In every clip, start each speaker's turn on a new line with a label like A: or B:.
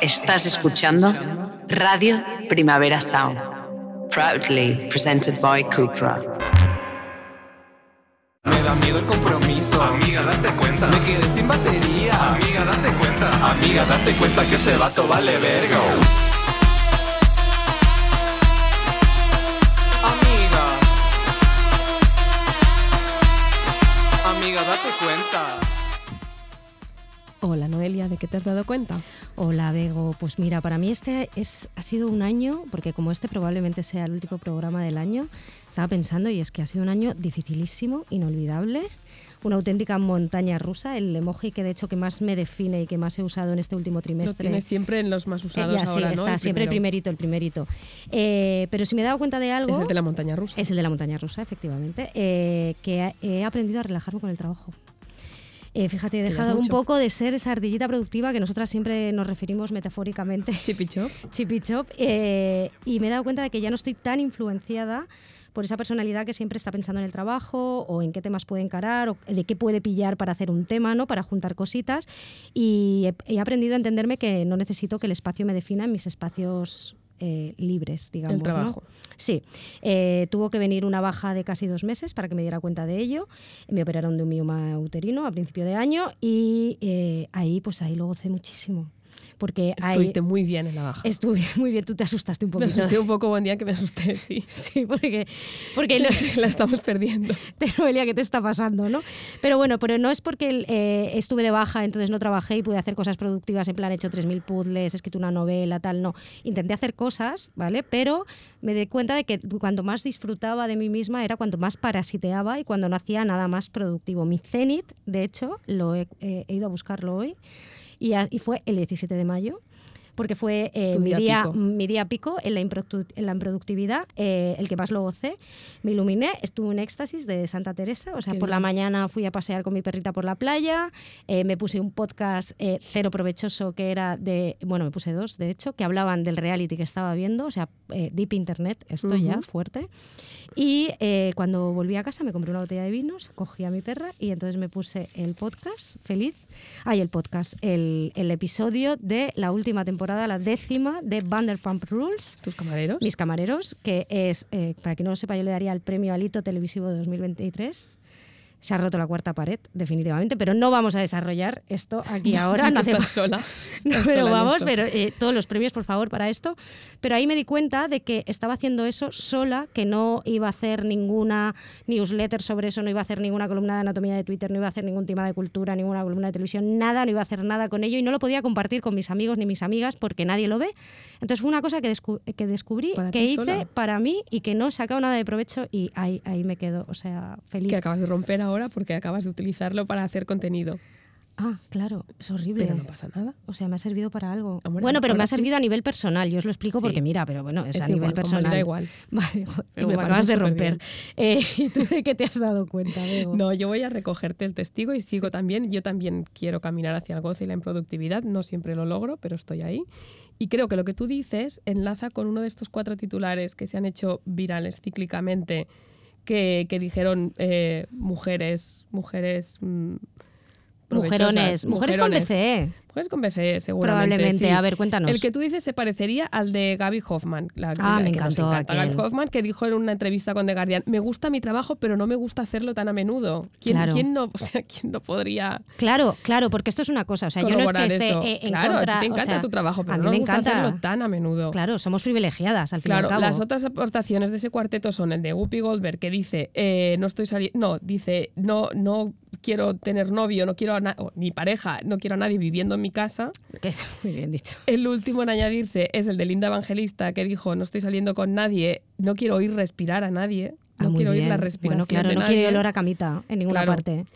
A: Estás escuchando Radio Primavera Sound. Proudly presented by Cupra.
B: Me da miedo el compromiso. Amiga, date cuenta. Me quedé sin batería. Amiga, date cuenta. Amiga, date cuenta que ese vato vale verga. Amiga. Amiga, date cuenta.
C: Hola Noelia, ¿de qué te has dado cuenta?
D: Hola, Bego. Pues mira, para mí este es, ha sido un año, porque como este probablemente sea el último programa del año, estaba pensando y es que ha sido un año dificilísimo, inolvidable, una auténtica montaña rusa, el emoji que de hecho que más me define y que más he usado en este último
C: Lo
D: trimestre.
C: tienes siempre en los más usados.
D: Eh, ya, sí,
C: ahora, ¿no?
D: está, siempre el
C: primero.
D: primerito, el primerito. Eh, pero si me he dado cuenta de algo...
C: Es el de la montaña rusa.
D: Es el de la montaña rusa, efectivamente, eh, que ha- he aprendido a relajarme con el trabajo. Eh, fíjate, he
C: Cuidas
D: dejado un
C: mucho.
D: poco de ser esa ardillita productiva que nosotras siempre nos referimos metafóricamente,
C: Chipichop.
D: chipichop, eh, y me he dado cuenta de que ya no estoy tan influenciada por esa personalidad que siempre está pensando en el trabajo o en qué temas puede encarar o de qué puede pillar para hacer un tema, ¿no? para juntar cositas. Y he, he aprendido a entenderme que no necesito que el espacio me defina en mis espacios eh, libres, digamos. ¿no?
C: trabajo.
D: Sí, eh, tuvo que venir una baja de casi dos meses para que me diera cuenta de ello. Me operaron de un mioma uterino a principio de año y eh, ahí, pues ahí lo gocé muchísimo. Porque ahí-
C: Estuviste muy bien en la baja.
D: estuve muy bien, tú te asustaste un
C: me
D: poquito.
C: asusté un poco, buen día que me asusté, sí.
D: Sí, porque, porque no-
C: la estamos perdiendo.
D: de Noelia, ¿qué te está pasando? ¿no? Pero bueno, pero no es porque el, eh, estuve de baja, entonces no trabajé y pude hacer cosas productivas, en plan he hecho 3.000 puzzles, he escrito una novela, tal, no. Intenté hacer cosas, ¿vale? Pero me di cuenta de que cuanto más disfrutaba de mí misma era cuanto más parasiteaba y cuando no hacía nada más productivo. Mi cenit, de hecho, lo he, eh, he ido a buscarlo hoy y, a- y fue el 17 de mayo. Porque fue eh,
C: Tu
D: mi
C: día
D: día,
C: pico.
D: mi día pico en la, improdu- en la improductividad, eh, el que más lo gocé. Me iluminé, estuve en éxtasis de Santa Teresa. O sea,
C: Qué
D: por la
C: bien.
D: mañana fui a pasear con mi perrita por la playa, eh, me puse un podcast eh, cero provechoso que era de, bueno, me puse dos, de hecho, que hablaban del reality que estaba viendo, o sea, eh, Deep Internet, esto ya,
C: Ujú.
D: fuerte. Y eh, cuando volví a casa me compré una botella de vinos, cogí a mi perra y entonces me puse el podcast, feliz. Ay, el podcast, el, el episodio de la última temporada, la décima de Vanderpump Rules.
C: ¿Tus camareros?
D: Mis camareros, que es, eh, para quien no lo sepa, yo le daría el premio Alito Televisivo de 2023. Se ha roto la cuarta pared, definitivamente, pero no vamos a desarrollar esto aquí ahora. no
C: Tú
D: hace
C: estás
D: fa-
C: sola.
D: No,
C: estás sola
D: pero
C: en
D: vamos,
C: esto.
D: pero eh, todos los premios, por favor, para esto. Pero ahí me di cuenta de que estaba haciendo eso sola, que no iba a hacer ninguna newsletter sobre eso, no iba a hacer ninguna columna de anatomía de Twitter, no iba a hacer ningún tema de cultura, ninguna columna de televisión, nada, no iba a hacer nada con ello y no lo podía compartir con mis amigos ni mis amigas porque nadie lo ve. Entonces fue una cosa que, descu- que descubrí,
C: Para
D: que
C: ti
D: hice
C: sola.
D: para mí y que no he sacado nada de provecho y ahí, ahí me quedo, o sea, feliz.
C: Que acabas de romper ahora porque acabas de utilizarlo para hacer contenido.
D: Ah, claro, es horrible.
C: Pero no pasa nada.
D: O sea, me ha servido para algo.
C: Hombre,
D: bueno, pero me
C: ahora
D: ha
C: sí.
D: servido a nivel personal. Yo os lo explico
C: Sí.
D: porque mira, pero bueno, es,
C: Es
D: a nivel
C: igual, con
D: personal.
C: Valera igual.
D: Vale, jo-
C: Y me
D: me
C: parece
D: acabas de
C: superbién.
D: romper. Eh, ¿Y tú de qué te has dado cuenta, Bego?
C: No, yo voy a recogerte el testigo y sigo también. Yo también quiero caminar hacia el goce y la improductividad. No siempre lo logro, pero estoy ahí. Y creo que lo que tú dices enlaza con uno de estos cuatro titulares que se han hecho virales cíclicamente, que, que dijeron eh, mujeres, mujeres... mm, provechosas,
D: Mujerones, mujeres con E,
C: mujerones.
D: BCE.
C: Mujeres con BCE, seguramente.
D: Probablemente.
C: sí.
D: A ver, cuéntanos.
C: El que tú dices se parecería al de Gaby Hoffman. La, la
D: Ah, me
C: que nos
D: encantó
C: encanta.
D: aquel.
C: Gaby Hoffman, que dijo en una entrevista con The Guardian: Me gusta mi trabajo, pero no me gusta hacerlo tan a menudo. ¿Quién,
D: Claro.
C: quién no, o sea, ¿quién no podría.?
D: Claro, claro, porque esto es una cosa. O sea, yo no es que
C: corroborar
D: esté
C: eso?
D: eh, en
C: claro,
D: contra.
C: a ti te
D: o
C: encanta
D: sea,
C: tu trabajo, pero
D: a mí
C: no
D: me
C: me gusta
D: encanta.
C: hacerlo tan a menudo.
D: Claro, somos privilegiadas al fin y al
C: Claro,
D: cabo.
C: las otras aportaciones de ese cuarteto son el de Whoopi Goldberg, que dice, eh, no estoy saliendo, no, dice, no, no quiero tener novio, no quiero a na- o ni pareja, no quiero a nadie viviendo en mi casa.
D: Que- muy bien dicho.
C: El último en añadirse es el de Linda Evangelista, que dijo, no estoy saliendo con nadie, no quiero oír respirar a nadie,
D: Ah,
C: no
D: muy
C: quiero oír la
D: bien.
C: respiración
D: Bueno, claro,
C: de
D: no
C: nadie".
D: quiero olor a camita en ninguna
C: Claro.
D: parte.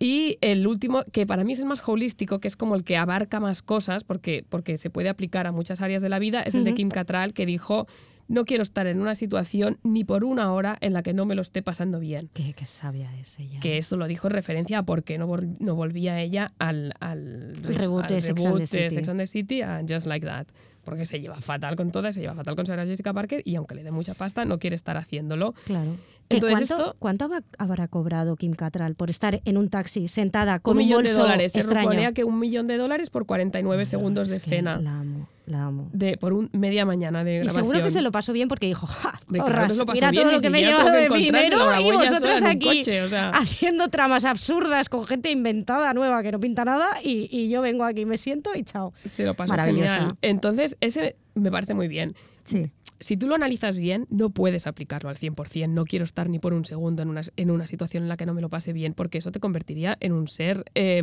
C: Y el último, que para mí es el más holístico, que es como el que abarca más cosas, porque, porque se puede aplicar a muchas áreas de la vida, es el de
D: Ujú.
C: Kim Cattrall, que dijo, no quiero estar en una situación ni por una hora en la que no me lo esté pasando bien.
D: Qué, qué sabia es ella.
C: Que esto lo dijo en referencia a por qué no, vol- no volvía ella al, al,
D: El reboot de Sex and
C: reboot
D: the City.
C: Sex and the City a Just Like That. Porque se lleva fatal con todas, se lleva fatal con Sarah Jessica Parker y aunque le dé mucha pasta, no quiere estar haciéndolo.
D: Claro. Que
C: Entonces
D: ¿cuánto,
C: esto-
D: cuánto haba- habrá cobrado Kim Catral por estar en un taxi sentada con
C: un
D: un,
C: millón de
D: bolso
C: dólares. Se
D: extraño?
C: rumorea que un millón de dólares por 49 segundos de
D: Es que
C: escena.
D: la amo. La amo.
C: de, por un media mañana de
D: Y
C: grabación.
D: seguro que se lo pasó bien porque dijo, ¡ja!
C: Hombre, claro
D: Horras,
C: que se lo pasó
D: mira
C: bien,
D: todo
C: ni
D: lo que me he
C: siquiera
D: llevado
C: tuvo que
D: de
C: encontrarse
D: dinero
C: Laura
D: y
C: Huella
D: vosotros
C: sola en un
D: aquí
C: coche, o sea.
D: haciendo tramas absurdas con gente inventada nueva que no pinta nada y, y yo vengo aquí, me siento y chao.
C: Se lo pasó
D: Maravillosa.
C: genial. Entonces, ese me parece muy bien.
D: Sí.
C: si tú lo analizas bien, no puedes aplicarlo al 100%. No quiero estar ni por un segundo en una, en una situación en la que no me lo pase bien, porque eso te convertiría en un ser eh,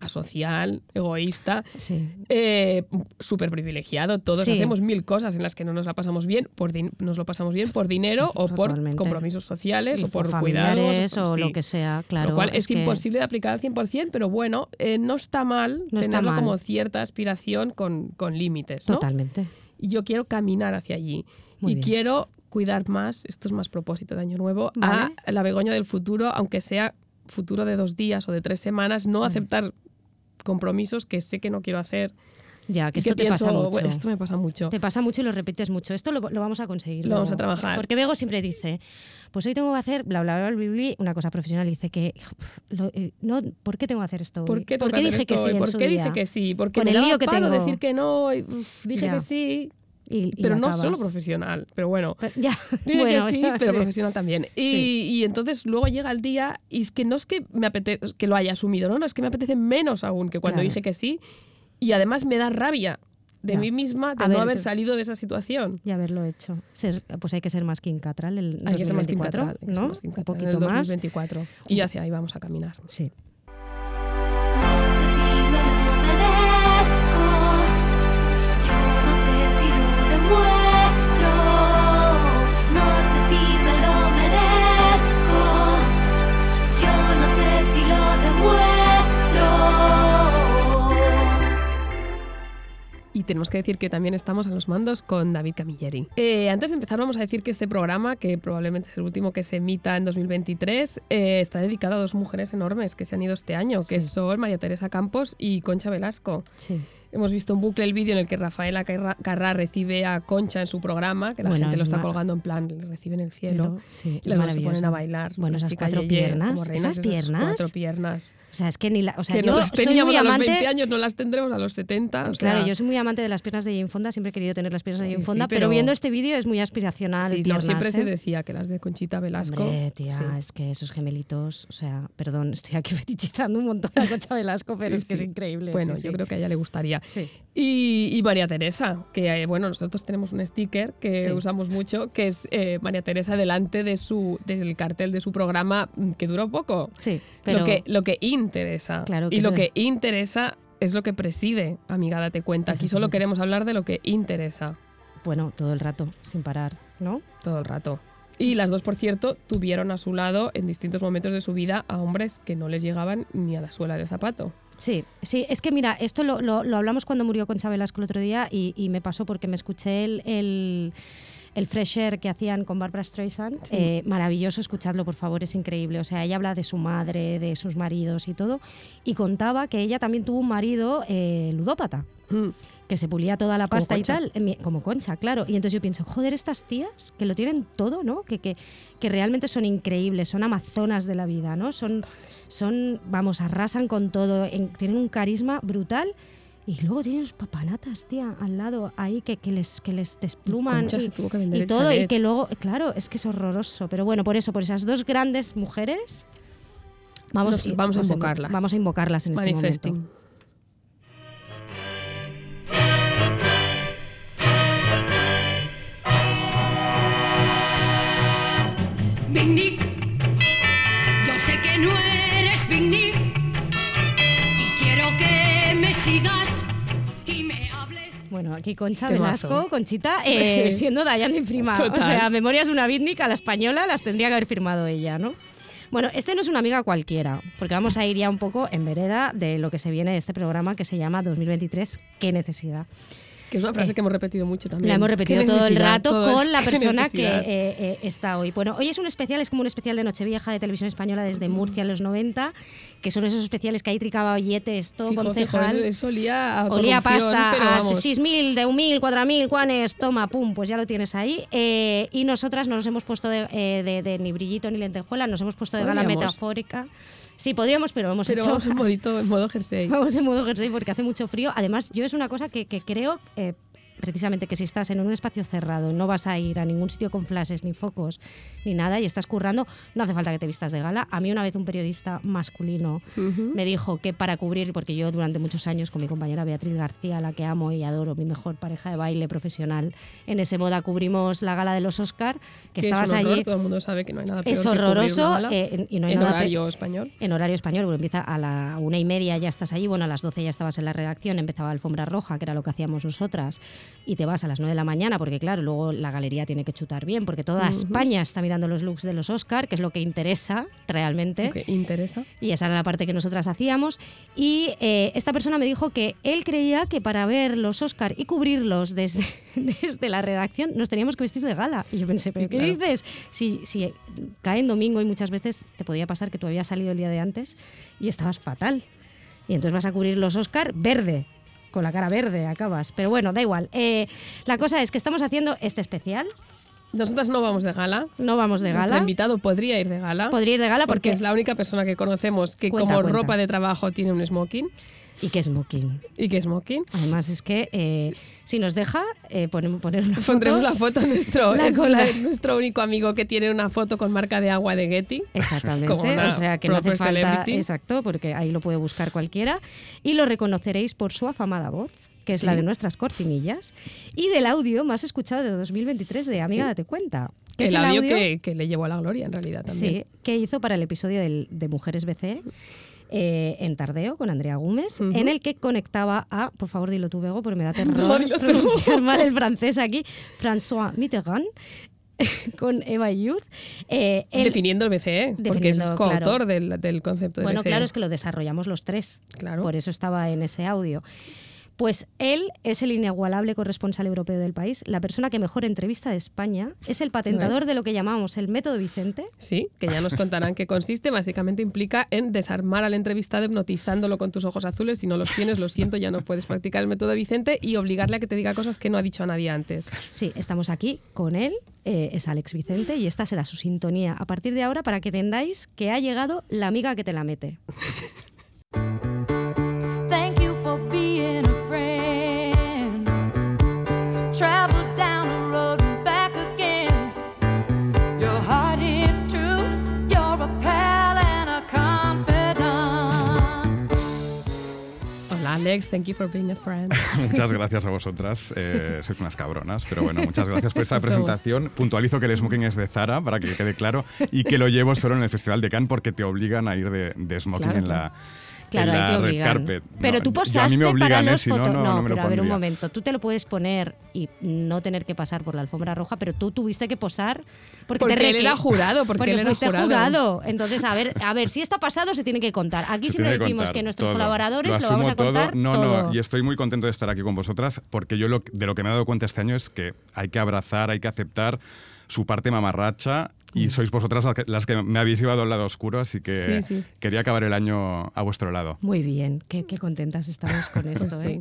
C: asocial, egoísta,
D: Sí.
C: súper privilegiado. Todos
D: Sí.
C: hacemos mil cosas en las que no nos la pasamos bien, por din- nos lo pasamos bien por dinero o por
D: Totalmente.
C: compromisos sociales
D: Y
C: o por
D: familiares
C: cuidados.
D: o
C: sí.
D: lo que sea, claro.
C: Lo cual es,
D: que-
C: imposible de aplicar al 100%, pero bueno, eh, no está mal
D: No está
C: tenerlo
D: mal.
C: como cierta aspiración con, con límites. ¿no?
D: Totalmente.
C: y yo quiero caminar hacia allí.
D: Muy
C: y
D: bien.
C: quiero cuidar más, esto es más propósito de Año Nuevo,
D: Vale.
C: a la Begoña del futuro, aunque sea futuro de dos días o de tres semanas, no aceptar compromisos que sé que no quiero hacer.
D: Ya, que
C: Y
D: esto te
C: pienso,
D: pasa mucho.
C: "Bueno, Esto me pasa mucho.
D: Te pasa mucho y lo repites mucho. Esto lo, lo vamos a conseguir.
C: Lo
D: luego.
C: vamos a trabajar.
D: Porque Bego siempre dice, pues hoy tengo que hacer bla, bla, bla, bla, bla, una cosa profesional. Y dice que, "Uf, lo- eh, no, ¿por qué tengo que hacer esto hoy?
C: ¿Por qué, tengo
D: dije
C: hacer
D: que
C: esto
D: sí
C: hoy?
D: en
C: ¿Por
D: su
C: qué dije
D: día?
C: que sí? Porque
D: Con
C: me
D: el
C: daba
D: lío que
C: palo
D: tengo.
C: decir que no, y, uf, dije
D: Ya.
C: que sí,
D: Y- y
C: pero no
D: acabas.
C: solo profesional, pero bueno.
D: Pero- Ya,
C: Dije
D: bueno,
C: que sí,
D: ya,
C: pero
D: sí.
C: profesional también. Y,
D: Sí.
C: y entonces luego llega el día y es que no es que me apete- que lo haya asumido, no, no, es que me apetece menos aún que cuando
D: Claro.
C: dije que sí. Y además me da rabia de
D: Ya.
C: mí misma de
D: A
C: no
D: ver,
C: haber
D: pues-
C: salido de esa situación.
D: Y haberlo hecho. Ser- pues hay que ser más Kim Cattrall el
C: Hay que ser más Kim
D: 2024,
C: Cattrall, hay que ser
D: ¿no?
C: más Kim
D: Un
C: Cattrall en el
D: poquito más.
C: 2024. Y hacia ahí vamos a caminar.
D: Sí.
E: Permanezco, yo no sé si lo demuestro, no sé si me lo merezco, yo no sé si lo demuestro.
C: Y tenemos que decir que también estamos a los mandos con David Camilleri. Eh, antes de empezar, vamos a decir que este programa, que probablemente es el último que se emita en 2023, eh, está dedicado a dos mujeres enormes que se han ido este año, que
D: Sí.
C: son María Teresa Campos y Concha Velasco.
D: Sí.
C: Hemos visto en bucle el vídeo en el que Rafaela Carra, Carrá recibe a Concha en su programa, que la
D: Bueno,
C: gente
D: es
C: lo está
D: ma-
C: colgando en plan, le recibe en el cielo.
D: Pero- sí,
C: Y
D: es
C: las dos se ponen
D: maravilloso.
C: a bailar.
D: Bueno,
C: la
D: esas
C: chica
D: cuatro
C: Yeye,
D: piernas.
C: como reinas,
D: esas piernas.
C: Cuatro piernas.
D: O sea, es que ni la. O sea,
C: que
D: yo
C: no las
D: soy
C: teníamos
D: muy
C: a los
D: amante.
C: 20 años, no las tendremos a los 70. o
D: Claro,
C: sea-
D: yo soy muy amante de las piernas de Jane Fonda, siempre he querido tener las piernas de
C: Sí,
D: Jane
C: sí,
D: Fonda, pero...
C: pero-
D: viendo este vídeo es muy aspiracional.
C: Sí, no,
D: piernas,
C: siempre se
D: ¿eh?
C: decía que las de Conchita Velasco.
D: Hombre, tía,
C: sí.
D: es que esos gemelitos, o sea, perdón, estoy aquí fetichizando un montón a Concha Velasco, pero
C: Sí,
D: es que
C: sí.
D: es increíble.
C: Bueno,
D: sí,
C: yo
D: sí.
C: creo que a ella le gustaría.
D: Sí.
C: Y, y María Teresa, que eh, bueno, nosotros tenemos un sticker que
D: Sí.
C: usamos mucho, que es eh, María Teresa delante de su, del cartel de su programa, mm, que duró poco.
D: Sí, pero
C: Lo, que, lo que interesa.
D: Claro que
C: y lo
D: sí.
C: que interesa es lo que preside, amiga, date cuenta. Aquí solo
D: Exactamente.
C: queremos hablar de lo que interesa
D: bueno, todo el rato, sin parar, ¿no?
C: todo el rato. Y las dos, por cierto, tuvieron a su lado en distintos momentos de su vida a hombres que no les llegaban ni a la suela de zapato.
D: Sí, sí, es que mira, esto lo, lo- lo hablamos cuando murió Concha Velasco el otro día y, y me pasó porque me escuché el, el, el fresh air que hacían con Barbara Streisand. Eh, maravilloso, escuchadlo por favor, es increíble. O sea, ella habla de su madre, de sus maridos y todo, y contaba que ella también tuvo un marido eh, ludópata.
C: Mm.
D: Que se pulía toda la
C: Como
D: pasta y
C: Concha.
D: tal, en mi- como concha, claro. Y entonces yo pienso, joder, estas tías que lo tienen todo, ¿no? Que, que, que realmente son increíbles, son amazonas de la vida, ¿no? Son, son vamos, arrasan con todo, en- tienen un carisma brutal. Y luego tienen los papanatas, tía, al lado, ahí, que, que les, que les despluman.
C: Concha se tuvo que vender
D: y
C: el
D: todo, y
C: chalet.
D: que luego, claro, es que es horroroso. Pero bueno, por eso, por esas dos grandes mujeres, vamos,
C: Nos- vamos a invocarlas.
D: Vamos a invocarlas en este
C: Manifesting.
D: momento.
F: Big Nick, yo sé que no eres Big Nick y quiero que me sigas y me hables.
D: Bueno, aquí Concha
C: Temazo.
D: Velasco, Conchita, eh, siendo Dayan en prima.
C: Total.
D: O sea, Memorias de una Bitnik a la española las tendría que haber firmado ella, ¿no? Bueno, este no es una amiga cualquiera, porque vamos a ir ya un poco en vereda de lo que se viene de este programa que se llama 2023, ¿Qué necesidad?
C: Que es una frase
D: Eh,
C: que hemos repetido mucho también.
D: La hemos repetido
C: Qué
D: todo el
C: necesidad,
D: rato
C: todo es
D: con la
C: qué
D: persona que
C: necesidad.
D: eh, eh, está hoy. Bueno, hoy es un especial, es como un especial de Nochevieja de Televisión Española desde Murcia en los 90, que son esos especiales que hay tricaba billetes, todo
C: Fijo,
D: concejal.
C: fijo, eso olía a
D: Olía a
C: corrupción,
D: pasta, ah,
C: pero
D: a
C: vamos,
D: 6.000, de 1.000, 4.000, cuanes, toma, pum, pues ya lo tienes ahí. Eh, y nosotras no nos hemos puesto de, eh, de- de ni brillito ni lentejuela, nos hemos puesto de gala
C: Podríamos.
D: metafórica Sí, podríamos, pero lo hemos
C: Pero
D: hecho.
C: vamos en, modito, en modo jersey.
D: Vamos en modo jersey porque hace mucho frío. Además, yo es una cosa que, que creo eh, precisamente que si estás en un espacio cerrado, no vas a ir a ningún sitio con flashes, ni focos, ni nada, y estás currando, no hace falta que te vistas de gala. A mí una vez un periodista masculino me dijo que para cubrir, porque yo durante muchos años con mi compañera Beatriz García, la que amo y adoro, mi mejor pareja de baile profesional, en ese boda cubrimos la gala de los Oscar, que,
C: es
D: estabas
C: un horror,
D: allí.
C: Todo el mundo sabe que no hay nada peor
D: Es
C: que cubrir
D: horroroso
C: una gala
D: eh, y no hay
C: en
D: nada pe-
C: horario español.
D: en horario español, bueno, empieza a la una y media, ya estás allí, bueno, a las 12 ya estabas en la redacción, empezaba alfombra roja, que era lo que hacíamos nosotras, y te vas a las 9 de la mañana, porque claro, luego la galería tiene que chutar bien, porque toda España está mirando los looks de los Oscar, que es lo que interesa realmente.
C: Ok, interesa.
D: Y esa era la parte que nosotras hacíamos. Y eh, esta persona me dijo que él creía que para ver los Oscar y cubrirlos desde, desde la redacción nos teníamos que vestir de gala. Y yo pensé, ¿pero qué
C: Claro.
D: dices? Si, si cae en domingo y muchas veces te podía pasar que tú habías salido el día de antes y estabas fatal. Y entonces vas a cubrir los Oscar verde. Con la cara verde acabas. Pero bueno, da igual. Eh, la cosa es que estamos haciendo este especial.
C: Nosotras no vamos de gala.
D: No vamos de
C: Nuestro
D: gala.
C: invitado podría ir de gala.
D: Podría ir de gala
C: porque
D: porque,
C: es la única persona que conocemos que
D: Cuenta,
C: como
D: cuenta.
C: ropa de trabajo tiene un smoking
D: Y que es smoking.
C: y que smoking.
D: Además es que eh, si nos deja eh, ponem- poner una foto.
C: Pondremos la foto a nuestro,
D: La
C: es
D: cola.
C: la- nuestro único amigo que tiene una foto con marca de agua de Getty.
D: Exactamente,
C: Como una
D: o sea que no hace
C: proper
D: falta,
C: celebrity.
D: exacto, porque ahí lo puede buscar cualquiera y lo reconoceréis por su afamada voz, que es
C: Sí.
D: la de nuestras cortinillas y del audio más escuchado de 2023 de Amiga date cuenta, que es
C: el audio, que, que le llevó a la gloria en realidad también.
D: Sí, que hizo para el episodio del- de Mujeres BC eh, en Tardeo con Andrea Gómez, en el que conectaba a, por favor dilo tú, Bego, porque me da
C: No,
D: terror
C: dilo tú.
D: pronunciar mal el francés aquí, François Mitterrand con Eva Youth. Eh, él-
C: definiendo el BCE, porque es
D: Definiendo,
C: coautor
D: claro.
C: del, del concepto de
D: bueno,
C: BCE.
D: claro, es que lo desarrollamos los tres.
C: Claro.
D: Por eso estaba en ese audio. Pues él es el inigualable corresponsal europeo del país, la persona que mejor entrevista de España, es el patentador de lo que llamamos el método Vicente.
C: Sí, que ya nos contarán qué consiste. Básicamente implica en desarmar al entrevistado hipnotizándolo con tus ojos azules. Si no los tienes, lo siento, ya no puedes practicar el método Vicente y obligarle a que te diga cosas que no ha dicho a nadie antes.
D: Sí, estamos aquí con él, eh, es Alex Vicente, y esta será su sintonía a partir de ahora para que entendáis que ha llegado la amiga que te la mete.
G: Thank you for being a friend. Travel down the road and back again. Your heart is true. You're a pal and a confidant.
C: Hola Alex, thank you for being a friend.
H: Muchas gracias a vosotras. eh, sois unas cabronas, pero bueno, muchas gracias por esta
C: Somos.
H: presentación. Puntualizo que el smoking es de Zara, para que quede claro, y que lo llevo solo en el Festival de Cannes porque te obligan a ir de, de smoking
C: Claro,
H: en la.
D: Claro,
H: en
D: ahí
H: la
D: te
H: red
D: obligan.
H: carpet.
D: Pero
H: No,
D: tú
H: yo-
D: posaste
H: a mí me obligan,
D: para
H: ¿eh?
D: los
H: si no,
D: foto-
H: no, no me lo
D: pero a ver un
H: pondría.
D: momento. Tú te lo puedes poner y no tener que pasar por la alfombra roja, pero tú tuviste que posar porque,
C: Porque
D: te
C: él
D: requi-
C: era jurado, porque él era
D: fuiste
C: jurado.
D: Entonces, a ver, a ver, si esto ha pasado se tiene que contar. Aquí
H: Se
D: siempre
H: tiene que
D: decimos
H: contar
D: que nuestros
H: todo.
D: colaboradores lo,
H: asumo
D: vamos a contar
H: todo. No,
D: todo.
H: no, y estoy muy contento de estar aquí con vosotras porque yo lo- de lo que me he dado cuenta este año es que hay que abrazar, hay que aceptar su parte mamarracha
D: Mm.
H: y sois vosotras las que, las que me habéis llevado al lado oscuro, así que
C: Sí, sí, sí.
H: quería acabar el año a vuestro lado.
D: Muy bien, qué, qué contentas estamos con esto.
C: Pues
D: ¿eh?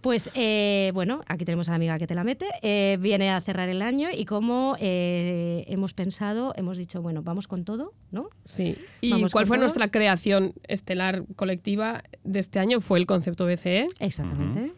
D: Pues eh, bueno, aquí tenemos a la amiga que te la mete, eh, viene a cerrar el año y como eh, hemos pensado, hemos dicho, bueno, vamos con todo, ¿no?
C: Sí. ¿Y
D: Vamos
C: cuál
D: con
C: fue
D: todo.
C: nuestra creación estelar colectiva de este año? Fue el concepto E, BCE.
D: Exactamente.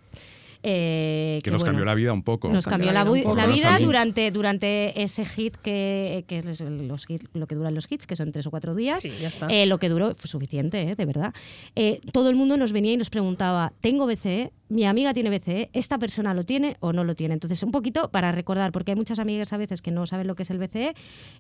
D: Eh,
H: Que nos
D: bueno,
H: cambió la vida un poco.
D: Nos cambió la,
C: Cambió la vida
D: bu-
C: un
D: la
H: poco, ¿no?
D: vida
H: También.
D: durante, durante ese hit que, que es los hit- lo que duran los hits, que son tres o cuatro días.
C: Sí, ya está.
D: Eh, lo que duró fue suficiente, eh, de verdad. Eh, todo el mundo nos venía y nos preguntaba, ¿tengo BCE? ¿Mi amiga tiene BCE? ¿Esta persona lo tiene o no lo tiene? Entonces, un poquito para recordar, porque hay muchas amigas a veces que no saben lo que es el BCE.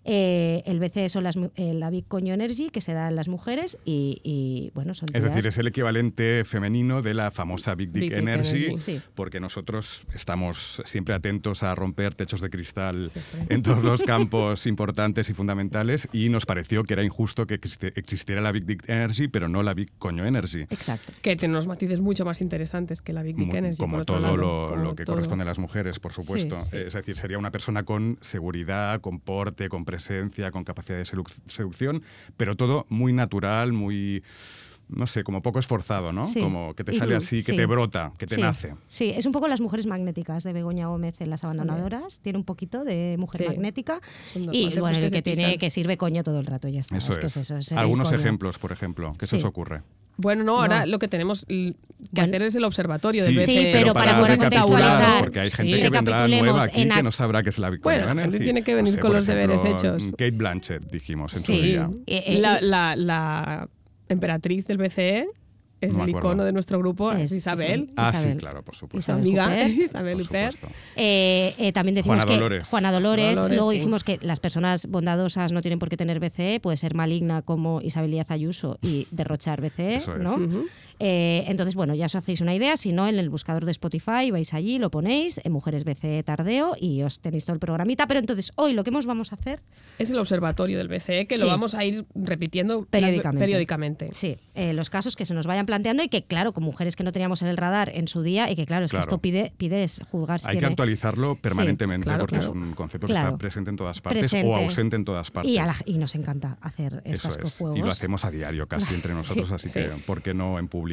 D: Eh, el BCE son las, mu- eh, la Big Coño Energy que se da en las mujeres y, y, bueno, son
H: Es decir,
D: todas-
H: es el equivalente femenino de la famosa Big Dick,
C: Big Dick
H: Energy,
C: Energy,
D: sí.
H: porque nosotros estamos siempre atentos a romper techos de cristal en todos los campos importantes y fundamentales y nos pareció que era injusto que existe- existiera la Big Dick Energy, pero no la Big Coño Energy.
D: Exacto.
C: Que tiene unos matices mucho más interesantes que la Big Dick
H: Mu-
C: Energy. por
H: como
C: otro
H: todo
C: lado,
H: lo,
C: como
H: lo que
C: todo.
H: corresponde a las mujeres, por supuesto.
D: sí.
H: Es decir, sería una persona con seguridad, con porte, con presencia, con capacidad de seduc- seducción, pero todo muy natural, muy no sé, como poco esforzado, ¿no?
D: Sí.
H: Como que te
D: Y
H: sale
D: tú,
H: así, que
D: sí.
H: te brota, que te
D: sí,
H: nace.
D: Sí, es un poco las mujeres magnéticas de Begoña Gómez en Las Abandonadoras. Tiene un poquito de mujer
C: Sí.
D: magnética.
C: Son dos
D: Y
C: conceptos
D: bueno,
C: que
D: el
C: se
D: que, tiene,
C: pisan.
D: que sirve coño todo el rato, ya está.
H: Eso
D: Ah, es.
H: es.
D: que es eso, es
H: Algunos
D: el coño.
H: ejemplos, por ejemplo, que se
D: Sí.
H: os ocurre.
C: Bueno, no, ahora
D: No.
C: lo que tenemos l- que
D: Bueno.
C: hacer es el observatorio
H: Sí,
C: del BCE.
D: Sí, pero para para poder
H: recapitular,
D: contextualizar.
H: Porque hay gente
D: Sí.
H: que vendrá
D: Recapitulemos,
H: nueva aquí
D: en
H: que
D: ac-
H: no sabrá qué es la Victoria
C: Bueno, la gente
H: Ganelli.
C: tiene que
H: No
C: venir
H: sé,
C: con
H: por
C: los deberes
H: ejemplo,
C: hechos.
H: Kate Blanchett, dijimos en
D: Sí.
H: su día.
D: Eh, eh,
C: la,
D: y-
C: la- la emperatriz del BCE es
H: No me
C: el
H: acuerdo.
C: icono de nuestro grupo, es,
D: Es- Pues, es
C: Isabel,
H: Ah,
D: Isabel.
H: sí, claro, por supuesto.
D: Isabel
C: amiga
D: Huppert.
C: Isabel
H: Por
C: Huppert.
H: supuesto.
D: Eh, eh, también decimos
H: Juana
D: que
H: Dolores.
D: Juana Dolores.
C: Dolores,
D: Luego
C: sí.
D: dijimos que las personas bondadosas no tienen por qué tener BCE, puede ser maligna como Isabel Díaz Ayuso y derrochar BCE,
H: Eso es.
D: ¿no? Eh, entonces, bueno, ya os hacéis una idea. Si no, en el buscador de Spotify vais allí, lo ponéis, en Mujeres BCE Tardeo y os tenéis todo el programita. Pero entonces, hoy lo que hemos vamos a hacer
C: Es el observatorio del BCE que
D: Sí.
C: lo vamos a ir repitiendo las-
D: Periódicamente.
C: periódicamente.
D: Sí, eh, los casos que se nos vayan planteando y que, claro, con mujeres que no teníamos en el radar en su día y que, claro, es
H: Claro.
D: que esto pide, pide es juzgar si
H: Hay que
D: tiene-
H: actualizarlo permanentemente
C: claro,
H: porque
C: claro.
H: es un concepto que
D: Claro.
H: está presente en todas partes o
D: Presente.
H: ausente en todas partes.
D: Y, a la- y nos encanta hacer
H: Eso
D: estos
H: es.
D: juegos.
H: Y lo hacemos a diario casi entre nosotros, así que ¿por qué no en público?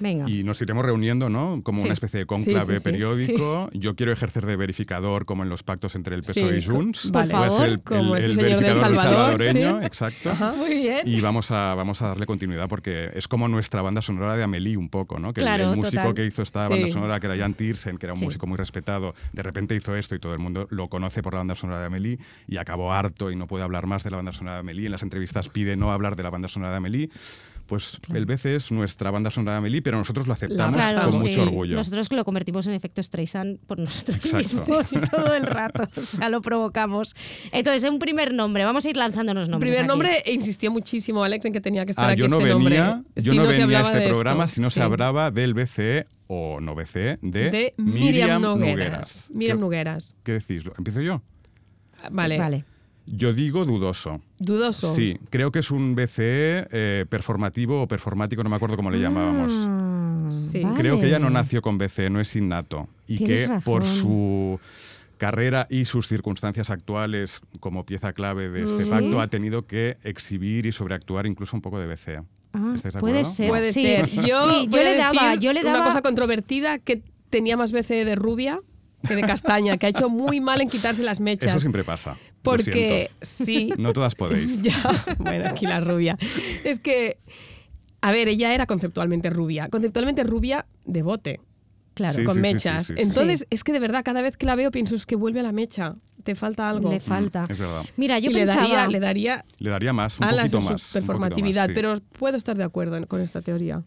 D: Venga.
H: Y nos iremos reuniendo, ¿no? Como
C: Sí.
H: una especie de
C: Sí, sí,
H: conclave
C: sí.
H: periódico. Yo quiero ejercer de verificador como en los pactos entre el PSOE
C: Sí,
H: y
C: co-
H: Junts.
C: vale.
H: Voy a ser el,
C: Por favor,
H: el-
C: como
H: el
C: este señor del
H: verificador
C: Salvador,
H: salvadoreño,
C: sí.
H: exacto.
C: muy bien.
H: Y vamos a, vamos a darle continuidad porque es como nuestra banda sonora de Amelie un poco, ¿no? Que el- el,
D: Claro,
H: músico
D: total.
H: que hizo esta
C: Sí.
H: banda sonora, que era Jan Tiersen, que era un
D: Sí.
H: músico muy respetado, de repente hizo esto y todo el mundo lo conoce por la banda sonora de Amelie y acabó harto y no puede hablar más de la banda sonora de Amelie. En las entrevistas pide no hablar de la banda sonora de Amelie. Pues el BC es nuestra banda sonora de Amelie, pero nosotros lo aceptamos
C: abrazamos.
H: con
C: sí.
H: mucho orgullo. Ah,
D: Nosotros lo convertimos en efecto Streisand por nosotros
H: Exacto.
D: mismos todo el rato. O sea, lo provocamos. Entonces, un primer nombre. Vamos a ir lanzándonos nombres.
C: Primer
D: aquí.
C: nombre, e insistió muchísimo Alex en que tenía que estar
H: Ah,
C: aquí
H: yo no
C: este nombre.
H: venía, yo
C: Si
H: no
C: se
H: venía a
C: hablaba
H: este
C: de esto.
H: programa si no
C: Sí.
H: se hablaba del BCE o no BCE de,
C: de
H: Miriam,
C: Miriam Nogueras.
H: Nogueras.
C: Miriam
H: ¿Qué-
C: Nogueras.
H: ¿Qué decís? ¿Empiezo yo?
C: Vale.
D: Vale.
H: Yo digo dudoso.
C: Dudoso.
H: Sí, creo que es un BCE eh, performativo o performático, no me acuerdo
D: Ah,
H: cómo le llamábamos.
C: Sí.
D: Vale.
H: Creo que ella no nació con BCE, no es innato. Y
D: Tienes
H: que
D: razón.
H: por su carrera y sus circunstancias actuales como pieza clave de este
D: Sí.
H: pacto ha tenido que exhibir y sobreactuar incluso un poco de BCE.
D: Ah,
H: ¿Estáis de
D: puede
H: acuerdo?
D: ser.
C: Puede
D: Sí.
C: ser.
D: Sí,
C: Yo,
D: yo
C: voy a
D: le daba-
C: decir
D: yo le
C: una
D: daba-
C: cosa controvertida que tenía más veces de rubia que de castaña, que ha hecho muy mal en quitarse las mechas.
H: Eso siempre pasa. Lo
C: porque
H: siento.
C: sí.
H: No todas podéis.
C: Ya, bueno, aquí la rubia. Es que, a ver, ella era conceptualmente rubia. Conceptualmente rubia de bote,
D: Claro.
H: Sí,
C: con
H: sí, sí,
C: mechas.
H: sí, sí, sí.
C: Entonces,
D: Sí.
C: es que de verdad, cada vez que la veo pienso, es que vuelve a la mecha. Te falta algo.
D: Le falta.
H: Mm, es verdad.
D: Mira, yo
C: Y le
D: pensaba.
C: daría, le daría
H: Le daría más, un
C: alas
H: poquito
C: a su
H: más. un poquito más,
C: performatividad,
H: sí.
C: pero puedo estar de acuerdo en- con esta teoría.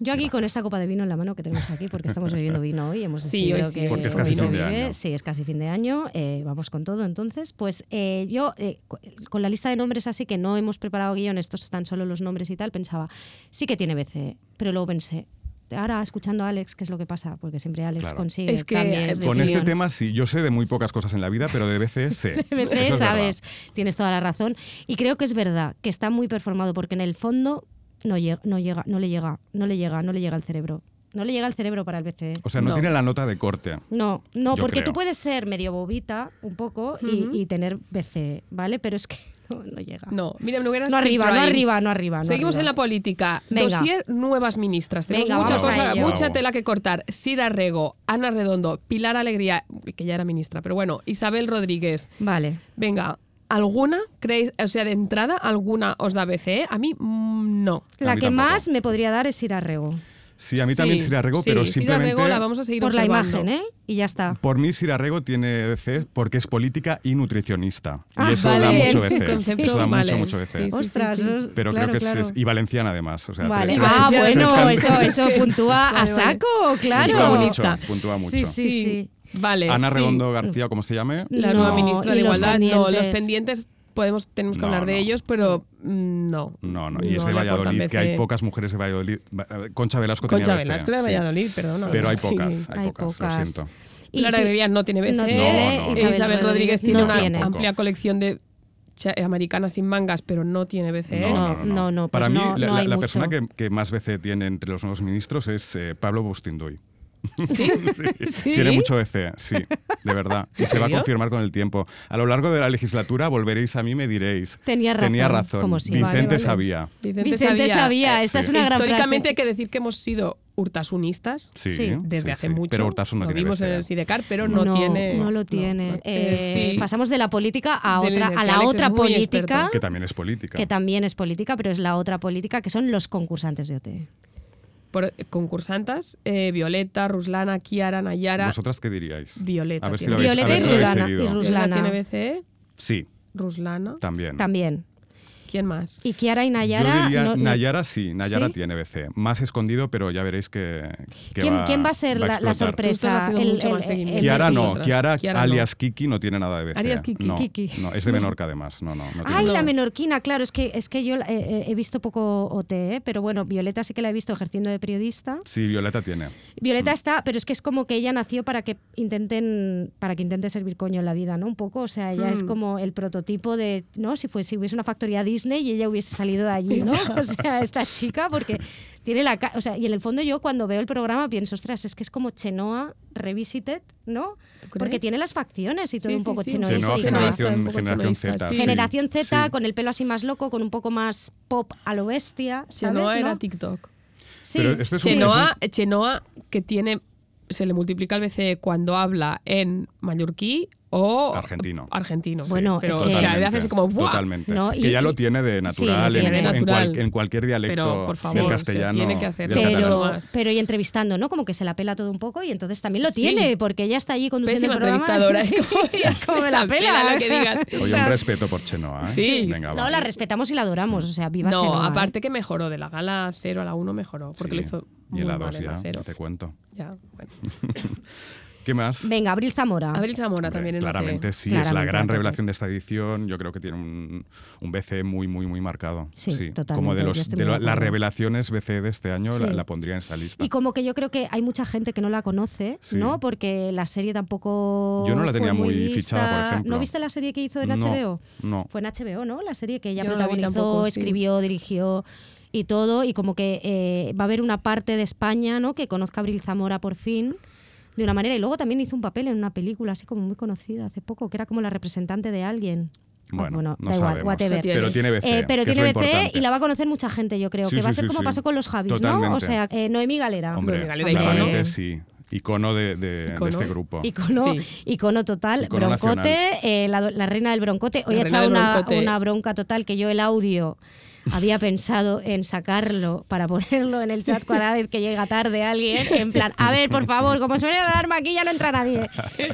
D: Yo aquí con esta copa de vino en la mano que tenemos aquí, porque estamos bebiendo vino hoy, hemos
C: Sí,
D: decidido
C: hoy sí.
D: que
H: Porque es casi
D: hoy no
H: fin de
D: vive.
H: año.
D: Sí, es casi fin de año, eh, vamos con todo entonces. Pues eh, yo, eh, co- con la lista de nombres así que no hemos preparado guión, estos tan solo los nombres y tal, pensaba, sí que tiene BCE, pero luego pensé, ahora escuchando a Alex, ¿qué es lo que pasa? Porque siempre Alex
H: Claro.
D: consigue
C: Es que
D: cambies de
H: Con
C: Sí, ¿eh?
H: este
C: ¿no?
D: guión.
H: tema sí, yo sé de muy pocas cosas en la vida, pero de BCE sé.
D: De BCE,
H: Eso es
D: sabes,
H: verdad.
D: tienes toda la razón. Y creo que es verdad que está muy performado porque en el fondo no, llega, no, llega, no le llega, no le llega, no le llega al cerebro. No le llega al cerebro para el BCE.
H: O sea, no,
C: No.
H: tiene la nota de corte.
D: No, no,
H: Yo
D: porque
H: creo.
D: tú puedes ser medio bobita un poco y, y tener BCE, ¿vale? Pero es que no, no llega.
C: No, Miriam Nogueras.
D: Ah. No
C: keep
D: arriba, no
C: trying.
D: arriba, no arriba, no
C: Seguimos
D: arriba.
C: en la política.
D: Venga.
C: Dosier, nuevas ministras. Tenemos
D: Venga,
C: mucha,
D: vamos a
C: cosa,
D: ello.
C: mucha
H: Bravo.
C: tela que cortar. Sira Rego, Ana Redondo, Pilar Alegría, que ya era ministra, pero bueno, Isabel Rodríguez.
D: Vale.
C: Venga, ¿alguna creéis, o sea, de entrada, alguna os da BCE? A mí mm, no.
D: La
H: mí
D: que
H: tampoco.
D: más me podría dar es ir a Rego.
H: Sí, a mí también Sira Rego,
C: sí,
H: pero
C: Sira
H: simplemente...
C: Rego la vamos a seguir
D: Por la
C: observando.
D: imagen, ¿eh? Y ya está.
H: Por mí Sira Rego tiene BCE porque es política y nutricionista.
D: Ah,
H: y eso
D: vale,
H: da mucho
D: el
H: BCE.
C: concepto,
H: eso da
C: vale.
H: mucho, mucho BCE.
C: Sí, sí.
D: Ostras, os-
H: Pero
D: claro,
H: creo que es-
D: claro.
H: es... Y valenciana además. O sea,
D: Vale.
H: tres- tres-
D: Ah,
C: tres
D: bueno,
H: cantos.
D: eso, eso puntúa a
C: Vale, vale.
D: saco, claro.
H: Puntúa mucho, puntúa mucho.
D: Sí, sí, sí.
C: Vale.
H: Ana
C: sí.
H: Redondo García, como se llame.
C: La
D: No,
C: nueva ministra
D: y
C: de
D: los
C: Igualdad. No, los
D: pendientes.
C: pendientes podemos, tenemos que
H: No,
C: hablar de
H: no.
C: ellos, pero mm, no.
H: No, no, y es de
C: le aportan
H: Valladolid, que hay
C: BCE.
H: pocas mujeres de Valladolid. Va- eh, Concha Velasco
C: Concha
H: tenía
C: Velasco
H: BCE,
C: de
H: sí.
C: Valladolid, perdona.
H: Pero hay
C: Sí.
H: pocas, hay,
D: Hay
H: pocas, lo
D: pocas.
H: siento.
D: Y
C: Clara
D: tú-
C: Alegría no tiene BCE.
D: No tiene,
H: No, no.
D: Isabel
C: Isabel, Rodríguez tiene
D: no
C: una
D: tiene.
H: Tampoco.
C: amplia colección de cha- americanas sin mangas, pero no tiene ¿eh? BCE.
D: No, no, no,
H: Para
D: pues
H: mí,
D: no,
H: la,
D: no
H: la-
D: hay
H: la
D: mucho.
H: persona que, que más BCE tiene entre los nuevos ministros es eh, Pablo Bustinduy.
C: Sí.
H: Tiene mucho BCE, sí. de verdad. Y se va a
C: serio?
H: confirmar con el tiempo. A lo largo de la legislatura volveréis a mí y me diréis.
D: Tenía razón, como siempre.
H: Vicente
C: Vale, vale.
H: sabía.
C: Vicente,
D: Vicente sabía, esta
H: Sí.
D: es una gran frase.
C: Históricamente hay que decir que hemos sido hurtasunistas
H: Sí,
D: Sí.
C: desde
H: sí,
C: hace
H: sí.
C: mucho.
H: Pero Hurtasun no
C: lo
H: tiene E
C: vimos en
H: BCA.
C: el Sidecar, pero no, tiene.
D: no lo tiene.
C: no.
D: Eh,
C: Eh, sí.
D: Pasamos de la política a
C: Del
D: otra, a la
C: Alex es
D: otra
C: muy
D: política
C: experto.
H: Que también es política.
D: que también es política, pero es la otra política que son los concursantes de OT.
C: Por eh, concursantas, eh, Violeta, Ruslana, Kiara, Nayara.
H: ¿Vosotras qué diríais?
C: Violeta
H: A ver si
C: tiene.
H: lo habéis- a
D: Violeta
H: ver
D: y
H: si lo habéis
D: Ruslana- y
H: seguido.
D: Rus-
C: Violeta
D: Ruslana.
C: tiene BCE,
H: Sí,
C: Ruslana.
H: también.
D: También.
C: ¿Quién más?
D: Y Kiara y Nayara.
H: Yo diría
D: no- no-
H: Nayara sí, Nayara
D: ¿Sí?
H: tiene BC. Más escondido, pero ya veréis que. que
D: ¿Quién,
H: va,
D: quién va a ser la, la
H: explotar.
C: Tú estás
D: sorpresa?
C: haciendo mucho más seguimiento.
H: Kiara
C: de
H: no,
C: nosotras.
H: Kiara,
C: Kiara no.
H: alias Kiki no tiene nada de BC.
C: Alias Kiki.
H: No,
D: Kiki.
H: no, es de Menorca además. No, no, no tiene
D: Ay,
H: nada.
D: la menorquina, claro, es que, es que yo eh, eh, he visto poco OT, ¿eh? pero bueno, Violeta sí que la he visto ejerciendo de periodista.
H: Sí, Violeta tiene.
D: Violeta está, pero es que es como que ella nació para que intenten, para que intente servir coño en la vida, ¿no? Un poco, o sea, ella es como el prototipo de, ¿no? Si fuese, si hubiese una factoría Disney y ella hubiese salido de allí, ¿no? O sea, esta chica, porque tiene la, ca- o sea, y en el fondo yo cuando veo el programa pienso, ostras, es que es como Chenoa Revisited, ¿no?
C: ¿Tú crees?
D: Porque tiene las facciones y todo
C: Sí,
D: un
C: sí,
D: poco
C: sí.
D: chenoística.
H: Chenoa,
C: Chenoísta, un
H: generación,
C: poco
H: generación
C: chenoísta,
H: Z.
C: sí.
H: sí.
D: Generación Z,
H: Sí.
D: con el pelo así más loco, con un poco más pop a lo bestia.
C: Si
D: ¿sabes?
C: no, era
D: ¿No?
C: TikTok.
D: Sí.
H: Pero esto es un-
C: Chenoa, Chenoa, que tiene. Se le multiplica el BCE cuando habla en mallorquí o.
H: Argentino.
C: argentino.
D: Bueno,
C: pero,
D: es
C: o sea,
D: que-
C: le hace así como. ¡buah!
H: Totalmente.
D: No, y-
H: que ya lo tiene de natural,
D: Sí, lo
H: en-
D: tiene
H: en,
C: natural.
H: cual- en cualquier dialecto
C: Pero, por favor,
H: del
C: se
H: castellano.
C: tiene que hacer.
H: del catalán.
D: Pero,
C: más.
D: pero y entrevistando, ¿no? Como que se la pela todo un poco y entonces también lo
C: Sí.
D: tiene, porque ella está allí conduciendo
C: Pésima
D: el programa.
C: entrevistadora.
D: Sí,
C: Es como,
D: es como me la
C: la
D: pela.
C: pela lo
D: o
C: que
D: sea,
C: digas.
H: Oye, un respeto por Chenoa. ¿eh?
C: Sí.
H: Venga,
D: No,
H: va.
D: la respetamos y la adoramos, o sea, viva
C: no,
D: Chenoa, ¿eh?
C: aparte que mejoró de la gala 0 a la 1 mejoró, porque
H: Sí.
C: lo hizo
H: Y
C: muy
H: en la
C: mal
H: 2
C: en la
H: ya,
C: cero.
H: ya te cuento.
C: Ya, bueno.
H: ¿Qué más?
D: Venga, Abril Zamora.
C: Abel Zamora
H: Hombre,
C: también en
H: claramente sí, es la
D: Claramente,
H: gran
D: total.
H: revelación de esta edición. Yo creo que tiene un, un BC muy, muy, muy marcado.
D: Sí, totalmente,
H: Como de,
D: yo
H: los,
D: estoy
H: de
D: muy
H: lo-
D: de
H: las
D: acuerdo.
H: revelaciones BC de este año
D: Sí.
H: la, la pondría en esa lista.
D: Y como que yo creo que hay mucha gente que no la conoce,
H: Sí.
D: ¿no? Porque la serie tampoco.
H: Yo no la
D: fue
H: tenía muy
D: vista.
H: fichada, por ejemplo.
D: ¿No viste la serie que hizo en
H: No,
D: HBO?
H: no.
D: Fue en HBO, ¿no? La serie que ella
C: Yo no la vi
D: protagonizó,
C: tampoco, sí.
D: escribió, dirigió y todo. Y como que eh, va a haber una parte de España, ¿no? Que conozca a Abril Zamora por fin. De una manera, y luego también hizo un papel en una película así como muy conocida hace poco, que era como la representante de alguien. Ah,
H: bueno, no
D: da igual,
H: sabemos.
D: whatever.
C: tiene.
H: Pero tiene BC.
D: Eh, pero
H: que es
D: tiene
H: lo
D: BC
H: importante.
D: y la va a conocer mucha gente, yo creo.
H: Sí,
D: que va a
H: sí,
D: ser
H: sí,
D: como
H: sí.
D: pasó con los Javis, ¿no? O
H: Totalmente.
D: sea, eh, Noemí Galera.
H: Hombre,
C: Noemí Galera,
H: claramente
C: icono.
H: sí. Icono de, de- de
C: Icono.
H: este grupo.
D: Icono,
C: Sí.
D: icono total,
H: Icono
D: broncote, eh, la, la reina del broncote. Hoy
C: La
D: ha
C: reina
D: echado
C: del
D: una,
C: broncote.
D: una bronca total que yo el audio había pensado en sacarlo para ponerlo en el chat cada vez que llega tarde alguien. En plan, a ver, por favor, como suele el alarma aquí ya no entra nadie.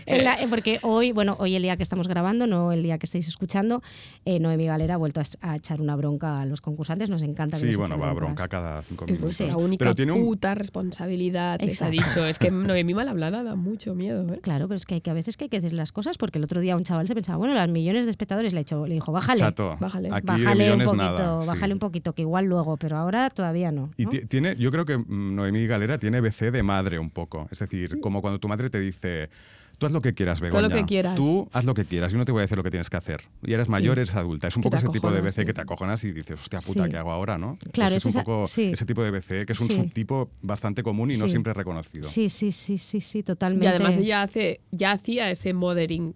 D: En la- eh, porque hoy, bueno, hoy el día que estamos grabando, no el día que estáis escuchando, eh, Noemi Galera ha vuelto a, es- a echar una bronca a los concursantes. Nos encanta que
H: Sí,
D: nos
H: bueno,
D: echen
H: va a
D: broncas.
H: bronca cada cinco
C: Es
D: pues,
H: minutos.
C: vuestra única
H: pero tiene un,
C: puta responsabilidad, les ha
D: Exacto.
C: dicho. Es que Noemí mal hablada da mucho miedo, ¿eh?
D: Claro, pero es que, hay que a veces que hay que decir las cosas porque el otro día un chaval se pensaba, bueno, las millones de espectadores le, ha hecho- le dijo, bájale,
H: Chato,
C: Bájale.
H: aquí de
D: bájale un
H: millones
D: poquito,
H: nada. sí.
D: bájale un poquito, que igual luego, pero ahora todavía no.
H: Y
D: ¿no?
H: ti- tiene, yo creo que mm, Noemí Galera tiene BC de madre un poco. Es decir, como cuando tu madre te dice, tú haz lo que quieras,
C: lo
H: Begoña.
C: que quieras.
H: Tú haz lo que quieras, yo no te voy a decir lo que tienes que hacer. Y eres mayor, eres adulta. Es un
C: Que
H: poco
C: te
H: ese tipo de
C: acojonas,
H: BC que
C: sí.
H: te acojonas y dices, hostia puta,
D: Sí.
H: ¿qué hago ahora? ¿no?
D: Claro,
H: Pues
D: es
H: es
D: esa-
H: un poco
D: sí.
H: ese tipo de BC, que es un
D: Sí.
H: subtipo bastante común y no
D: Sí.
H: siempre reconocido.
D: Sí, sí, sí, sí, sí,
C: Y
D: totalmente.
C: además ella hace, ya hacía ese mothering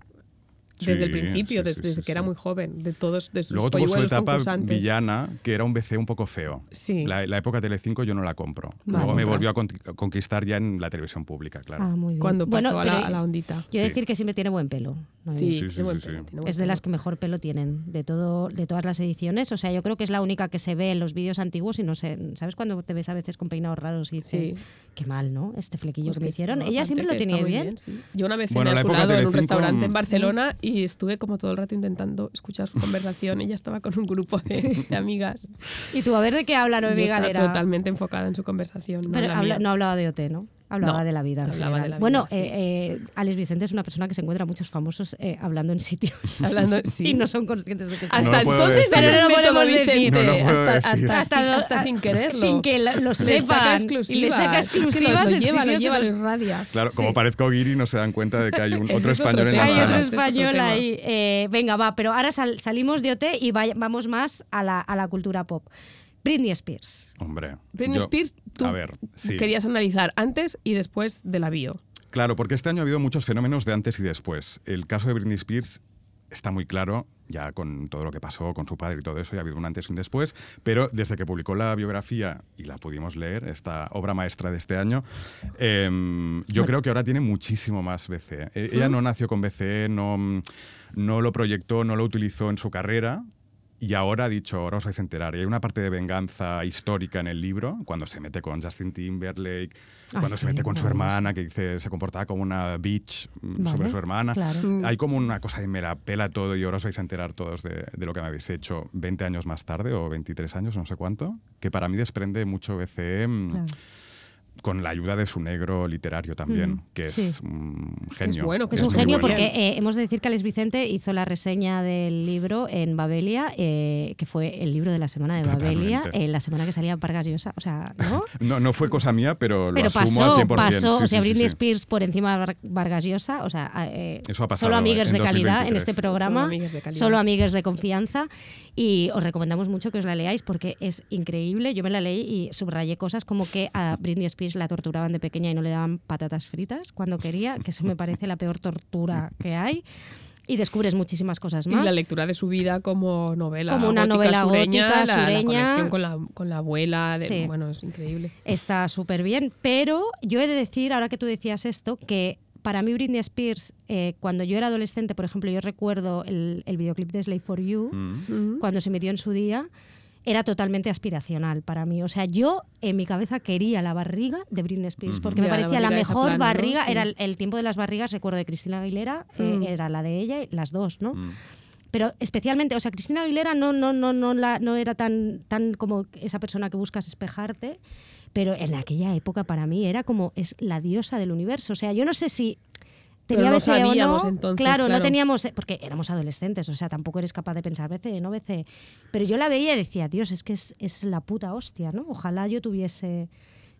C: desde
H: Sí,
C: el principio,
H: sí,
C: desde,
H: sí,
C: desde
H: sí,
C: que era
H: sí.
C: muy joven, de todos de sus
H: Luego tuvo su
C: polluelos
H: etapa
C: concursantes.
H: villana, que era un BC un poco feo.
C: Sí.
H: La, la época Tele5 yo no la compro.
C: No la
H: Luego me
C: compras.
H: volvió a conti- conquistar ya en la televisión pública, claro.
D: Ah, muy bien.
C: Cuando pasó
D: Bueno,
C: a, la,
D: pero
C: a la ondita.
D: Yo
H: Sí.
D: decir que siempre tiene buen pelo. ¿no?
C: Sí,
H: sí,
C: tiene
H: sí,
C: buen
H: sí,
C: pelo,
H: sí.
C: tiene buen
D: Es de las
C: pelo.
D: que mejor pelo tienen de todo, de todas las ediciones. O sea, yo creo que es la única que se ve en los vídeos antiguos y no sé, ¿sabes cuando te ves a veces con peinados raros y dices,
C: Sí.
D: qué mal, ¿no? Este flequillo
C: Pues
D: que me
C: es-
D: hicieron.
C: no,
D: Ella
C: aparte
D: siempre lo
C: que
D: tenía
C: está muy
D: bien.
C: sí. Yo una vez
H: Bueno,
C: me
H: la
C: a su
H: época
C: lado en un
H: Telecinco,
C: restaurante en
H: mm.
C: Barcelona y estuve como todo el rato intentando escuchar su conversación. Ella estaba con un grupo de, de amigas.
D: Y tú, a ver de qué habla
C: y
D: Noemí
C: estaba
D: Galera.
C: totalmente enfocada en su conversación. No,
D: Pero
C: la
D: habla-
C: mía.
D: no hablaba de OT, ¿no? Hablaba
C: No,
D: de la vida. en
C: hablaba
D: general.
C: de la vida,
D: bueno,
C: sí.
D: eh, eh, Alex Vicente es una persona que se encuentra a muchos famosos eh, hablando en sitios
C: Hablando- sí.
D: y no son conscientes de que están.
C: Hasta
H: No lo puedo
C: entonces
H: decir.
C: era
D: Pero no
C: el
D: lo
C: método
D: podemos decir.
C: Vicente,
H: No lo puedo
C: hasta,
H: decir.
C: hasta, sin-
D: lo-
C: hasta sin quererlo.
D: Sin que la- lo
C: Le saca
D: sepan. y le
C: exclusivas.
D: saca
C: Es que lo-
D: exclusivas
C: lo
D: en
C: lleva, lo
D: sitios
C: lleva,
D: en
C: lo
D: los-
C: irradia.
H: Claro,
C: Sí.
H: como parezco guiri no se dan cuenta de que hay un
C: Ese
H: otro
C: es otro
H: español en
C: tema.
H: la
D: Hay
H: sala.
D: otro
C: Este es otro
D: español
C: tema.
D: ahí. Eh, venga, va, pero ahora sal- salimos de OT y vaya- vamos más a la, a la cultura pop. Britney Spears.
H: Hombre.
C: Britney
H: yo-
C: Spears, tú
H: A ver, sí.
C: querías analizar antes y después de la bio.
H: Claro, porque este año ha habido muchos fenómenos de antes y después. El caso de Britney Spears está muy claro, ya con todo lo que pasó con su padre y todo eso, ya ha habido un antes y un después, pero desde que publicó la biografía y la pudimos leer, esta obra maestra de este año, eh, yo creo que ahora tiene muchísimo más BCE. Eh, Ella
C: Mm.
H: no nació con BCE, no, no lo proyectó, no lo utilizó en su carrera. Y ahora ha dicho, ahora os vais a enterar. Y hay una parte de venganza histórica en el libro, cuando se mete con Justin Timberlake,
D: Ah,
H: cuando
D: sí,
H: se mete con su
D: maravilloso.
H: hermana, que dice, se comportaba como una bitch mm,
D: Vale,
H: sobre su hermana.
D: claro.
H: Hay como una cosa de me la pela todo y ahora os vais a enterar todos de, de lo que me habéis hecho 20 años más tarde o 23 años, no sé cuánto, que para mí desprende mucho BCE mm,
D: Claro.
H: con la ayuda de su negro literario también,
D: Mm,
H: que es
D: sí.
H: un
C: es
H: genio.
C: bueno, que
D: Es un
C: muy
D: genio
C: bueno.
D: porque eh, hemos de decir que Alex Vicente hizo la reseña del libro en Babelia, eh, que fue el libro de la semana de Babelia,
H: Totalmente.
D: en la semana que salía Vargas Llosa. O sea, ¿no?
H: No, no fue cosa mía, pero lo
D: Pero
H: asumo
D: pasó,
H: al 100%.
D: pasó.
H: Sí,
D: o sea,
H: sí, sí,
D: Britney
H: sí.
D: Spears por encima de Var- Vargas Llosa. O sea, eh,
H: Eso ha pasado
D: solo amigues
H: en
D: de calidad en
H: 2023.
D: este programa.
C: Solo amigues de calidad.
D: Solo amigues de confianza. Y os recomendamos mucho que os la leáis porque es increíble. Yo me la leí y subrayé cosas como que a Britney Spears la torturaban de pequeña y no le daban patatas fritas cuando quería, que eso me parece la peor tortura que hay. Y descubres muchísimas cosas
C: Y
D: más.
C: la lectura de su vida como novela.
D: Como una
C: gótica
D: novela
C: sureña, la-
D: gótica,
C: la,
D: sureña.
C: conexión con la, con la abuela. de-
D: Sí.
C: Bueno, es increíble.
D: está súper bien. Pero yo he de decir, ahora que tú decías esto, que para mí Britney Spears, eh, cuando yo era adolescente, por ejemplo, yo recuerdo el, el videoclip de Slave for You, cuando se metió en su día, era totalmente aspiracional para mí. O sea, yo en mi cabeza quería la barriga de Britney Spears, porque me
C: Ya, la
D: parecía la,
C: barriga de esa
D: mejor
C: plana, ¿no?
D: barriga,
C: Sí.
D: era el, el tiempo de las barrigas, recuerdo de Cristina Aguilera, eh, era la de ella, y las dos, ¿no? pero especialmente, o sea, Cristina Aguilera no, no, no, no, la, no era tan, tan como esa persona que buscas espejarte, pero en aquella época para mí era como es la diosa del universo. O sea, yo no sé si
C: Pero
D: tenía
C: no
D: BCE o
C: sabíamos
D: no.
C: entonces,
D: claro, no
C: claro.
D: teníamos, eh, porque éramos adolescentes, o sea, tampoco eres capaz de pensar BCE, no BCE. Pero yo la veía y decía, Dios, es que es, es la puta hostia, ¿no? Ojalá yo tuviese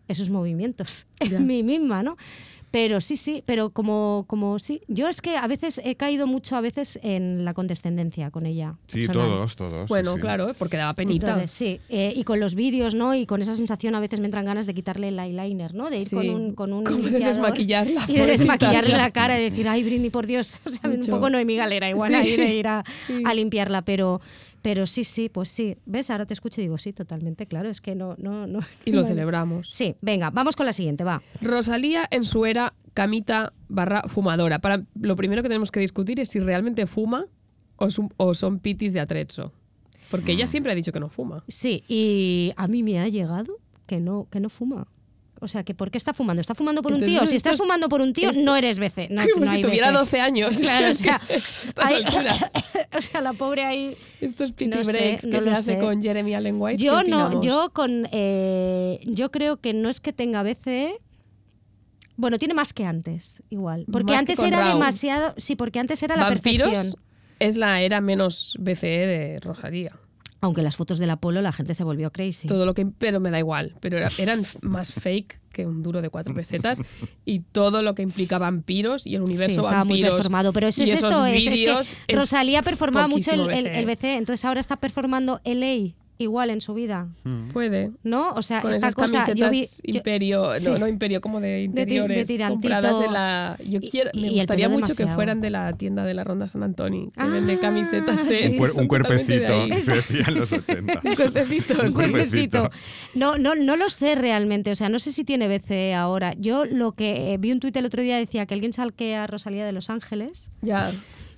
D: esos movimientos
C: Ya.
D: en mí misma, ¿no? Pero sí, sí, pero como, como sí. Yo es que a veces he caído mucho a veces en la condescendencia con ella.
H: Sí,
D: personal.
H: todos, todos. sí,
C: Bueno,
H: sí.
C: claro, ¿eh? porque daba penita.
D: Entonces, sí, eh, y con los vídeos, ¿no? Y con esa sensación a veces me entran ganas de quitarle el eyeliner, ¿no? De ir
C: Sí.
D: con un con un
C: Como de
D: iniciador
C: desmaquillarla,
D: y de
C: pobrecita.
D: desmaquillarle la cara, de decir, ay, Brini, por Dios, o sea,
C: Mucho.
D: un poco Noemí Galera, igual
C: Sí.
D: ahí de ir a,
C: Sí.
D: a limpiarla, pero pero sí, sí, pues sí. ¿Ves? Ahora te escucho y digo, sí, totalmente, claro, es que no no no.
C: Y lo
D: Vale.
C: celebramos.
D: Sí, venga, vamos con la siguiente, va.
C: Rosalía en su era camita barra fumadora. Para, lo primero que tenemos que discutir es si realmente fuma o, es un- o son pitis de atrezzo. Porque
H: Mm.
C: ella siempre ha dicho que no fuma.
D: Sí, y a mí me ha llegado que no, que no fuma. O sea, que ¿por qué está fumando? ¿Está fumando por un
C: Entonces,
D: tío? Si
C: esto
D: estás
C: es-
D: fumando por un tío,
C: esto-
D: no eres BC. No,
C: Como
D: no
C: si
D: hay
C: tuviera
D: BC.
C: 12 años.
D: Claro, o sea,
C: A estas
D: hay-
C: alturas.
D: o sea, la pobre ahí...
C: Estos pity
D: No sé,
C: breaks
D: no
C: que se
D: lo
C: hace
D: sé.
C: con Jeremy Allen White.
D: Yo
C: ¿qué
D: no,
C: opinamos?
D: yo con... eh, yo creo que no es que tenga BCE... Bueno, tiene más que antes, igual. Porque
C: Más que
D: antes
C: con
D: era
C: Raúl.
D: demasiado... Sí, porque antes era la
C: Vampiros
D: perfección.
C: es la era menos BCE de Rosalía.
D: Aunque las fotos del Apolo la gente se volvió crazy.
C: Todo lo que, pero me da igual. Pero era- eran f- más fake que un duro de cuatro pesetas y todo lo que implica vampiros y el universo
D: sí, estaba muy
C: vampiros.
D: performado. Pero eso
C: y
D: es
C: esos
D: esto, es, es
C: vídeos
D: que
C: es
D: Rosalía performaba mucho el, el,
C: poquísimo
D: el BCE, entonces ahora está performando LA igual en su vida,
C: Puede.
D: ¿no? O sea,
C: Con
D: esta
C: esas
D: cosa yo
C: camisetas
D: vi... yo-
C: imperio,
D: sí.
C: no, no imperio, como de
D: de
C: interiores
D: tirantito.
C: compradas en la... Yo
D: Y-
C: quiero,
D: y
C: me
D: el
C: gustaría
D: pelo
C: mucho que
D: demasiado.
C: fueran de la tienda de la Ronda San Antonio, que
D: Ah,
C: vende camisetas de...
D: sí.
H: Un,
C: que
H: cuer-
C: son
H: un
C: totalmente de
H: cuerpecito,
C: ahí.
H: se decía en los 80.
C: Cuerpecitos,
H: Un
D: Un
H: cuerpecito.
D: cuerpecito. No, no, no lo sé realmente, o sea, no sé si tiene BCE ahora. Yo lo que eh, vi un tuit el otro día decía que alguien salquea a Rosalía de Los Ángeles
C: Ya.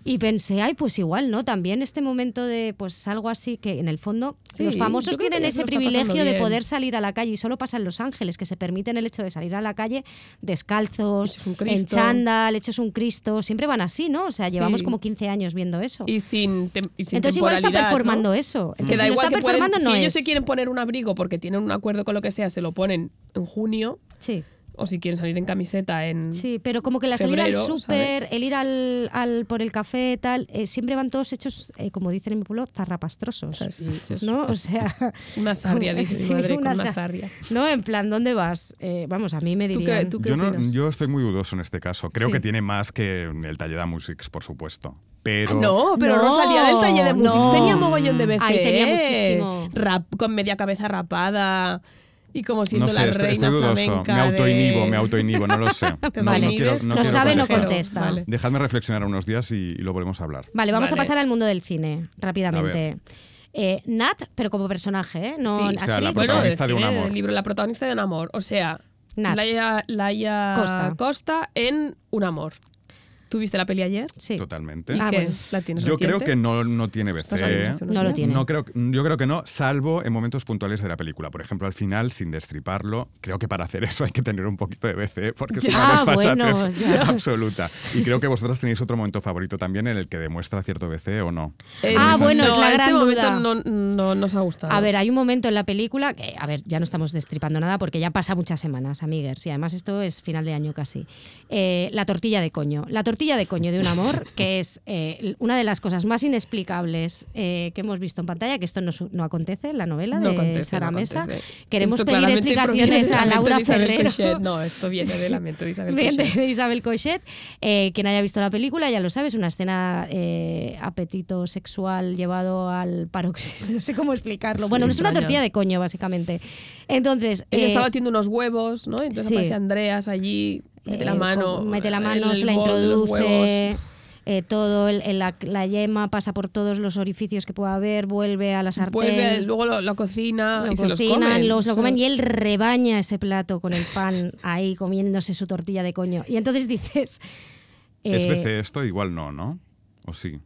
D: y pensé, ay, pues igual, ¿no? También este momento de, pues algo así que en el fondo
C: Sí,
D: los
C: yo creo
D: famosos
C: que
D: tienen
C: ya se
D: ese
C: lo está
D: privilegio
C: pasando
D: de
C: bien.
D: poder salir a la calle y solo pasa en Los Ángeles, que se permiten el hecho de salir a la calle descalzos,
C: Hechos un Cristo.
D: en chándal, hechos un Cristo, siempre van así, ¿no? O sea, llevamos como 15 años viendo eso.
C: Y sin, tem- y sin
D: Entonces igual está
C: temporalidad,
D: performando
C: ¿no?
D: eso.
C: Que
D: Entonces,
C: da
D: si lo
C: igual
D: está
C: que pueden-
D: performando,
C: si
D: no
C: ellos
D: es.
C: se quieren poner un abrigo porque tienen un acuerdo con lo que sea, se lo ponen en junio,
D: Sí.
C: o si quieren salir en camiseta en...
D: Sí, pero como que la salida al
C: Febrero,
D: súper,
C: ¿sabes?
D: el ir al, al- por el café, tal, eh, siempre van todos hechos, eh, como dicen en mi pueblo, zarrapastrosos.
C: Así, hechos.
D: ¿No? O sea.
C: Una zarria, dice mi
D: Sí,
C: madre, con una
D: za-
C: zarria.
D: No, en plan, ¿dónde vas? Eh, vamos, a mí me
C: ¿Tú qué-
D: dirían.
C: tú qué
H: Yo, no-
C: opinas?
H: yo estoy muy dudoso en este caso. Creo
D: Sí.
H: que tiene más que el taller de Musics, por supuesto. Pero
C: Ah, No, pero
D: No,
C: Rosalía del taller de música
D: no.
C: tenía mogollón de veces.
D: Ahí tenía muchísimo.
C: Rap, con media cabeza rapada. y como siendo
H: No sé,
C: la
H: estoy,
C: reina
H: estoy dudoso.
C: flamenca
H: Me autoinhibo,
C: de-
H: me autoinhibo, no lo sé. No,
C: Te
H: no
D: vale.
H: quiero,
C: inhibes,
D: no
H: quiero
D: sabe, no
H: contestar.
D: contesta.
C: Vale.
H: Dejadme reflexionar unos días y, y lo volvemos a hablar.
D: Vale, vamos
C: Vale.
D: a pasar al mundo del cine rápidamente.
H: ver.
D: Eh, Nat, pero como personaje, ¿eh? No
C: Sí. O
D: actriz.
C: sea,
H: la
C: Bueno,
H: protagonista de un
C: cine,
H: amor.
C: del libro, la protagonista de un amor. O sea,
D: Nat.
C: Laia, Laia
D: Costa.
C: Costa. en Un amor. ¿Tuviste la peli ayer?
D: Sí.
H: Totalmente.
C: ¿Y
D: Ah,
C: qué?
D: bueno.
C: ¿La tienes
H: Yo creo
C: reciente?
H: que no, ¿eh? no tiene
C: ¿Estás Eh, saliendo
H: BC.
C: hace unos
D: No lo
C: días?
D: tiene.
H: No creo, yo creo que no, salvo en momentos puntuales de la película. Por ejemplo, al final, sin destriparlo, creo que para hacer eso hay que tener un poquito de BC, porque es
D: Ya,
H: una desfachatez
D: bueno, ya.
H: absoluta. Y creo que vosotras tenéis otro momento favorito también en el que demuestra cierto BC o no.
C: Eh,
D: Ah, bueno, es la
C: este
D: gran
C: momento
D: duda.
C: No, no nos ha gustado.
D: A ver, hay un momento en la película que, a ver, ya no estamos destripando nada porque ya pasa muchas semanas, amiguers, y además esto es final de año casi. Eh, la tortilla de coño. La tortilla de coño de un amor, que es eh, una de las cosas más inexplicables eh, que hemos visto en pantalla, que esto no, su- no acontece en la novela
C: No
D: de
C: acontece,
D: Sara
C: no
D: Mesa.
C: acontece.
D: Queremos
C: Esto
D: pedir
C: claramente proviene
D: explicaciones
C: de la
D: a
C: mente
D: Laura
C: de Isabel
D: Ferrero.
C: Cochet. No, esto viene de la mente de Isabel
D: Bien,
C: Cochet.
D: de Isabel Cochet, eh, quien haya visto la película, ya lo sabes, una escena eh, apetito sexual llevado al paroxismo, no sé cómo explicarlo. Bueno, es una
C: Extraña.
D: tortilla de coño, básicamente. Entonces,
C: Ella
D: eh,
C: estaba batiendo unos huevos, ¿no? Entonces
D: sí.
C: aparece Andreas allí, mete la
D: eh,
C: mano.
D: con- mete la mano,
C: el
D: se la
C: bol de los
D: introduce.
C: huevos.
D: eh, todo, el- el- la, la yema pasa por todos los orificios que pueda haber, vuelve a la sartén.
C: Vuelve, luego lo, lo cocina
D: lo
C: y se los
D: cocinan,
C: comen.
D: los- lo comen
C: O sea,
D: y él rebaña ese plato con el pan ahí comiéndose su tortilla de coño. Y entonces dices...
H: ¿Es
D: eh,
H: BC esto? Igual no, ¿no? ¿O sí?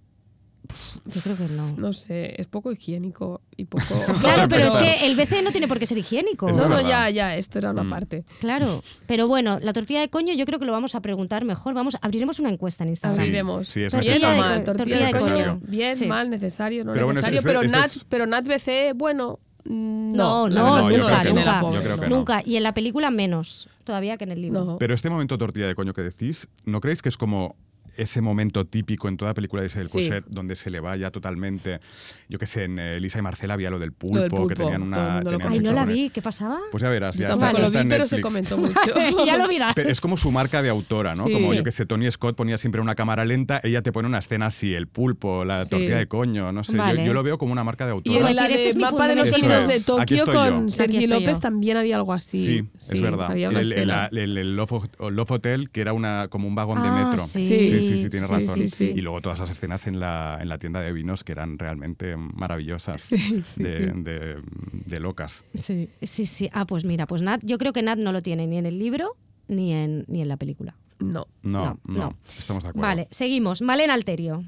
D: Yo creo que no.
C: No sé, es poco higiénico y poco...
D: Claro, pero es
H: Claro.
D: que el BC no tiene por qué ser higiénico.
H: Es
C: No, no,
H: verdad.
C: ya, ya, esto era
H: Mm.
C: una parte.
D: Claro, pero bueno, la tortilla de coño yo creo que lo vamos a preguntar mejor. Vamos, abriremos una encuesta en Instagram.
H: Sí,
C: Abriremos.
H: sí, es
D: Tortilla
C: Bien o
D: de-
H: necesario.
C: mal, tortilla
D: tortilla
C: de
H: de
C: coño.
H: coño.
C: Bien,
D: Sí.
C: mal, necesario, no
H: Pero bueno,
C: necesario.
H: ese-
C: pero,
H: ese
C: Nat,
H: es-
C: pero Nat BC, bueno... mm,
D: No,
C: la
D: no,
C: verdad es que
D: nunca,
H: creo que
D: nunca.
H: no, yo creo que no.
D: nunca. Y en la película menos, todavía que en el libro.
C: No.
H: Pero este momento tortilla de coño que decís, ¿no creéis que es como ese momento típico en toda película de Isabel
C: Sí.
H: Cochet donde se le va ya totalmente, yo qué sé, en eh, Elisa y Marcela había lo del pulpo,
C: Lo del
H: que
C: pulpo,
H: tenían
C: todo el
H: una...
C: mundo lo
H: tenían
D: Ay,
H: sexo
D: no la
H: con él.
D: vi, ¿qué pasaba?
H: Pues ya verás, ya está,
C: Tampoco lo
H: está
C: vi,
H: en
C: pero se
H: Netflix.
C: comentó mucho.
D: ya lo este mirarás.
H: Pero es como su marca de autora, ¿no?
C: Sí.
H: como
C: Sí.
H: yo que sé, Tony Scott ponía siempre una cámara lenta, ella te pone una escena así, el pulpo, la
C: Sí.
H: tortilla de coño, no sé. yo-
D: Vale.
H: Yo, lo veo como una marca de
C: Y
H: autora.
C: en
D: Decir,
C: la
D: este
C: de
D: es mi
C: mapa
D: punto
C: de
D: de
C: los
H: vista.
C: sonidos de
H: Eso es. Aquí
C: Tokio
H: estoy
C: con
H: yo.
D: Aquí
C: Sergi
D: estoy
C: López
D: yo.
C: también había algo así.
H: Sí, es verdad.
C: Había
H: El,
C: una
H: el-
C: escena.
H: el- el Love, Ho- Love Hotel, que era una, como un vagón de
D: Ah,
H: metro.
D: sí.
H: sí, sí, sí, tienes
C: Sí,
H: razón.
C: sí, sí.
H: Y luego todas esas escenas en la, en la tienda de vinos que eran realmente maravillosas,
C: sí,
H: de,
C: sí.
H: de- de locas.
C: Sí.
D: Sí, sí. Ah, pues mira, pues Nat, yo creo que Nat no lo tiene ni en el libro ni en, ni en la película.
C: No.
H: No,
D: No,
H: no,
D: no.
H: estamos de acuerdo.
D: Vale, seguimos. Malena Alterio.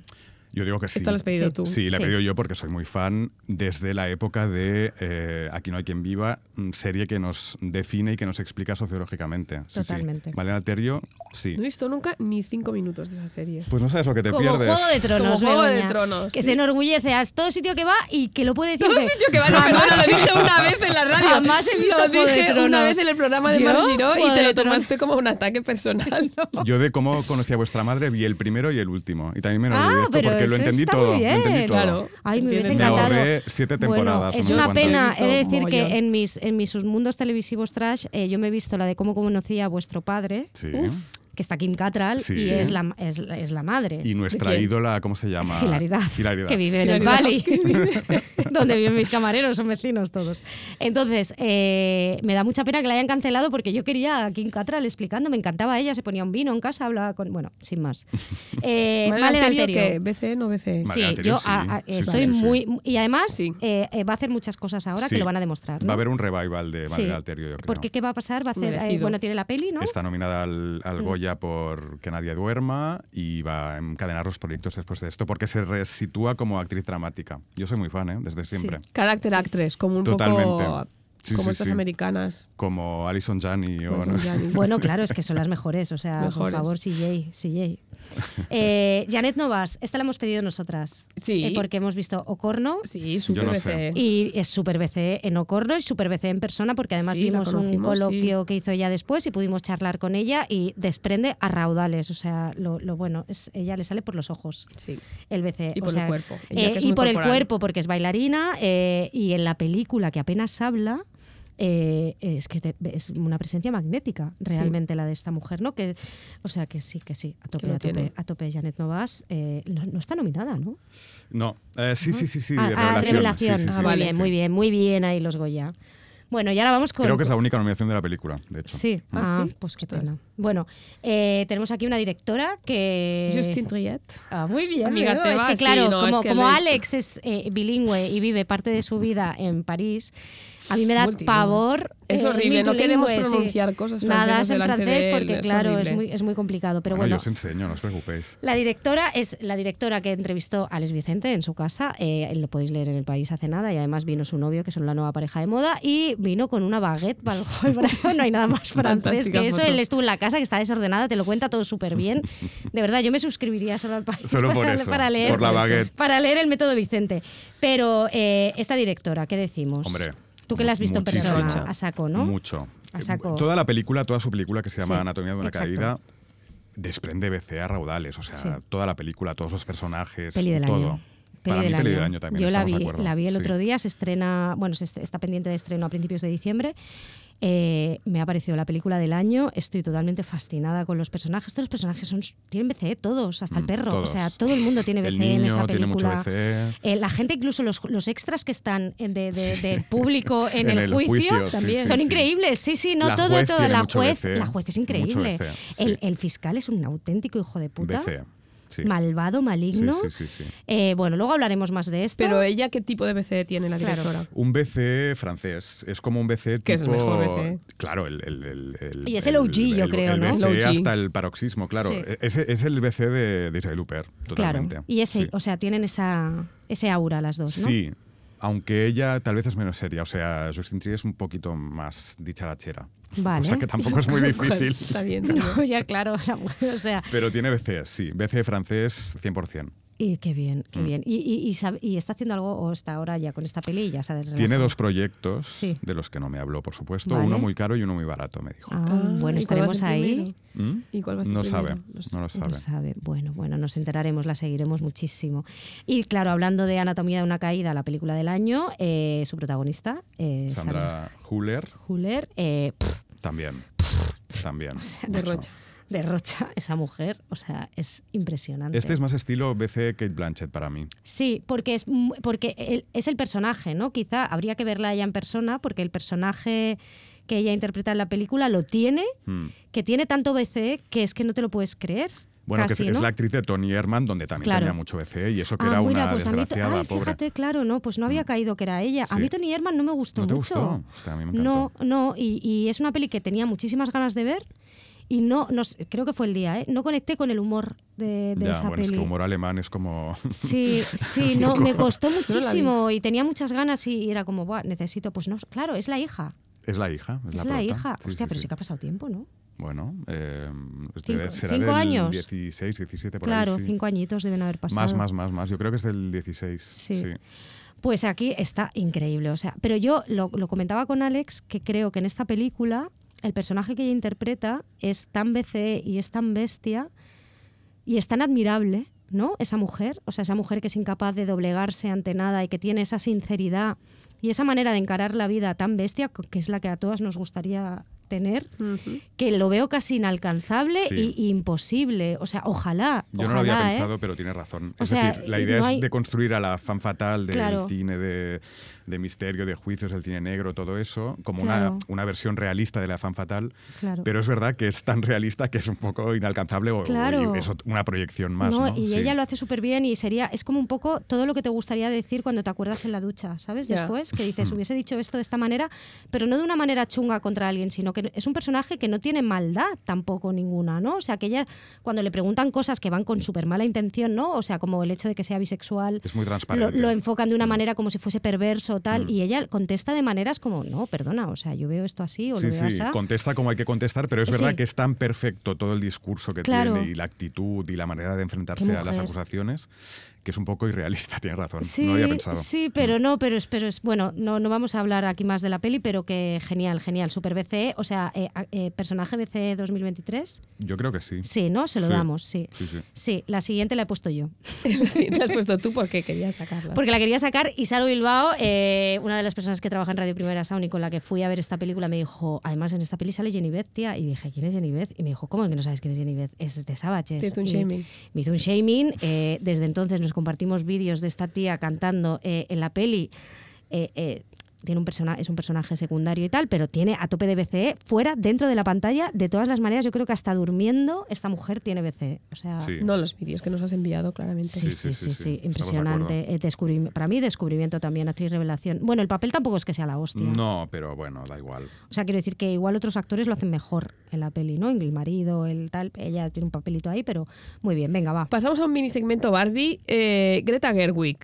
H: Yo digo que sí.
C: Esta la has pedido
D: Sí.
C: tú.
H: Sí, la he
D: Sí.
H: pedido yo porque soy muy fan desde la época de eh, Aquí no hay quien viva, mm, serie que nos define y que nos explica sociológicamente. Sí, sí.
D: Totalmente.
H: Malena Terrio, sí.
C: No he visto nunca ni cinco minutos de esa serie.
H: Pues no sabes lo que te
D: Como
H: pierdes.
D: Juego de Tronos,
C: Como Juego de
D: Begoña,
C: Tronos,
D: Que
C: sí.
D: se enorgullece a todo sitio que va y que lo puede decir.
C: Todo
D: de,
C: sitio que va, no,
D: "Jamás
C: perdona, lo
D: he
C: dije
D: visto
C: una vez en la radio.
D: Jamás he visto
C: Lo
D: Juego de
C: dije
D: Tronos.
C: una vez en el programa de
D: ¿Yo?
C: Mar Giró y
D: Juego
C: te
D: de
C: lo
D: Tronos.
C: tomaste como un ataque personal. ¿no?
H: Yo de cómo conocí a vuestra madre vi el primero y el último. Y también me
D: Ah,
H: enorgullezco
D: pero
H: porque
D: eso
H: lo entendí
D: está
H: todo.
D: muy
H: lo
D: bien.
H: entendí todo.
C: Claro.
D: Ay,
C: Se
D: me hubiese
C: entiende.
H: Me
D: encantado.
H: ahorré siete temporadas,
D: Bueno, es
H: unas
D: una
H: cuantas.
D: pena.
C: He visto
D: He de decir que
C: mogollón.
D: en mis, en mis mundos televisivos trash, eh, yo me he visto la de cómo conocí a vuestro padre,
H: Sí.
D: que está Kim Cattrall,
H: Sí.
D: y es la, es, la- es la madre.
H: Y nuestra
C: ¿De quién?
H: ídola, ¿cómo se llama?
D: Hilaridad,
H: Hilaridad.
D: que vive en el
C: Hilaridad.
D: Bali, donde viven mis camareros, son vecinos todos. Entonces, eh, me da mucha pena que la hayan cancelado porque yo quería a Kim Cattrall explicando, me encantaba ella, se ponía un vino en casa, hablaba con... Bueno, sin más. Eh, Malena Alterio.
C: que BC no BC.
H: Vale,
D: Sí,
H: Alterio,
D: yo
H: sí.
D: a- a-
H: Sí, sí,
D: estoy
H: sí, sí.
D: muy... Y además,
C: Sí.
D: eh, eh, va a hacer muchas cosas ahora
H: Sí.
D: que lo van a demostrar. ¿no?
H: Va a haber un revival de Malena Alterio, yo creo.
D: Porque ¿qué va a pasar? Va a hacer, eh,
C: Merecido.
D: bueno, tiene la peli, ¿no? Mm.
H: Está nominada al, al Goya por Que nadie duerma y va a encadenar los proyectos después de esto porque se resitúa como actriz dramática. Yo soy muy fan, ¿eh? desde siempre.
C: Carácter actress, como un poco
H: Totalmente. Sí,
C: como
H: sí,
C: estas
H: sí.
C: americanas.
H: Como Alison Janney o
C: Pues,
H: no
C: ya
H: sé.
C: ni-
D: Bueno, claro, es que son las mejores, o sea,
C: Mejores.
D: por favor, CJ, CJ. Eh, Janet Novas, esta la hemos pedido nosotras.
C: Sí.
D: Eh, porque hemos visto Ocorno
C: Sí, super
H: Yo no
C: BC.
H: sé.
D: y es Super BC en Ocorno y Super BC en persona, porque además
C: Sí, la
D: vimos un
C: conocimos,
D: coloquio que hizo ella después y pudimos charlar con ella y desprende a raudales, o sea, lo, lo bueno, es, ella le sale por los ojos.
C: Sí.
D: El BC.
C: Y
D: o
C: por el
D: sea,
C: cuerpo, ella
D: eh,
C: que es
D: y
C: muy
D: por el
C: corporal.
D: cuerpo, porque es bailarina. eh, y en la película, que apenas habla, eh, es que te- es una presencia magnética, realmente, la de esta mujer, ¿no? Que, o sea, que sí, que sí. A tope,
C: lo
D: a tope,
C: tiene.
D: a tope. Janet Novas eh, no, no está nominada, ¿no?
H: No, eh, sí, sí, sí, sí,
D: Ah,
H: de
D: ah,
H: revelación.
D: revelación.
H: Sí, sí,
D: Ah,
H: sí.
D: muy bien, muy bien, muy bien ahí los Goya. Bueno, y ahora vamos con.
H: Creo que es la única nominación de la película, de hecho.
D: Sí,
C: Ah,
D: ah,
C: sí.
D: pues qué
C: Ostras.
D: pena. Bueno, eh, tenemos aquí una directora que.
C: Justin Triet.
D: Ah, muy bien,
C: Amiga,
D: ¿no?
C: te
D: es
C: vas,
D: que
C: sí,
D: claro,
C: no,
D: como,
C: es que
D: como
C: le-
D: Alex es eh, bilingüe y vive parte de su vida en París, a mí me da
C: Multilingüe.
D: pavor.
C: Es
D: eh,
C: horrible,
D: multilingüe,
C: no queremos
D: sí.
C: pronunciar cosas
D: Nada
C: francesas
D: es en
C: delante de
D: francés
C: él,
D: porque,
C: es
D: claro, es
C: horrible.
D: muy, es muy complicado. Pero
H: Bueno,
D: bueno,
H: yo os enseño, no os preocupéis.
D: la directora es la directora que entrevistó a Alex Vicente en su casa. eh, lo podéis leer en el país hace nada. Y además vino su novio, que son la nueva pareja de moda. Y vino con una baguette bajo el brazo. No hay nada más francés
C: Fantástica
D: que eso.
C: foto.
D: Él estuvo en la casa que está desordenada, te lo cuenta todo súper bien. De verdad, yo me suscribiría solo al país
H: Solo por
D: para,
H: eso,
D: para leer,
H: por la baguette.
D: para leer el método Vicente. Pero eh, esta directora, ¿qué decimos?
H: Hombre.
D: Tú que la has visto
H: muchísimo.
D: en persona, a saco, ¿no?
H: Mucho.
D: A saco.
H: Eh, Toda la película, toda su película que se llama
D: Sí,
H: Anatomía de una
D: exacto.
H: caída, desprende BCA raudales. O sea,
D: Sí.
H: toda la película, todos los personajes,
D: Peli del
H: todo.
D: año.
H: Para mí, peli del año también.
D: Yo la
H: estamos de
D: vi,
H: acuerdo.
D: la vi el
H: Sí.
D: otro día, se estrena, bueno, se est- está pendiente de estreno a principios de diciembre. Eh, me ha parecido la película del año, estoy totalmente fascinada con los personajes. Todos los personajes son, tienen BCE, todos, hasta el
H: Mm,
D: perro.
H: todos.
D: O sea, todo el mundo tiene BCE
H: El
D: en
H: niño
D: esa
H: tiene mucho
D: película.
H: BCE.
D: Eh, la gente, incluso los, los extras que están de, de- del público en,
H: En
D: el,
H: el
D: juicio,
H: juicio, sí,
D: también
H: sí,
D: son
H: sí.
D: increíbles. Sí, sí, no
H: La
D: todo,
H: juez
D: todo.
H: tiene
D: la,
H: mucho
D: juez,
H: BCE,
D: la juez es
H: mucho
D: increíble.
H: BCE, sí.
D: el, el fiscal es un auténtico hijo de puta.
H: BCE, sí.
D: Malvado, maligno.
H: Sí, sí, sí, sí.
D: Eh, bueno, luego hablaremos más de esto.
C: Pero ella, ¿qué tipo de BCE tiene la
D: Claro.
C: directora?
H: Un BCE francés. Es como un BCE tipo.
C: Que es el mejor BCE.
H: Claro, el. el, el- el-
D: Y es el OG, yo creo,
H: el
D: ¿no?
C: El
H: BCE
C: OG.
H: hasta el paroxismo, claro.
D: Sí.
H: Es, es el BCE de, de Isabel Huppert,
D: claro.
H: totalmente.
D: Y ese,
H: Sí.
D: o sea, tienen esa, ese aura las dos, ¿no?
H: Sí, aunque ella tal vez es menos seria. O sea, Justin Trier es un poquito más dicharachera.
D: Vale.
H: O sea, que tampoco es muy difícil.
C: Está bien, está bien.
D: No, ya claro, la mujer, o sea,
H: Pero tiene BCE, sí. BCE francés 100%.
D: y qué bien,
H: Mm.
D: qué bien. Y, y- y sab- y está haciendo algo o está ahora ya con esta peli y ya se ha relajado.
H: Tiene dos proyectos
D: Sí.
H: de los que no me habló, por supuesto.
D: Vale.
H: Uno muy caro y uno muy barato, me dijo.
D: Ah,
C: Ah,
D: bueno,
C: ¿y cuál va a
D: estaremos
C: ser
D: ahí.
C: primero?
H: ¿Mm?
C: ¿Y cuál va a ser
H: No
C: primero?
H: sabe,
C: No sé.
H: no lo
D: No
H: sabe.
D: sabe. Bueno, bueno, nos enteraremos, la seguiremos muchísimo. Y claro, hablando de Anatomía de una caída, la película del año, eh, su protagonista, eh, Sandra
H: Sandra Huller
D: Huller, eh, pff,
H: también. También.
C: De
H: Mucho.
C: Rocha.
D: derrocha a esa mujer, o sea, es impresionante.
H: Este es más estilo BCE Kate Blanchett para mí.
D: Sí, porque es mu- porque el- es el personaje, ¿no? Quizá habría que verla ella en persona, porque el personaje que ella interpreta en la película lo tiene,
H: Mm.
D: que tiene tanto BCE que es que no te lo puedes creer.
H: Bueno,
D: casi,
H: que es, es
D: ¿no?
H: la actriz de Tony Herman, donde también
D: Claro.
H: tenía mucho BCE, y eso que
D: Ah,
H: era
D: mira,
H: una
D: pues a mí-
H: desgraciada,
D: ay,
H: pobre. Mm.
D: fíjate, claro, no, pues no había caído que era ella. A
H: Sí.
D: mí Tony Herman no me gustó
H: ¿No te
D: mucho.
H: gustó? Hostia, a mí me
D: no,
H: encantó.
D: no, y, y es una peli que tenía muchísimas ganas de ver y no, no sé, creo que fue el día, ¿eh? No conecté con el humor de, de
H: ya,
D: esa
H: bueno, es
D: peli.
H: que humor alemán es como...
D: Sí, sí, no, me costó muchísimo y tenía muchas ganas y era como, "Buah, necesito, pues no, claro, es la hija,
H: Es la hija. Es,
D: es la,
H: prota.
D: hija.
H: Sí,
D: Hostia,
H: sí,
D: pero sí.
H: sí.
D: que ha pasado tiempo, ¿no?
H: Bueno, eh, es de-
D: Cinco-
H: será
D: cinco
H: del
D: años.
H: 16, 17, por
D: claro,
H: ahí. sí.
D: cinco añitos deben haber pasado.
H: Más, más, más, más. Yo creo que es del 16.
D: Sí.
H: Sí.
D: Pues aquí está increíble, o sea, pero yo lo, lo comentaba con Alex que creo que en esta película el personaje que ella interpreta es tan BCE y es tan bestia y es tan admirable, ¿no? Esa mujer, o sea, esa mujer que es incapaz de doblegarse ante nada y que tiene esa sinceridad y esa manera de encarar la vida tan bestia que es la que a todas nos gustaría tener, que lo veo casi inalcanzable
H: Sí.
D: y, y imposible, o sea, ojalá,
H: Yo no lo
D: ojalá,
H: había
D: ¿eh?
H: pensado, pero tienes razón.
D: O
H: es
D: sea,
H: decir, la
D: y
H: idea
D: no
H: es
D: hay-
H: de construir a la fan fatal del
D: Claro.
H: cine de, de misterio, de juicios, el cine negro, todo eso, como
D: Claro.
H: una, una versión realista de la fan fatal.
D: Claro.
H: Pero es verdad que es tan realista que es un poco inalcanzable o,
D: Claro.
H: o- y es ot- una proyección más.
D: No,
H: No,
D: y
H: Sí.
D: ella lo hace súper bien y sería, es como un poco todo lo que te gustaría decir cuando te acuerdas en la ducha, ¿sabes?
C: Ya.
D: Después, que
H: Hmm.
D: dices, hubiese dicho esto de esta manera, pero no de una manera chunga contra alguien, sino que es un personaje que no tiene maldad tampoco ninguna, ¿no? O sea, que ella, cuando le preguntan cosas que van con súper mala intención, ¿no? O sea, como el hecho de que sea bisexual,
H: Es muy
D: lo,
H: transparente. Hmm.
D: lo enfocan de una manera como si fuese perverso tal, y ella contesta de maneras como, no, perdona, o sea, yo veo esto así o
H: Sí,
D: lo veo
H: sí,
D: así.
H: contesta como hay que contestar, pero es
D: Sí.
H: verdad que es tan perfecto todo el discurso que
D: Claro.
H: tiene y la actitud y la manera de enfrentarse
D: Qué
H: a las
D: mujer.
H: acusaciones que es un poco irrealista, tienes razón. no lo había pensado. Mm.
D: Sí, pero no, pero es, pero es bueno, no, no vamos a hablar aquí más de la peli, pero que genial, genial. Super BCE, o sea, eh, a- eh, personaje BCE 2023.
H: Yo creo que sí.
D: Sí, ¿no? Se lo
H: Sí.
D: damos, sí.
H: Sí, sí.
D: la siguiente la he puesto yo.
C: Sí, te has puesto tú porque querías sacarla.
D: Porque la quería sacar y Saro Bilbao, eh, una de las personas que trabaja en Radio Primera Sound y con la que fui a ver esta película, me dijo, además en esta peli sale Jenny tía. Y dije, ¿quién es Jenny Y me dijo, ¿cómo que no sabes quién es Jenny Es de Savages.
C: Te hizo un
D: Y
C: shaming.
D: Me hizo un shaming. eh, desde entonces nos compartimos vídeos de esta tía cantando eh, en la peli. eh, eh, tiene un persona, es un personaje secundario y tal, pero tiene a tope de BCE fuera, dentro de la pantalla, de todas las maneras, yo creo que hasta durmiendo esta mujer tiene BCE. O sea,
H: Sí.
C: No, los vídeos que nos has enviado, claramente.
D: Sí, sí, sí, sí,
H: sí, estamos de
D: impresionante. Eh, descubrim- para mí, descubrimiento también, actriz revelación. Bueno, el papel tampoco es que sea la hostia.
H: No, pero bueno, da igual.
D: O sea, quiero decir que igual otros actores lo hacen mejor en la peli, ¿no? El marido, el tal, ella tiene un papelito ahí, pero muy bien, venga, va.
C: Pasamos a un mini segmento Barbie. Eh, Greta Gerwig.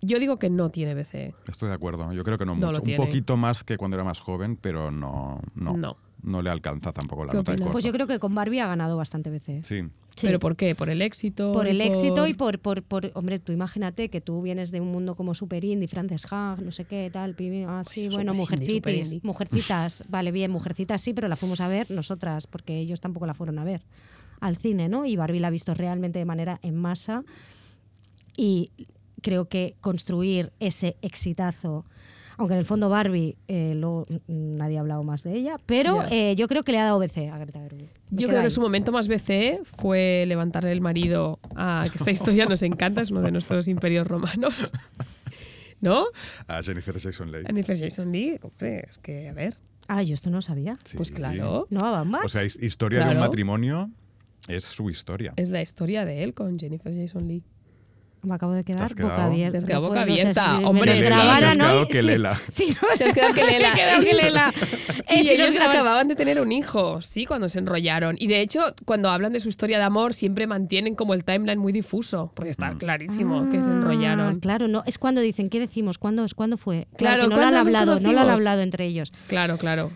C: Yo digo que no tiene BCE.
H: Estoy de acuerdo. Yo creo que no,
C: No lo
H: mucho. Un
C: tiene.
H: poquito más que cuando era más joven, pero no. No.
C: No.
H: No le alcanza tampoco la
C: ¿Qué
H: nota de
C: opinas?
H: corta.
D: Pues yo creo que con Barbie ha ganado bastante veces.
H: Sí.
D: Sí.
C: ¿Pero por qué? ¿Por el éxito?
D: por el éxito y por, por, por- hombre, tú imagínate que tú vienes de un mundo como super indie, Frances Hag, no sé qué, tal, pibi, ah, sí,
C: Oye,
D: bueno,
C: Pues super indie, super
D: mujercitis,
C: indie.
D: mujercitas, vale, bien, mujercitas sí, pero la fuimos a ver nosotras, porque ellos tampoco la fueron a ver al cine, ¿no? Y Barbie la ha visto realmente de manera en masa y creo que construir ese exitazo, aunque en el fondo Barbie, eh, luego, mm, nadie ha hablado más de ella, pero
C: Ya.
D: eh, yo creo que le ha dado BC a Greta Gerwig. Me
C: Yo
D: quedo
C: creo que
D: ahí.
C: su momento más BCE fue levantarle el marido a... que esta historia nos encanta, es uno de nuestros imperios romanos. ¿No?
H: A Jennifer Jackson Leigh.
C: And if it's Jason Lee, hombre, es que, a ver,
D: Ah, yo esto no lo sabía.
H: Sí.
C: pues claro.
D: No, vamos.
H: O sea, his- historia de un
C: Claro.
H: matrimonio es su historia.
D: Eh,
C: Es la historia de él con Jennifer Jason Lee.
D: Me acabo de quedar
H: has quedado?
D: boca abierta.
C: Te has quedado
D: No
C: boca
D: puedo, no sé,
C: abierta,
D: si
C: hombre.
D: me los
C: Te has
D: grabaran
H: quedado
D: hoy,
H: que
D: sí.
H: Lela.
D: Sí,
C: Te has quedado que Lela.
D: Me he quedado que Lela. Eh,
C: Y
D: si
C: ellos
D: nos grabaran-
C: acababan de tener un hijo, sí, cuando se enrollaron. Y de hecho, cuando hablan de su historia de amor, siempre mantienen como el timeline muy difuso, porque está clarísimo que Oh, se
D: Ah,
C: enrollaron.
D: Claro, no, es cuando dicen, ¿qué decimos? ¿Cuándo, es- ¿cuándo fue?
C: Claro,
D: que no lo han
C: ¿cuándo nos
D: hablado, no lo han
C: conocimos?
D: hablado entre ellos.
C: Claro, claro.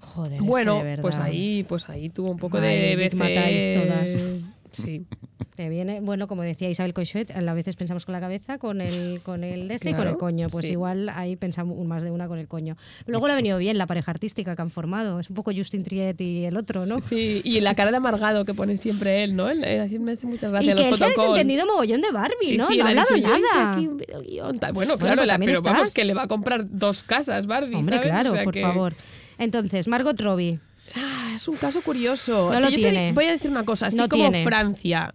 D: Joder, es
C: Bueno,
D: que de
C: pues
D: verdad.
C: ahí, pues ahí tuvo un poco
D: Ay,
C: de
D: Big
C: BCE.
D: Matáis todas.
C: Sí.
D: Te viene, bueno, como decía Isabel Coixet, a veces pensamos con la cabeza, con el, con el este y con el
C: Claro,
D: coño. Pues
C: sí.
D: igual ahí pensamos un- más de una con el coño. Luego le ha venido bien la pareja artística que han formado. Es un poco Justin Triet y el otro, ¿no?
C: Sí, y la cara de amargado que pone siempre él, ¿no? Él, él así me hace muchas gracias.
D: y que él
C: los
D: se ha
C: fotocalls.
D: desentendido mogollón de Barbie,
C: Sí,
D: ¿no?
C: sí,
D: no ha
C: él ha
D: hablado
C: dicho, "Yo hice
D: nada.
C: aquí un videoguión, tal". Bueno,
D: Bueno,
C: claro,
D: pues
C: la-
D: también
C: pero vamos,
D: estás.
C: que le va a comprar dos casas Barbie,
D: Hombre,
C: ¿sabes? O
D: claro,
C: sea
D: por
C: que-
D: favor. Entonces, Margot Robbie.
C: Ah, Es un caso curioso.
D: No lo
C: Yo te
D: tiene.
C: di- voy a decir una cosa. Así
D: No
C: como
D: tiene.
C: Francia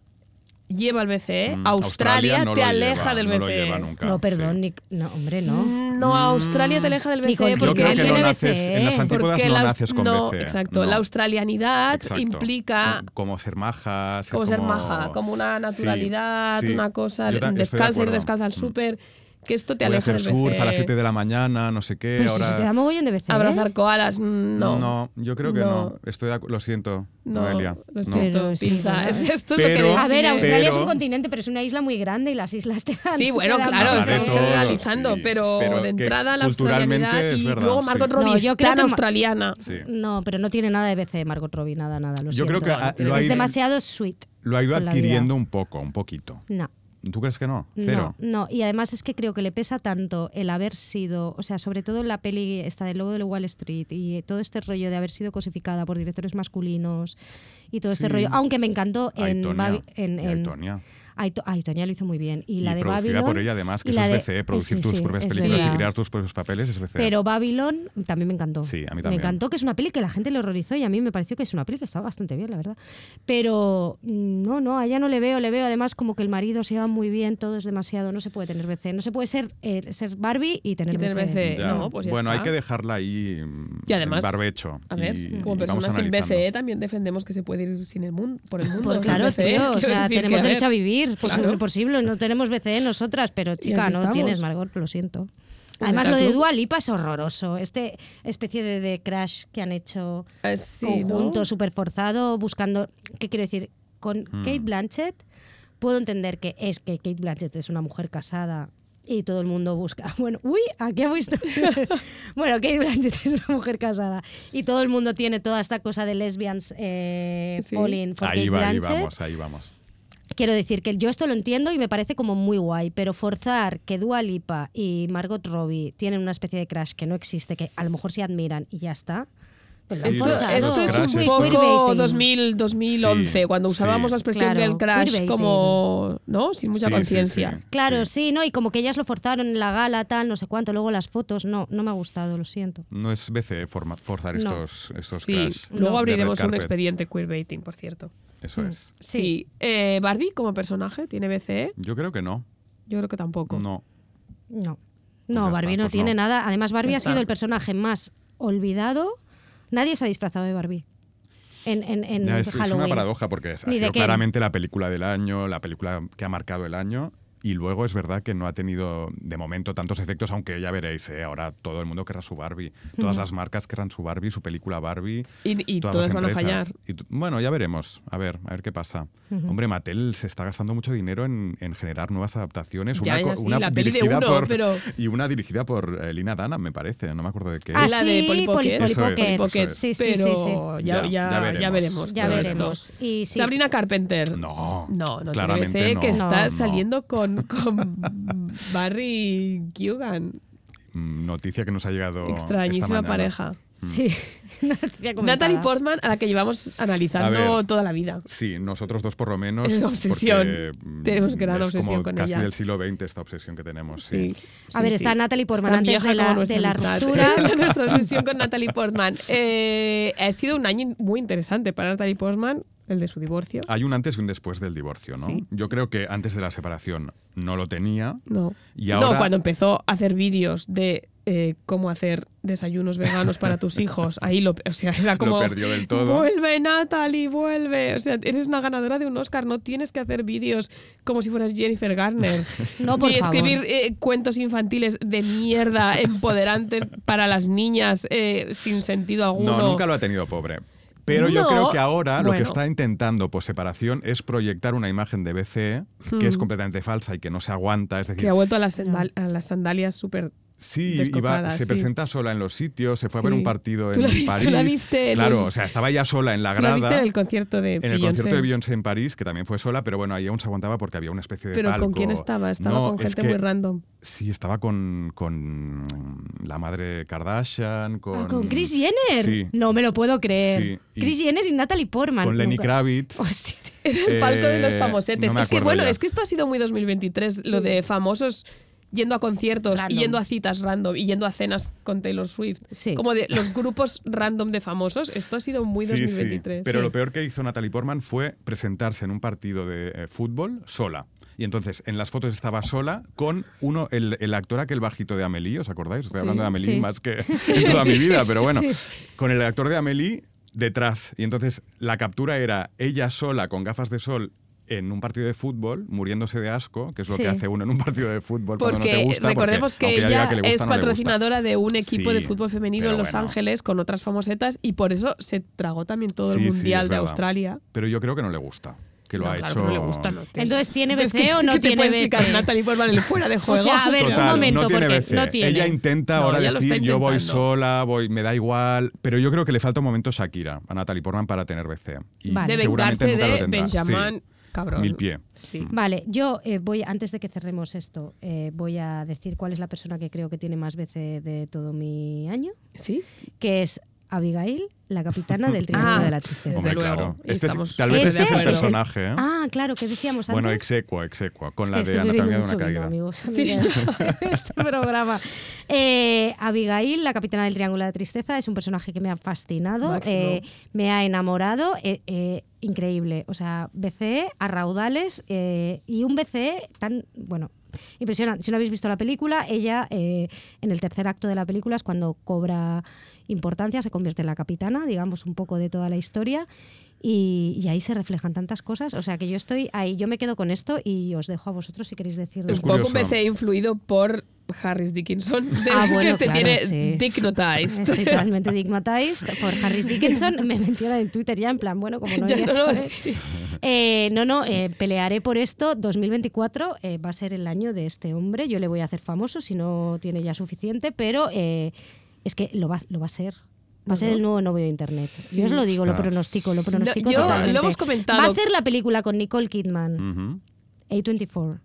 C: lleva el BCE,
H: Mm,
C: ¿eh? Australia,
H: no
C: te
H: lo
C: aleja
H: lleva,
C: del
H: No lo
C: BCE.
H: lleva nunca.
D: E. No, perdón,
H: sí.
D: Nick- no, hombre, no.
C: No, Australia te aleja del BCE
D: Mm, Nicole,
H: Yo
C: porque
H: creo
C: él
H: que
D: tiene
H: no
C: tiene
H: naces, en las
D: BCE.
H: antípodas
C: ¿eh? porque
H: no
C: la-
H: naces con
C: no,
H: BCE.
C: Exacto,
H: no.
C: la australianidad
H: Exacto.
C: implica
H: Como- Como ser maja.
C: como ser maja, como una
H: Sí,
C: naturalidad,
H: sí.
C: una cosa,
H: Yo ta- estoy de
C: descalza ir
H: acuerdo. Mm.
C: descalza al súper, que esto te
H: Voy a
C: aleja
H: hacer
C: del
H: surf
C: BCE.
H: a las 7 de la mañana, no sé qué.
D: Pero
H: Eh, ahora...
D: si se Pues te da mogollón de veces. ¿eh?
C: Abrazar koalas, mm, no.
H: No, yo creo que no.
C: No.
H: Estoy de acu- lo siento,
C: No,
H: Noelia.
C: lo
H: No.
C: siento,
D: Pero sí,
C: pinza,
D: total.
C: es- esto es lo
H: Pero-
C: que
D: A ver,
C: define-
D: Australia es un
H: Pero-
D: continente, pero es una isla muy grande y las islas te dan.
C: Sí, bueno,
D: te dan
C: claro,
H: Hablar
D: mogollón de
H: de
C: estamos
H: todo,
D: veces.
C: generalizando,
H: sí.
C: pero,
H: Pero
C: de
H: que
C: entrada la
H: culturalmente
C: australianidad
H: es
C: y
H: verdad,
C: luego Margot
H: sí.
C: Robbie
D: No,
C: es
D: yo creo
C: tan
D: que ma-
C: australiana.
H: Sí.
D: No, pero no tiene nada de BC Margot Robbie, nada, nada. Lo
H: Yo creo
D: siento.
H: que ah, lo ha
D: es
H: ido-
D: demasiado sweet.
H: Lo ha ido
D: con la
H: adquiriendo
D: vida.
H: un poco, un poquito.
D: No.
H: ¿Tú crees que no? Cero.
D: No, no, y además es que creo que le pesa tanto el haber sido, o sea, sobre todo en la peli esta del Lobo de Wall Street y todo este rollo de haber sido cosificada por directores masculinos y todo este
H: Sí.
D: rollo, aunque me encantó en
H: Aitonia.
D: Babi- en,
H: Y
D: en-
H: Aitonia.
D: Aito- Aitonia lo hizo muy bien y, la de
H: producida
D: Babylon
H: por ella además, que
D: y
H: eso
D: la
H: es
D: de-
H: BCE, producir
D: sí,
H: tus
D: sí,
H: propias
D: es
H: películas y
D: verdad.
H: crear tus propios papeles es BCE.
D: Pero Babylon también me encantó.
H: Sí, a mí
D: Me
H: también.
D: encantó, que es una peli que la gente le horrorizó y a mí me pareció que es una peli que estaba bastante bien, la verdad. Pero mm, no, no, a ella no le veo, le veo además como que el marido se va muy bien, todo es demasiado, no se puede tener BC, no se puede ser, eh, ser Barbie y tener,
C: Y tener BCE.
H: Ya.
C: no, pues ya
H: bueno,
C: está.
H: hay que dejarla ahí mm,
C: Y además,
H: en barbecho.
C: A ver,
H: y-
C: como
H: y vamos
C: personas sin
H: analizando.
C: BCE también defendemos que se puede ir sin el mundo, por el mundo.
D: Pues
C: sin
D: claro,
C: BCE.
D: tío, o
C: Quiero
D: sea,
C: decir que,
D: tenemos derecho a
C: ver,
D: vivir, por
C: claro.
D: si- por posible, no tenemos BCE nosotras, pero chica,
C: aquí
D: no
C: estamos.
D: tienes Margot, lo siento.
C: Un
D: Además, lo de
C: metaclub.
D: Dualipa es horroroso. Este especie de, de crash que han hecho
C: Eh, sí,
D: conjunto
C: ¿no?
D: súper forzado, buscando. ¿Qué quiero decir? Con
H: Hmm.
D: Kate Blanchett, puedo entender que es que Kate Blanchett es una mujer casada y todo el mundo busca. Bueno, uy, aquí ha visto. bueno, Kate Blanchett es una mujer casada y todo el mundo tiene toda esta cosa de lesbians eh,
C: Sí.
D: falling for
H: Ahí
D: Kate
H: va, ahí
D: Blanchett.
H: vamos, ahí vamos.
D: Quiero decir que yo esto lo entiendo y me parece como muy guay, pero forzar que Dua Lipa y Margot Robbie tienen una especie de crash que no existe, que a lo mejor se admiran y ya está. pues lo han
H: Sí,
C: Esto,
H: los-
D: forzado.
C: esto
H: los
C: es un
H: crashes,
C: poco
D: Queerbaiting.
C: 2000, 2011,
H: Sí,
C: cuando
H: sí.
C: usábamos la expresión
D: Claro,
C: del crash
D: queerbaiting.
C: como, ¿no? Sin mucha
H: Sí, sí,
C: conciencia.
H: sí.
D: Claro, sí. ¿no? Y como que ellas lo forzaron en la gala, tal, no sé cuánto, luego las fotos, no, no me ha gustado, lo siento.
H: No es BCE forma- forzar
D: No.
H: estos, estos
C: Sí,
H: crash de
C: luego
H: red
C: abriremos un
H: carpet.
C: expediente queerbaiting, por cierto.
H: Eso es.
D: Sí.
C: Sí. Eh, E? Mm. Barbie como personaje tiene BCE.
H: Yo creo que no.
C: Yo creo que tampoco.
H: No.
D: No.
H: ya
D: No,
H: está,
D: Barbie no
H: pues
D: tiene nada. Además, Barbie
C: Ya
D: ha
C: está.
D: sido el personaje más olvidado. Nadie se ha disfrazado de Barbie. En, en, en
H: Ya, es, es
D: Halloween.
H: una paradoja porque es- ha
D: Ni de
H: sido
D: Ken.
H: claramente la película del año, la película que ha marcado el año. Y luego es verdad que no ha tenido de momento tantos efectos, aunque ya veréis, ¿eh? ahora todo el mundo querrá su Barbie. Todas las marcas querrán su Barbie, su película Barbie.
C: Y- y
H: las
C: todas van a fallar.
H: empresas. Y t- bueno, ya veremos, a ver, a ver qué pasa. Hombre, Mattel se está gastando mucho dinero en, en generar nuevas adaptaciones.
C: Ya,
H: una, co-
C: ya, sí,
H: una
C: la peli de
H: dirigida
C: uno,
H: por,
C: pero-
H: Y una dirigida por eh, Lina Dana, me parece, no me acuerdo de qué.
D: Ah,
H: es.
C: la de
D: sí,
C: Polly Pocket.
D: Polly- Polly
H: Eso es,
D: Pocket.
H: Polly Pocket.
D: Sí, sí, sí, sí.
C: pero Ya,
H: Ya,
C: ya-
H: ya
C: ya
H: veremos,
C: veremos.
H: ya
C: todo
D: veremos.
C: esto.
D: Y sí.
C: Sabrina Carpenter.
H: No,
C: No, no
H: claramente
C: tiene BC, que
H: no.
C: está
H: No.
C: saliendo con, con Barry Keoghan.
H: Mm, Noticia que nos ha llegado. esta
C: Extrañísima
H: mañana.
C: pareja.
H: Mm.
D: Sí. Noticia comentada.
C: Natalie Portman, a la que llevamos
H: A
C: analizando
H: ver.
C: toda la vida.
H: Sí, nosotros dos por lo menos.
C: Es una obsesión.
H: porque, mm,
C: Tenemos gran
H: es
C: obsesión
H: como
C: con
H: casi
C: ella.
H: del siglo XX esta obsesión que tenemos. Sí.
C: Sí.
D: A ver, está Natalie Portman
C: Tan
D: antes
C: vieja
D: de la-
C: como nuestra
D: de la
C: amistad.
D: ruptura.
C: nuestra obsesión con Natalie Portman. Eh, ha sido un año muy interesante para Natalie Portman, el de su divorcio.
H: Hay un antes y un después del divorcio, ¿no?
C: Sí.
H: Yo creo que antes de la separación no lo tenía.
C: No.
H: Y ahora-
C: No, cuando empezó a hacer vídeos de eh, cómo hacer desayunos veganos para tus hijos, ahí lo, o sea, era como...
H: perdió del todo.
C: Vuelve, Natalie, vuelve. O sea, eres una ganadora de un Oscar, no tienes que hacer vídeos como si fueras Jennifer Garner.
D: No, por
C: Ni
D: favor.
C: escribir eh, cuentos infantiles de mierda, empoderantes para las niñas, eh, sin sentido alguno.
H: No, nunca lo ha tenido pobre. Pero yo
C: No,
H: creo que ahora lo que
C: bueno.
H: está intentando por separación es proyectar una imagen de BCE que
C: Hmm.
H: es completamente falsa y que no se aguanta. Es decir,
C: Que ha vuelto a las, sandal- a las sandalias súper...
H: Sí, iba,
C: descopada, sí.
H: se presenta sola en los sitios, se fue a ver
C: Sí.
H: un partido
C: ¿Tú
H: en
C: la viste-
H: París.
C: tú la viste en
H: claro,
C: el-
H: o sea, estaba ya sola en la
C: ¿Lo
H: grada.
C: viste en el concierto de
H: en el concierto de Beyoncé en París, que también fue sola, pero bueno, ahí aún se aguantaba porque había una especie de
C: ¿Pero
H: palco.
C: con quién estaba? Estaba
H: No,
C: con
H: es
C: gente
H: que-
C: muy random.
H: Sí, estaba con, con la madre Kardashian, con...
D: Ah, con Chris Jenner.
H: Sí,
D: No me lo puedo creer.
H: Sí, y-
D: Chris Jenner y Natalie Portman.
H: con Lenny
D: Nunca-
H: Kravitz.
D: Hostia,
C: el palco de los
H: Eh,
C: famosetes.
H: no me
C: es que
H: acuerdo
C: bueno,
H: ya.
C: es que esto ha sido muy 2023, lo de famosos yendo a conciertos
D: Mm. Random.
C: y yendo a citas random y yendo a cenas con Taylor Swift.
D: Sí.
C: Como de los grupos random de famosos, esto ha sido muy
H: Sí, sí.
C: 2023.
H: Pero
C: Sí.
H: lo peor que hizo Natalie Portman fue presentarse en un partido de eh, fútbol sola. Y entonces en las fotos estaba sola con uno, el, el actor aquel bajito de Amelie, ¿os acordáis? Estoy hablando de Amelie
D: sí.
H: más que en toda mi vida, pero bueno. Con el actor de Amelie detrás. Y entonces la captura era ella sola con gafas de sol en un partido de fútbol, muriéndose de asco, que es lo
D: Sí.
H: que hace uno en un partido de fútbol cuando no
C: Porque
H: te gusta.
C: recordemos
H: porque, aunque
C: que ella
H: diga le gusta,
C: es
H: no le gusta.
C: patrocinadora de un equipo
H: Sí,
C: de fútbol femenino
H: pero
C: en Los
H: bueno.
C: Ángeles con otras famosetas y por eso se tragó también todo
H: Sí,
C: el
H: sí,
C: Mundial
H: es
C: de
H: verdad.
C: Australia.
H: Pero yo creo que no le gusta. Que lo
C: No,
H: ha
C: claro
H: hecho.
C: que no le gusta, no.
D: Entonces, ¿tiene
C: Es que-
D: BC o
C: es
D: no
C: que te
D: tiene
C: puede explicar
D: BC?
C: Natalie Portman el fuera de juego.
D: sea, a ver,
H: Total,
D: un momento,
H: no tiene
D: porque
H: BC.
D: no tiene.
H: Ella intenta
C: No,
H: ahora
C: ya lo está
H: decir yo voy
C: intentando".
H: sola, voy, me da igual, pero yo creo que le falta un momento Shakira a Natalie Portman para tener BC. Y
D: Vale.
C: de
H: seguramente
C: vengarse
H: nunca lo
C: de
H: tendrá. Sí.
C: Benjamin, cabrón.
H: Mil pie. Mm.
C: Sí.
D: Vale, yo eh, voy, antes de que cerremos esto, eh, voy a decir cuál es la persona que creo que tiene más BC de todo mi año,
C: ¿Sí?
D: que es Abigail, la capitana del Triángulo
C: Ah.
D: de la Tristeza.
H: Hombre,
C: luego,
H: claro.
C: y
H: Este es-
C: estamos
H: tal
D: súper
H: vez este
D: de
H: es el
D: acuerdo.
H: personaje. ¿eh?
D: Ah, claro, que decíamos antes.
H: bueno, execua, execua, con
D: Es
H: la
D: que
H: de
D: estoy bebiendo
H: Anatomía de una
D: mucho vino,
H: Caída.
D: amigos.
C: Sí,
D: Mira,
C: yo
D: este programa. Eh, Abigail, la capitana del Triángulo de la Tristeza, es un personaje que me ha fascinado,
C: Máximo.
D: eh, me ha enamorado, eh, eh, increíble. O sea, BCE a raudales eh, y un BCE tan, bueno, impresionante. Si no habéis visto la película, ella eh, en el tercer acto de la película es cuando cobra importancia, se convierte en la capitana, digamos, un poco de toda la historia. Y, y ahí se reflejan tantas cosas. O sea que yo estoy ahí, yo me quedo con esto y os dejo a vosotros si queréis decir
C: Un
H: curioso.
C: poco empecé influido por Harris Dickinson, de-
D: Ah, bueno,
C: que te
D: claro,
C: tiene
D: sí.
C: dignitized.
D: Estoy totalmente digmatized por Harris Dickinson. Me menciona en Twitter ya, en plan, bueno, como no
C: Ya
D: digas,
C: no,
D: ¿vale?
C: sí.
D: Eh, no, no, eh, pelearé por esto. 2024 eh, va a ser el año de este hombre. Yo le voy a hacer famoso si no tiene ya suficiente, pero eh, es que lo va, lo va a ser. Va a ser el nuevo novio de Internet. Yo os lo digo, lo
H: Ostras.
D: pronostico, lo pronostico.
C: yo- lo
D: totalmente.
C: hemos comentado.
D: Va a hacer la película con Nicole Kidman.
H: Ujú.
D: A24.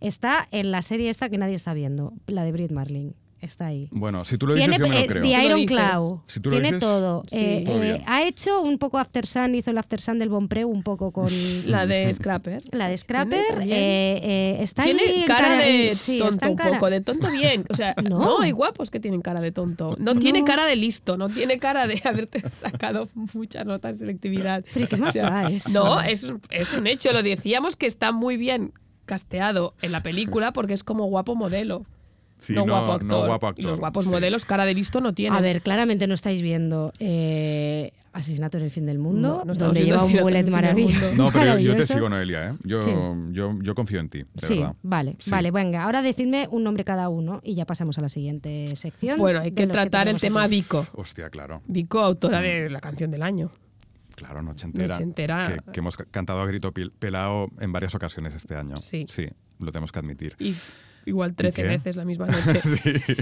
D: Está en la serie esta que nadie está viendo, la de Brit Marling. Está ahí.
H: Bueno, si tú lo
D: Tiene
H: dices, yo me
D: eh,
H: lo creo.
D: The
C: lo
D: Iron
C: dices.
D: Claw.
H: Si tú lo
D: Tiene
H: dices,
D: todo.
C: sí.
D: Eh,
H: Muy
D: eh,
H: bien.
D: ha hecho un poco After Sun, hizo el After Sun del Bonpreu un poco con
C: La de Scrapper.
D: la de
C: Tiene
D: Scrapper.
C: también-
D: eh, eh, está ahí
C: tiene
D: en
C: cara de
D: sí, está
C: tonto
D: en
C: un
D: cara-
C: poco, de tonto bien. O sea,
D: No.
C: no. hay guapos que tienen cara de tonto. No, tiene cara de listo, no tiene cara de haberte sacado mucha nota en selectividad.
D: Pero ¿qué más da eso?
C: No, es, un- es un hecho. Lo decíamos que está muy bien casteado en la película porque es como guapo modelo.
H: Sí,
C: no,
H: no-
C: guapo
H: no
C: actor.
H: guapo actor,
C: Los guapos
H: sí.
C: modelos, cara de listo no tienen.
D: A ver, claramente no estáis viendo eh, Asesinato en el fin del mundo,
C: No, no estamos
D: donde
C: viendo
D: lleva un
C: Asesinato en
D: bullet
C: el fin del mundo.
D: maravilloso.
H: No, pero yo- yo, te
D: maravilloso.
H: sigo, Noelia, ¿eh? Yo,
D: Sí.
H: yo, yo confío en ti, de
D: Sí,
H: verdad.
D: vale,
H: Sí.
D: vale, venga, ahora decidme un nombre cada uno y ya pasamos a la siguiente sección.
C: Bueno, hay
D: de
C: que
D: los
C: tratar el
D: tenemos
C: tema
D: aquí.
C: Vico.
H: Hostia, claro.
C: Vico, autora de la canción del año.
H: Claro, Noche Entera.
C: Noche Entera.
H: Que, que hemos ca- cantado a grito pil- pelado en varias ocasiones este año.
C: Sí.
H: Sí, lo tenemos que admitir.
C: Y igual 13
H: qué?
C: veces la misma noche.
H: Sí.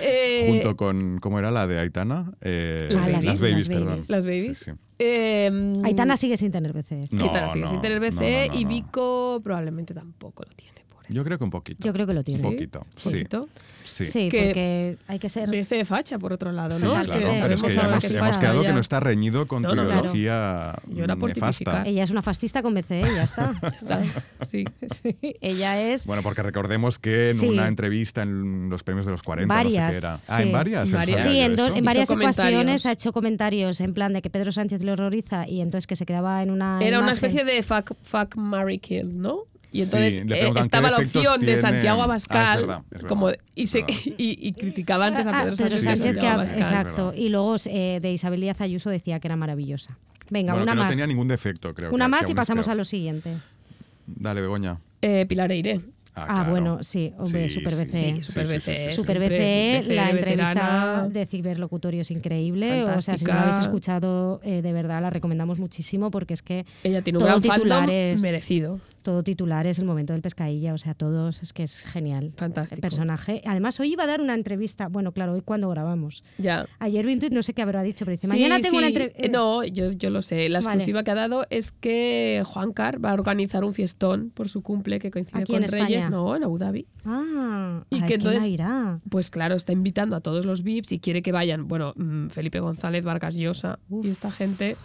C: Eh,
H: Junto con, ¿cómo era la de Aitana? Eh,
C: Las Babies.
H: las
D: Las
H: babies, perdón.
D: Babies.
C: Las babies.
H: Sí, sí.
C: Eh,
D: Aitana sigue sin tener BCE.
H: No,
C: Aitana sigue
H: no,
C: sin tener
H: no,
C: BCE
H: no, no,
C: y
H: no.
C: Vico probablemente tampoco lo tiene. pobre.
H: Yo creo que un poquito.
D: Yo creo que lo tiene.
H: Un poquito.
C: ¿Sí?
H: Sí.
C: ¿Poquito?
H: Sí.
D: Sí,
C: Que-
D: porque hay que ser
C: BCE facha, por otro lado,
H: Sí,
C: ¿no?
H: claro,
D: Sí,
C: Sabemos
H: pero es que ya
D: ahora
C: ahora
H: hemos,
D: que
H: hemos
D: está
H: quedado que
C: ya.
H: no está reñido con
C: No,
H: tu
C: no, claro.
H: ideología
C: Yo era por
H: nefasta.
C: tipificar.
D: Ella es una fascista con BCE y ya está.
C: Está. Sí, sí.
D: Ella es.
H: Bueno, porque recordemos que en
D: Sí.
H: una entrevista en los premios de los 40, no sé
D: Varias,
H: qué era.
D: sí.
H: Ah, en varias.
C: En
H: ¿En
C: varias.
H: serio
D: Sí, en,
H: eso?
D: dos- en varias
C: Hizo comentarios.
D: ecuaciones ha hecho comentarios en plan de que Pedro Sánchez le horroriza y entonces que se quedaba en una.
C: Era una
D: imagen.
C: especie de fuck, fuck Mary Kill, ¿no? Y
H: Sí,
C: entonces
H: le
C: eh,
H: preguntan, ¿qué
C: estaba la
H: defectos
C: opción de
H: tiene?
C: Santiago
H: Ah,
C: Abascal
H: es verdad, es verdad, Ah.
C: como y, se-
H: es verdad.
C: y- y criticaba antes a
D: Ah,
C: Pedro,
D: Pedro
H: Sí,
C: Sánchez,
D: Sánchez,
H: sí,
D: que
H: sí,
D: ha-
C: Santiago
H: sí,
C: Abascal.
D: exacto.
H: verdad.
D: Y luego eh, de Isabel Díaz Ayuso decía que era maravillosa. Venga,
H: Bueno,
D: una
H: que no
D: más.
H: tenía ningún defecto, creo.
D: una
H: que- que
D: más
H: aún
D: y
H: es
D: pasamos
H: peor.
D: a lo siguiente.
H: Dale, Begoña.
C: Eh, Pilar Eire.
D: Ah, bueno, sí, hombre, super BCE.
C: Sí, super BCE.
D: Super
C: Siempre
D: BCE,
C: BCE
D: la
C: E veterana.
D: entrevista de Ciberlocutorio es increíble. O sea, si no la habéis
C: Fantástica.
D: escuchado, eh, de verdad la recomendamos muchísimo porque es que
C: Ella tiene un
D: todo
C: gran fandom
D: titular es-
C: merecido.
D: todo titular es el momento del pescadilla, o sea, todos, es que es genial.
C: Fantástico.
D: El personaje. Además, hoy iba a dar una entrevista, bueno, claro, hoy cuando grabamos.
C: Ya.
D: Ayer Vintuit no sé qué habrá dicho, pero dice,
C: Sí,
D: mañana tengo
C: sí.
D: una
C: Eh,
D: entrevista.
C: No, yo, yo lo sé. La
D: Vale.
C: exclusiva que ha dado es que Juan Car va a organizar un fiestón por su cumple que coincide
D: Aquí
C: con
D: en
C: Reyes,
D: España.
C: no, en Abu Dhabi.
D: Ah,
C: Y
D: ¿a
C: que
D: quién
C: entonces-
D: la irá?
C: Pues claro, está invitando a todos los VIPs y quiere que vayan, bueno, mm, Felipe González, Vargas Llosa y esta gente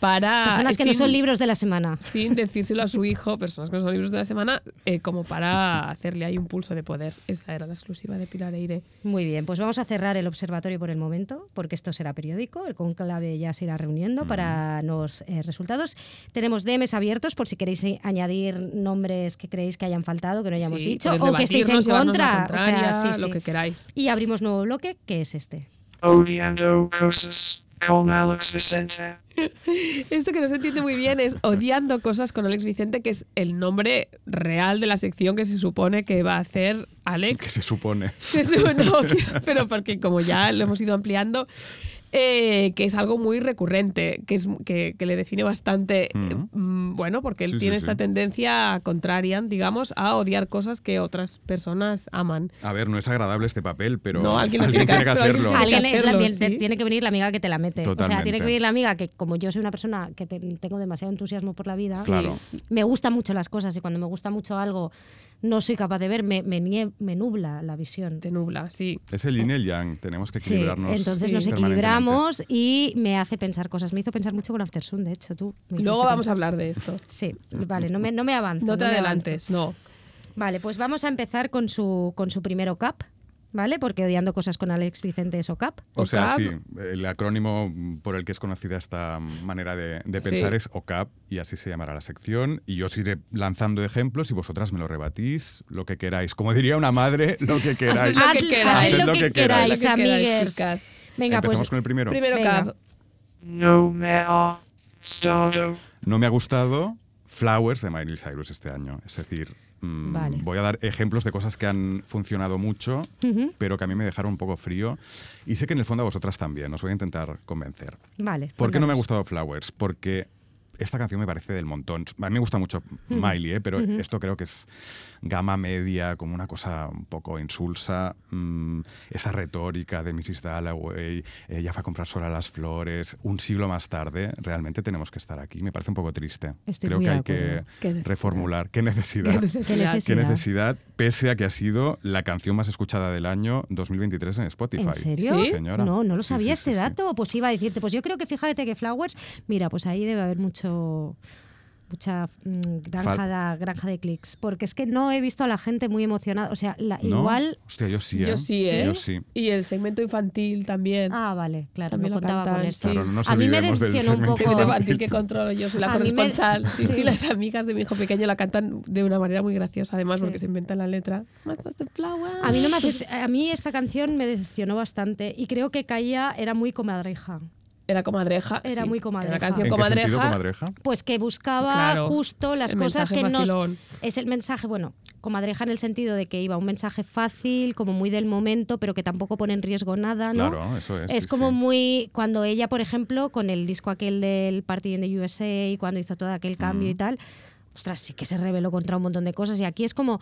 C: para...
D: Personas que no
C: sin-
D: son libros de la semana.
C: Sin decírselo a su hijo, personas que no son libros de la semana, eh, como para hacerle ahí un pulso de poder. Esa era la exclusiva de Pilar Eire.
D: Muy bien, pues vamos a cerrar el observatorio por el momento, porque esto será periódico, el conclave ya se irá reuniendo para
C: Mm.
D: nuevos eh, resultados. Tenemos DMs abiertos por si queréis eh, añadir nombres que creéis que hayan faltado, que no hayamos
C: Sí,
D: dicho,
C: podéis
D: o que estéis en
C: debatirnos, llevarnos la
D: contra. O sea,
C: contraria,
D: sí,
C: lo
D: sí.
C: que queráis.
D: Y abrimos nuevo bloque, que es este.
I: Odiando cosas con Alex Vicente.
C: Esto que no se entiende muy bien es Odiando Cosas con Alex Vicente, que es el nombre real de la sección que se supone que va a hacer
H: Que
C: Alex.
H: se supone.
C: Se su- no, que- pero porque como ya lo hemos ido ampliando, eh, que es algo muy recurrente, que, es, que, que le define bastante,
H: Mm.
C: mm, bueno, porque él
H: Sí, sí,
C: tiene
H: sí.
C: esta tendencia contraria, digamos, a odiar cosas que otras personas aman.
H: A ver, no es agradable este papel, pero
C: No, alguien lo tiene que- pero alguien
H: hacerlo.
C: Hay que
D: Alguien es la-
C: hacerlo,
D: bien- te-
C: sí.
D: tiene que venir la amiga que te la mete. O sea, tiene
H: Totalmente.
D: que venir la amiga que, como yo soy una persona que te- tengo demasiado entusiasmo por la vida,
H: Claro.
D: me gusta mucho las cosas y cuando me gusta mucho algo no soy capaz de ver, me, me nie- me nubla la visión.
C: Te nubla, sí.
H: Es el yin y el yang, tenemos que
D: Sí,
H: equilibrarnos.
D: entonces nos
H: permanentemente.
D: equilibramos y me hace pensar cosas. Me hizo pensar mucho con After Sun, de hecho, tú. me
C: Luego
D: hiciste
C: vamos a
D: pensar.
C: hablar de esto.
D: Sí, vale, no me, no me avanzo.
C: No te
D: me avanzo.
C: adelantes, no.
D: Vale, pues vamos a empezar con su, con su primero cap, ¿vale? Porque odiando cosas con Alex Vicente es OCAP.
H: O sea,
C: OCAP.
H: sí, el acrónimo por el que es conocida esta manera de, de
C: Sí.
H: pensar es OCAP y así se llamará la sección. Y yo os iré lanzando ejemplos y vosotras me lo rebatís, lo que queráis. Como diría una madre, lo que queráis.
C: Lo que
D: Haced- haced
C: queráis.
D: lo
H: Haced lo
D: que
H: que queráis.
D: queráis,
C: Lo que queráis,
D: amigues.
C: chicas.
D: Venga,
H: Empezamos
D: pues
H: con el primero.
C: Primero
D: Venga.
C: Cap.
I: No me ha dado
H: No me ha gustado Flowers de Miley Cyrus este año. Es decir, mm,
D: Vale.
H: voy a dar ejemplos de cosas que han funcionado mucho, pero que a mí me dejaron un poco frío. Y sé que en el fondo a vosotras también. Os voy a intentar convencer.
D: Vale.
H: ¿Por qué no me ha
D: vamos.
H: gustado Flowers? Porque esta canción me parece del montón. A mí me gusta mucho Miley, ¿eh? pero esto creo que es gama media, como una cosa un poco insulsa. Mm, esa retórica de Mrs. Dalloway, ella fue a comprar sola las flores. Un siglo más tarde, realmente tenemos que estar aquí. Me parece un poco triste.
D: Estoy
H: creo
D: muy
H: que
D: de
H: hay que
D: acuerdo.
C: Qué necesidad.
H: reformular. ¿Qué necesidad?
D: Qué
H: Qué
D: necesidad.
H: necesidad, pese a que ha sido la canción más escuchada del año 2023 en Spotify.
D: ¿En serio?
H: Sí, señora.
D: No, no lo
H: Sí,
D: sabía
H: sí,
D: este
H: sí, sí.
D: dato. Pues iba a decirte, pues yo creo que fíjate que Flowers, mira, pues ahí debe haber mucho pucha, mm, granja,
H: Fal-
D: de, granja de clics. Porque es que no he visto a la gente muy emocionada. O sea, la-
H: ¿No?
D: igual.
H: Hostia, yo sí, ¿eh?
C: Yo sí, ¿eh?
H: Yo sí.
C: Y el segmento infantil también.
D: Ah, vale, claro,
C: También
D: no
C: lo
D: contaba
C: cantan,
D: con esto.
H: Claro, no nos
D: a mí me
H: olvidemos del
D: decepcionó un
H: segmento
D: poco.
C: Segmento
H: Ojo.
C: infantil que controlo yo, soy la
D: A mí me-
C: corresponsal. Sí, sí,
D: Sí.
C: las amigas de mi hijo pequeño la cantan de una manera muy graciosa, además,
D: Sí.
C: porque se inventa la letra. Matas de flower.
D: A mí, no me acep- a mí esta canción me decepcionó bastante y creo que Caía era muy comadreja.
C: Era comadreja.
D: Era muy comadreja.
C: Era una canción
H: ¿En qué
C: comadreja.
H: sentido, comadreja?
D: Pues que buscaba
C: Claro,
D: justo las
C: el
D: cosas
C: mensaje
D: que
C: vacilón.
D: nos... Es el mensaje, bueno, comadreja en el sentido de que iba un mensaje fácil, como muy del momento, pero que tampoco pone en riesgo nada, ¿no?
H: Claro, eso es,
D: Es
H: sí,
D: como
H: sí.
D: muy... Cuando ella, por ejemplo, con el disco aquel del Party in the USA y cuando hizo todo aquel cambio
H: Mm.
D: y tal, ostras, sí que se rebeló contra un montón de cosas. Y aquí es como...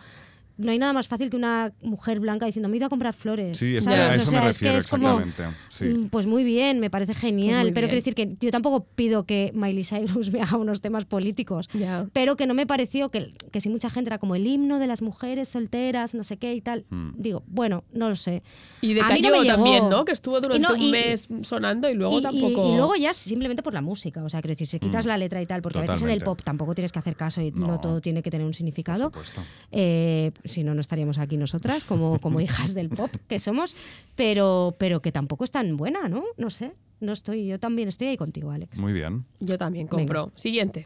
D: No hay nada más fácil que una mujer blanca diciendo, me he ido a comprar flores.
H: Sí, es que
D: ¿sabes?
H: a
D: O
H: eso
D: sea,
H: me
D: es que
H: refiero,
D: es como,
H: exactamente. sí.
D: Mm, Pues muy bien, me parece genial.
C: Pues muy
D: pero quiero
C: bien.
D: decir que yo tampoco pido que Miley Cyrus me haga unos temas políticos.
C: Ya.
D: Pero que no me pareció que, que si mucha gente era como el himno de las mujeres solteras, no sé qué y tal. Digo, bueno, no lo sé.
C: Y de
D: A mí
C: Kanye
D: no me llegó.
C: también, ¿no? Que estuvo
D: Y
C: durante
D: no, y-
C: un mes sonando y luego
D: y- y-
C: tampoco.
D: y luego ya simplemente por la música. O sea, quiero decir, si quitas la letra y tal, porque a veces en el
H: Mm. Totalmente.
D: pop tampoco tienes que hacer caso y no,
H: No.
D: todo tiene que tener un significado.
H: Por supuesto.
D: Eh, si no, no estaríamos aquí nosotras como, como hijas del pop que somos, pero, pero que tampoco es tan buena, ¿no? No sé. No estoy, yo también estoy ahí contigo, Alex.
H: Muy bien.
C: Yo también compro. Siguiente.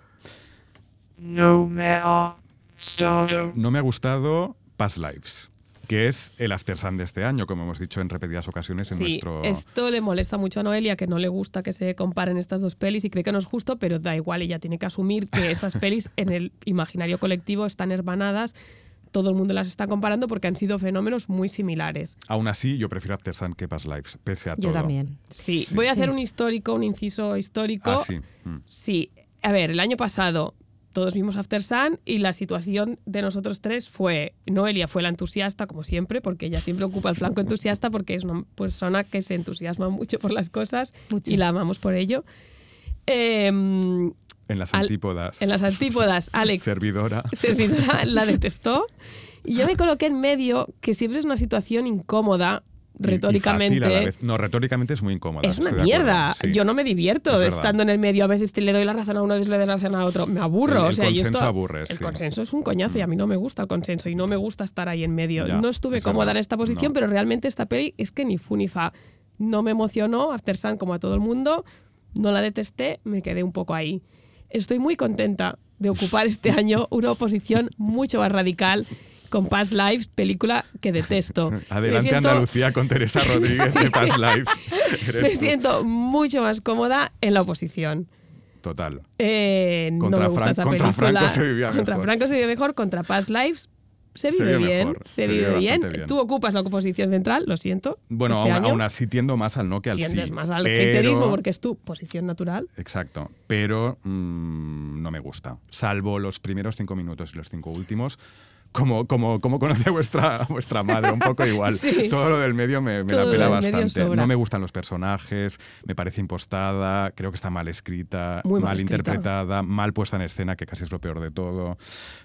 I: No mea solo.
H: No me ha gustado Past Lives, que es el After Sun de este año, como hemos dicho en repetidas ocasiones en
C: sí,
H: nuestro...
C: esto le molesta mucho a Noelia, que no le gusta que se comparen estas dos pelis y cree que no es justo, pero da igual, ella tiene que asumir que estas pelis en el imaginario colectivo están hermanadas, todo el mundo las está comparando porque han sido fenómenos muy similares.
H: Aún así, yo prefiero After Sun que Past Lives, pese a todo.
D: Yo también.
C: Sí, voy a
D: Sí.
C: hacer un histórico, un inciso histórico.
H: Ah, sí. Mm.
C: Sí, a ver, el año pasado todos vimos After Sun y la situación de nosotros tres fue, Noelia fue la entusiasta, como siempre, porque ella siempre ocupa el flanco entusiasta porque es una persona que se entusiasma mucho por las cosas
D: Mucho.
C: y la amamos por ello. Em,
H: En las
C: Al-
H: antípodas.
C: en las antípodas, Alex,
H: Servidora.
C: servidora, la detestó y yo me coloqué en medio, que siempre es una situación incómoda
H: Y- y fácil a la
C: retóricamente.
H: vez. No, retóricamente es muy incómoda.
C: Es una
H: estoy de acuerdo,
C: mierda.
H: sí.
C: Yo no me divierto
H: Es verdad.
C: estando en el medio. A veces te le doy la razón a uno, a veces le doy la razón a otro. Me aburro.
H: El- el
C: o sea, y
H: consenso
C: esto-
H: aburre,
C: El
H: sí.
C: consenso es un coñazo y a mí no me gusta el consenso y no me gusta estar ahí en medio.
H: Ya,
C: no estuve
H: es
C: cómoda
H: verdad.
C: en esta posición,
H: No.
C: pero realmente esta peli es que ni fu ni fa. No me emocionó After Sun como a todo el mundo. No la detesté, me quedé un poco ahí. Estoy muy contenta de ocupar este año una posición mucho más radical con Past Lives, película que detesto. Me
H: Adelante
C: siento-
H: Andalucía con Teresa Rodríguez de Past Lives. Eres
C: me
H: tú.
C: siento mucho más cómoda en la oposición.
H: Total.
C: Eh,
H: Contra
C: no me gusta
H: Fran-
C: esta
H: contra
C: película.
H: Franco se vivía
C: Contra
H: mejor.
C: Franco se vive mejor, contra Past Lives se vive,
H: vive
C: bien,
H: mejor,
C: se,
H: se
C: vive,
H: vive
C: bien.
H: bastante bien.
C: Tú ocupas la oposición central, lo siento.
H: Bueno,
C: este
H: aún,
C: año
H: aún así tiendo más al no que al sí.
C: tiendes más al
H: pero-
C: haterismo porque es tu posición natural.
H: Exacto, pero mm, no me gusta. Salvo los primeros cinco minutos y los cinco últimos. Como, como, como conoce vuestra, vuestra madre, un poco igual.
C: Sí.
H: Todo lo del medio me, me
C: Todo
H: la pela
C: lo del medio
H: bastante.
C: sobra.
H: No me gustan los personajes, me parece impostada, creo que está mal escrita,
C: Muy mal
H: mal,
C: escrita.
H: interpretada, mal puesta en escena, que casi es lo peor de todo.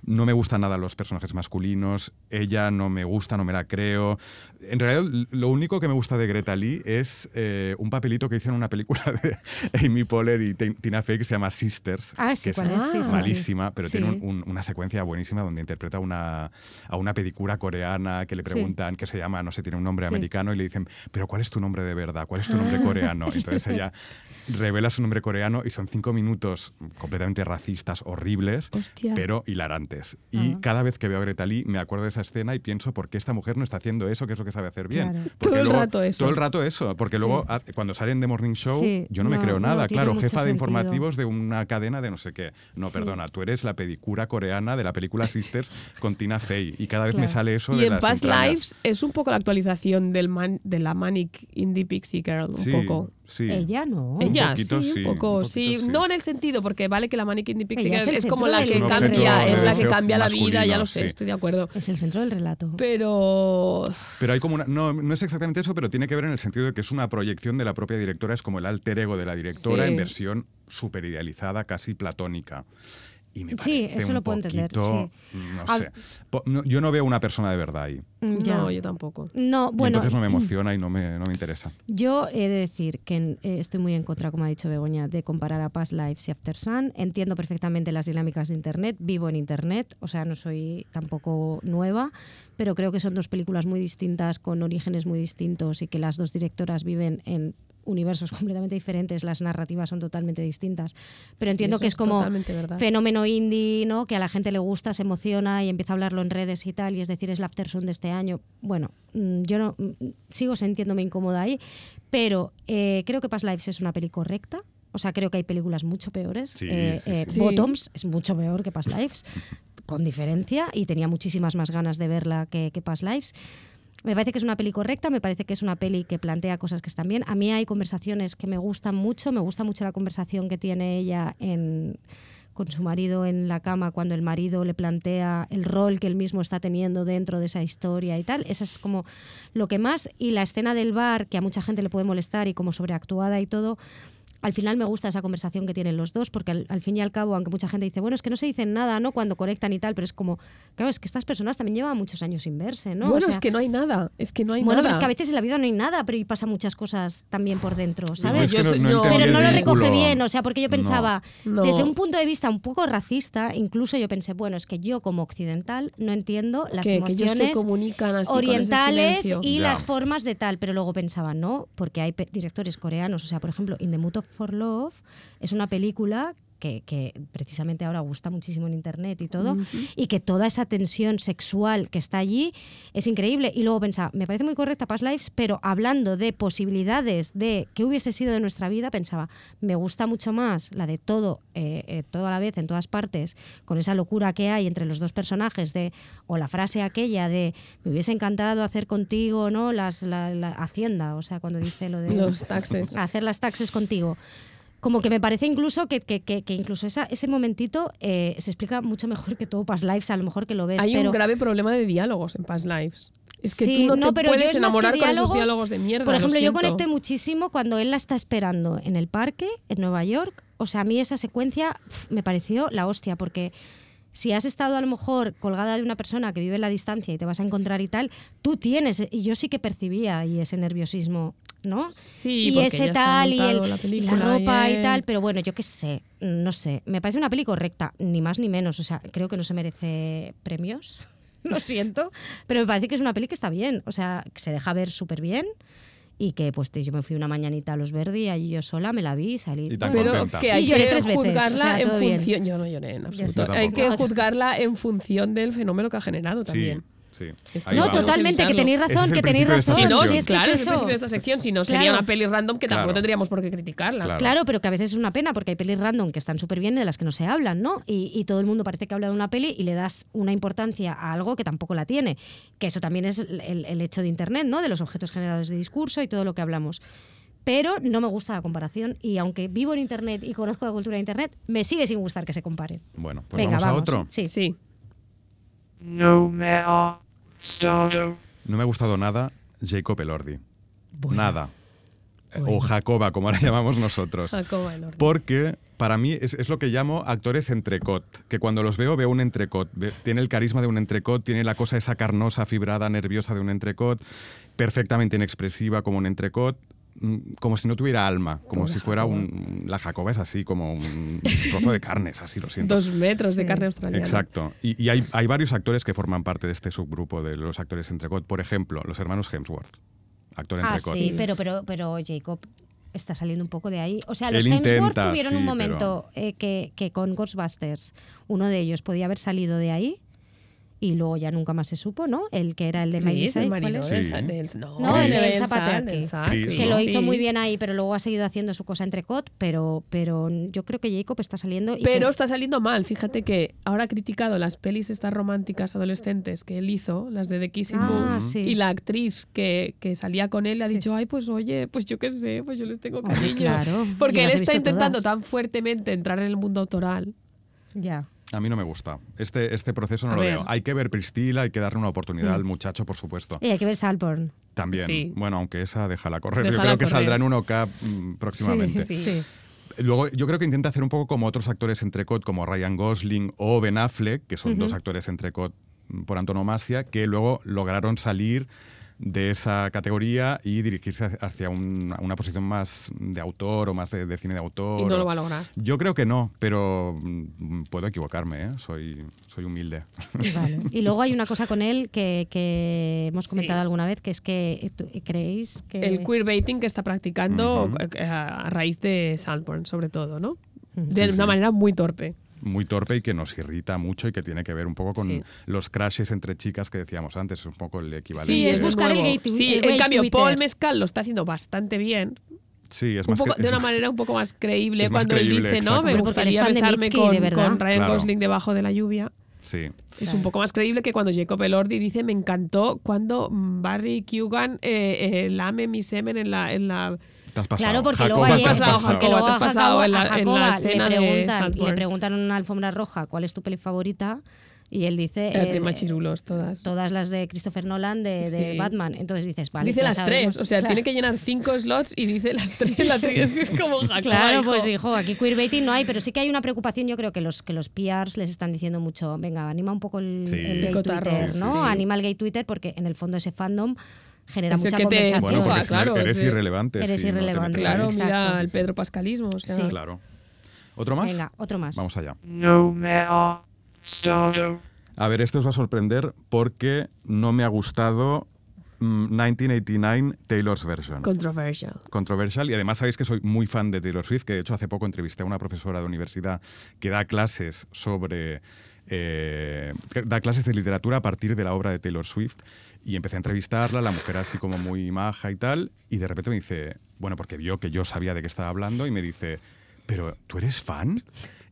H: No me gustan nada los personajes masculinos, ella no me gusta, no me la creo. En realidad, lo único que me gusta de Greta Lee es eh, un papelito que hizo en una película de Amy Poehler y Ti- Tina Fey que se llama Sisters,
D: Ah, sí,
H: que es
D: ¿cuál es? Sí, sí, sí.
H: malísima, pero
D: Sí.
H: tiene un- un- una secuencia buenísima donde interpreta a una, a una pedicura coreana que le preguntan qué se llama, no sé, tiene un nombre americano y le dicen, pero ¿cuál es tu nombre de verdad? ¿Cuál es tu
D: Ah.
H: nombre coreano? Entonces ella revela su nombre coreano y son cinco minutos completamente racistas, horribles,
C: Hostia.
H: pero hilarantes.
D: Ah.
H: Y cada vez que veo a Greta Lee me acuerdo de esa escena y pienso, ¿por qué esta mujer no está haciendo eso que es lo que sabe hacer bien?
D: Claro.
H: Porque
C: Todo el
H: luego-
C: rato eso.
H: Todo el rato eso, porque luego ah, cuando salen de Morning Show
D: Sí,
H: yo no, me
D: no,
H: creo
D: no
H: nada,
D: tiene
H: claro,
D: mucho
H: jefa de
D: sentido.
H: informativos de una cadena de no sé qué. No, perdona, tú eres la pedicura coreana de la película Sisters con Tina Fey y cada vez me
D: Claro.
H: sale eso
C: Y
H: de
C: en
H: las
C: Past
H: entrañas.
C: Lives es un poco la actualización del man- de la Manic Indie Pixie Girl, un
H: sí,
C: poco.
H: Sí.
D: Ella no.
C: Ella,
H: poquito
C: sí, un
H: sí,
C: poco,
H: un
C: sí.
H: poquito sí.
C: No en el sentido, porque vale que la Mannequin de Pixie
D: Ella es
C: Girl
D: el
C: es como
D: centro
C: la
D: del
C: que
D: mundo.
C: cambia,
D: Objeto
C: es la que
H: de
C: cambia la
H: deseo
C: vida, ya lo sé,
H: masculino, sí.
C: estoy de acuerdo.
D: Es el centro del relato.
C: Pero
H: Pero hay como una. No, no es exactamente eso, pero tiene que ver en el sentido de que es una proyección de la propia directora, es como el alter ego de la directora
C: Sí.
H: en versión superidealizada, casi platónica. Y me
D: Sí,
H: parece
D: eso
H: un
D: lo puedo entender,
H: poquito, No
D: Al-
H: sé. Po- no, yo no veo una persona de verdad ahí.
D: Mm, Ya.
C: No, yo tampoco.
D: No,
H: Y
D: bueno, mm,
H: entonces no me emociona y no me, no me interesa.
D: Yo he de decir que en- eh, estoy muy en contra, como ha dicho Begoña, de comparar a Past Lives y After Sun. Entiendo perfectamente las dinámicas de Internet, vivo en Internet, o sea, no soy tampoco nueva, pero creo que son dos películas muy distintas, con orígenes muy distintos y que las dos directoras viven en universos completamente diferentes, las narrativas son totalmente distintas, pero
C: Sí,
D: entiendo
C: eso
D: que es
C: es
D: como
C: totalmente verdad.
D: fenómeno indie, ¿no? Que a la gente le gusta, se emociona y empieza a hablarlo en redes y tal, y es decir, es la After Sun de este año. Bueno, mm, yo no mm, sigo sintiéndome incómoda ahí, pero eh, creo que Past Lives es una peli correcta. O sea, creo que hay películas mucho peores.
H: Sí,
D: Eh,
H: sí,
D: eh,
C: sí.
D: Bottoms es mucho peor que Past Lives, con diferencia, y tenía muchísimas más ganas de verla que, que Past Lives. Me parece que es una peli correcta, me parece que es una peli que plantea cosas que están bien. A mí hay conversaciones que me gustan mucho, me gusta mucho la conversación que tiene ella en- con su marido en la cama cuando el marido le plantea el rol que él mismo está teniendo dentro de esa historia y tal. Esa es como lo que más. Y la escena del bar, que a mucha gente le puede molestar y como sobreactuada y todo, al final me gusta esa conversación que tienen los dos, porque al, al fin y al cabo, aunque mucha gente dice, bueno, es que no se dicen nada, ¿no? Cuando conectan y tal, pero es como, claro, es que estas personas también llevan muchos años sin verse, ¿no? O
C: bueno,
D: sea,
C: es que no hay nada. Es que no hay
D: bueno,
C: nada.
D: pero es que a veces en la vida no hay nada, pero y pasa muchas cosas también por dentro,
H: Yo
D: ¿sabes?
H: es que
C: Yo
H: no-
C: sé-
H: no
C: yo-
H: entendí
D: pero
H: el
D: no lo recoge
H: vínculo.
D: bien, o sea, porque yo
H: No.
D: pensaba,
C: No.
D: desde un punto de vista un poco racista, incluso yo pensé, bueno, es que yo como occidental no entiendo las
C: Que- que ellos se
D: emociones
C: comunican así con ese
D: orientales
C: silencio.
D: y
H: Ya.
D: las formas de tal, pero luego pensaba, no, porque hay pe- directores coreanos, o sea, por ejemplo, In the Mood for Love es una película... Que, que precisamente ahora gusta muchísimo en internet y todo, y que toda esa tensión sexual que está allí es increíble. Y luego pensaba, me parece muy correcta Past Lives, pero hablando de posibilidades de qué hubiese sido de nuestra vida, pensaba, me gusta mucho más la de todo, eh, eh, toda la vez, en todas partes, con esa locura que hay entre los dos personajes, de, o la frase aquella de, me hubiese encantado hacer contigo, ¿no? Las, la, la hacienda, o sea, cuando dice lo de
C: Los taxes.
D: hacer las taxes contigo. Como que me parece incluso que, que- que- que incluso esa, ese momentito eh, se explica mucho mejor que todo Past Lives, a lo mejor que lo ves.
C: Hay
D: pero-
C: un grave problema de diálogos en Past Lives. Es que
D: Sí,
C: tú no, te
D: pero yo
C: puedes
D: es más que
C: enamorar con esos diálogos de mierda.
D: Por
C: lo
D: ejemplo, yo
C: siento.
D: conecté muchísimo cuando él la está esperando en el parque, en Nueva York. O sea, a mí esa secuencia pf, me pareció la hostia, porque si has estado a lo mejor colgada de una persona que vive en la distancia y te vas a encontrar y tal, tú tienes, y yo sí que percibía ahí ese nerviosismo, ¿no?
C: Sí,
D: y
C: porque
D: ese
C: ya se ha
D: tal, y, el-
C: montado la
D: y
C: película
D: la ropa y,
C: y el-
D: tal, pero bueno, yo qué sé, no sé. Me parece una peli correcta, ni más ni menos. O sea, creo que no se merece premios, lo siento, pero me parece que es una peli que está bien. O sea, que se deja ver súper bien y que pues te- yo me fui una mañanita a Los Verdi, allí yo sola me la vi, salí.
H: Y tan
D: bueno,
C: Pero
H: contenta.
C: que hay
D: Y lloré
C: que
D: tres veces, o sea,
C: juzgarla en
D: todo bien.
C: función. Yo no lloré en absoluto.
H: tampoco.
C: Hay que juzgarla en función del fenómeno que ha generado
H: Sí,
C: también.
H: sí.
C: Esto
H: Ahí
D: no,
H: vamos.
C: vamos.
D: totalmente, que tenéis
H: Ese es
D: razón,
H: el
D: que tenéis
H: principio de esta
D: razón.
C: Si no,
H: sección.
D: si es que
C: claro,
D: es
C: el
D: eso.
C: principio de esta sección. Si no, sería
D: Claro.
C: una peli random que tampoco
H: Claro.
C: tendríamos por qué criticarla.
H: Claro.
D: Claro, pero que a veces es una pena porque hay pelis random que están súper bien y de las que no se hablan, ¿no? Y, y todo el mundo parece que habla de una peli y le das una importancia a algo que tampoco la tiene. Que eso también es el, el- el hecho de Internet, ¿no? De los objetos generadores de discurso y todo lo que hablamos. Pero no me gusta la comparación y aunque vivo en Internet y conozco la cultura de Internet, me sigue sin gustar que se comparen.
H: Bueno, pues
D: Venga,
H: vamos, a otro.
D: Sí.
C: Sí.
I: No me ha gustado.
H: No me ha gustado nada Jacob Elordi. Nada. Eh, O Jacoba, como ahora llamamos nosotros.
C: Jacoba Elordi.
H: Porque para mí es, es lo que llamo actores entrecot. Que cuando los veo, veo un entrecot. Ve- Tiene el carisma de un entrecot, tiene la cosa esa carnosa, fibrada, nerviosa de un entrecot, perfectamente inexpresiva como un entrecot. mm, Como si no tuviera alma, como si fuera un. La Jacoba es así, como un trozo de carnes, así lo siento.
C: Dos metros de
D: Sí.
C: carne australiana.
H: Exacto. Y, y hay, hay varios actores que forman parte de este subgrupo de los actores entrecot. Por ejemplo, los hermanos Hemsworth, actor
D: Ah,
H: entrecot.
D: sí, pero, pero, pero Jacob está saliendo un poco de ahí. O sea,
H: Él
D: los Hemsworth
H: intenta,
D: tuvieron
H: sí,
D: un momento eh, que, que con Ghostbusters uno de ellos podía haber salido de ahí y luego ya nunca más se supo, ¿no? El que era el de
C: Sí,
D: Miley
C: es el
D: Cyrus,
C: marido ¿eh?
D: ¿cuál es?
C: del
H: Sí.
C: Sa- del- no,
D: No,
H: el
C: del
H: del
C: Sal,
D: Zapateaki.
C: del Sal,
H: Chris,
D: Que
H: ¿no?
D: lo
C: sí.
D: hizo muy bien ahí, pero luego ha seguido haciendo su cosa entre cot, pero, pero yo creo que Jacob está saliendo. Y
C: Pero
D: que-
C: está saliendo mal. Fíjate que ahora ha criticado las pelis estas románticas adolescentes que él hizo, las de The Kissing
D: Ah,
C: Booth,
D: sí.
C: y la actriz que, que salía con él le ha dicho, ay, pues oye, pues yo qué sé, pues yo les tengo
D: Hombre,
C: cariño.
D: claro. Yo
C: Porque él
D: las he
C: está
D: visto
C: intentando
D: todas.
C: tan fuertemente entrar en el mundo autoral.
D: Ya.
H: A mí no me gusta. Este, este proceso no
C: A
H: lo
C: ver.
H: veo. Hay que ver Priscila, hay que darle una oportunidad al muchacho, por supuesto.
D: Y hay que ver Salborn.
H: También.
C: Sí.
H: Bueno, aunque esa déjala correr. Yo
C: Déjala
H: creo que
C: correr.
H: saldrá en un OK mm, próximamente.
D: Sí.
H: Luego, yo creo que intenta hacer un poco como otros actores entrecot, como Ryan Gosling o Ben Affleck, que son dos actores entrecot por antonomasia, que luego lograron salir de esa categoría y dirigirse hacia- hacia un- una posición más de autor o más de, de cine de autor.
C: Y no
H: o-
C: lo va a lograr.
H: Yo creo que no, pero mm, puedo equivocarme, ¿eh? soy, soy humilde.
D: Y luego hay una cosa con él que, que hemos comentado alguna vez, que es que eh, tú- creéis que...
C: El queerbaiting que está practicando
H: Ujú.
C: eh, a a raíz de Saltburn, sobre todo, ¿no? De
H: Sí,
C: una
H: sí.
C: manera muy torpe.
H: muy torpe y que nos irrita mucho y que tiene que ver un poco con
C: Sí.
H: los crashes entre chicas que decíamos antes, es un poco el equivalente.
D: Sí, es
C: de
D: buscar el
C: nuevo.
D: gay twi-
C: Sí,
D: el
C: en
D: gay
C: cambio,
D: Twitter.
C: Paul Mezcal lo está haciendo bastante bien.
H: Sí, es
C: un
H: más
C: poco,
H: que-
C: de
H: es
C: una
H: más-
C: manera un poco más creíble
H: Es más
C: cuando
H: creíble,
C: él dice, ¿no?
H: exacto.
C: Me
D: Hombre, porque él es
C: gustaría
D: fan de
C: besarme
D: Mitski,
C: con,
D: de verdad.
C: con Ryan
H: Claro.
C: Gosling debajo de la lluvia.
H: Sí.
C: Es un poco más creíble que cuando Jacob Elordi dice, me encantó cuando mm, Barry Kugan eh, eh, lame mi semen en la... En la
H: Te has pasado.
D: Claro, porque
H: Jacoba,
D: luego
H: te
D: ayer,
H: has
C: pasado,
H: pasado.
D: porque luego
C: Jacoba,
D: a
C: te has pasado
D: Jacoba,
C: en la-
D: a
C: en la
D: Jacoba
C: escena de
D: le preguntan, le
C: Saltburn.
D: preguntan en una alfombra roja cuál es tu peli favorita y él dice
C: eh,
D: eh,
C: tema chirulos todas.
D: todas las de Christopher Nolan de, de
C: Sí.
D: Batman. Entonces dices, vale,
C: dice
D: ya
C: las
D: sabremos.
C: tres, o sea,
D: Claro.
C: tiene que llenar cinco slots y dice las tres, la tri- es que es como Jacoba,
D: Claro,
C: hijo.
D: pues hijo, aquí queerbaiting no hay, pero sí que hay una preocupación. Yo creo que los que los PRs les están diciendo mucho, venga, anima un poco el,
H: Sí.
D: el gay
C: Cotarro.
D: Twitter,
H: Sí, sí,
D: ¿no?
H: sí.
D: Anima el gay Twitter porque en el fondo ese fandom genera
C: Es el
D: mucha
C: que te
D: conversación.
H: Bueno, porque
C: Jacoba,
H: si
C: claro,
H: eres
C: sí.
H: irrelevante.
D: Eres
H: si no te
D: irrelevante,
H: metes
C: Claro,
H: ahí.
C: mira
D: Exacto.
C: el Pedro Pascalismo. o sea,
D: Sí.
H: Claro. ¿Otro más?
D: Venga, otro más.
H: Vamos allá.
I: No mea solo
H: A ver, este os va a sorprender porque no me ha gustado mm, 1989 Taylor's Version.
C: Controversial.
H: controversial y además sabéis que soy muy fan de Taylor Swift, que de hecho hace poco entrevisté a una profesora de universidad que da clases sobre... eh, que da clases de literatura a partir de la obra de Taylor Swift y empecé a entrevistarla, la mujer así como muy maja y tal, y de repente me dice, bueno, porque vio que yo sabía de qué estaba hablando y me dice, pero ¿tú eres fan?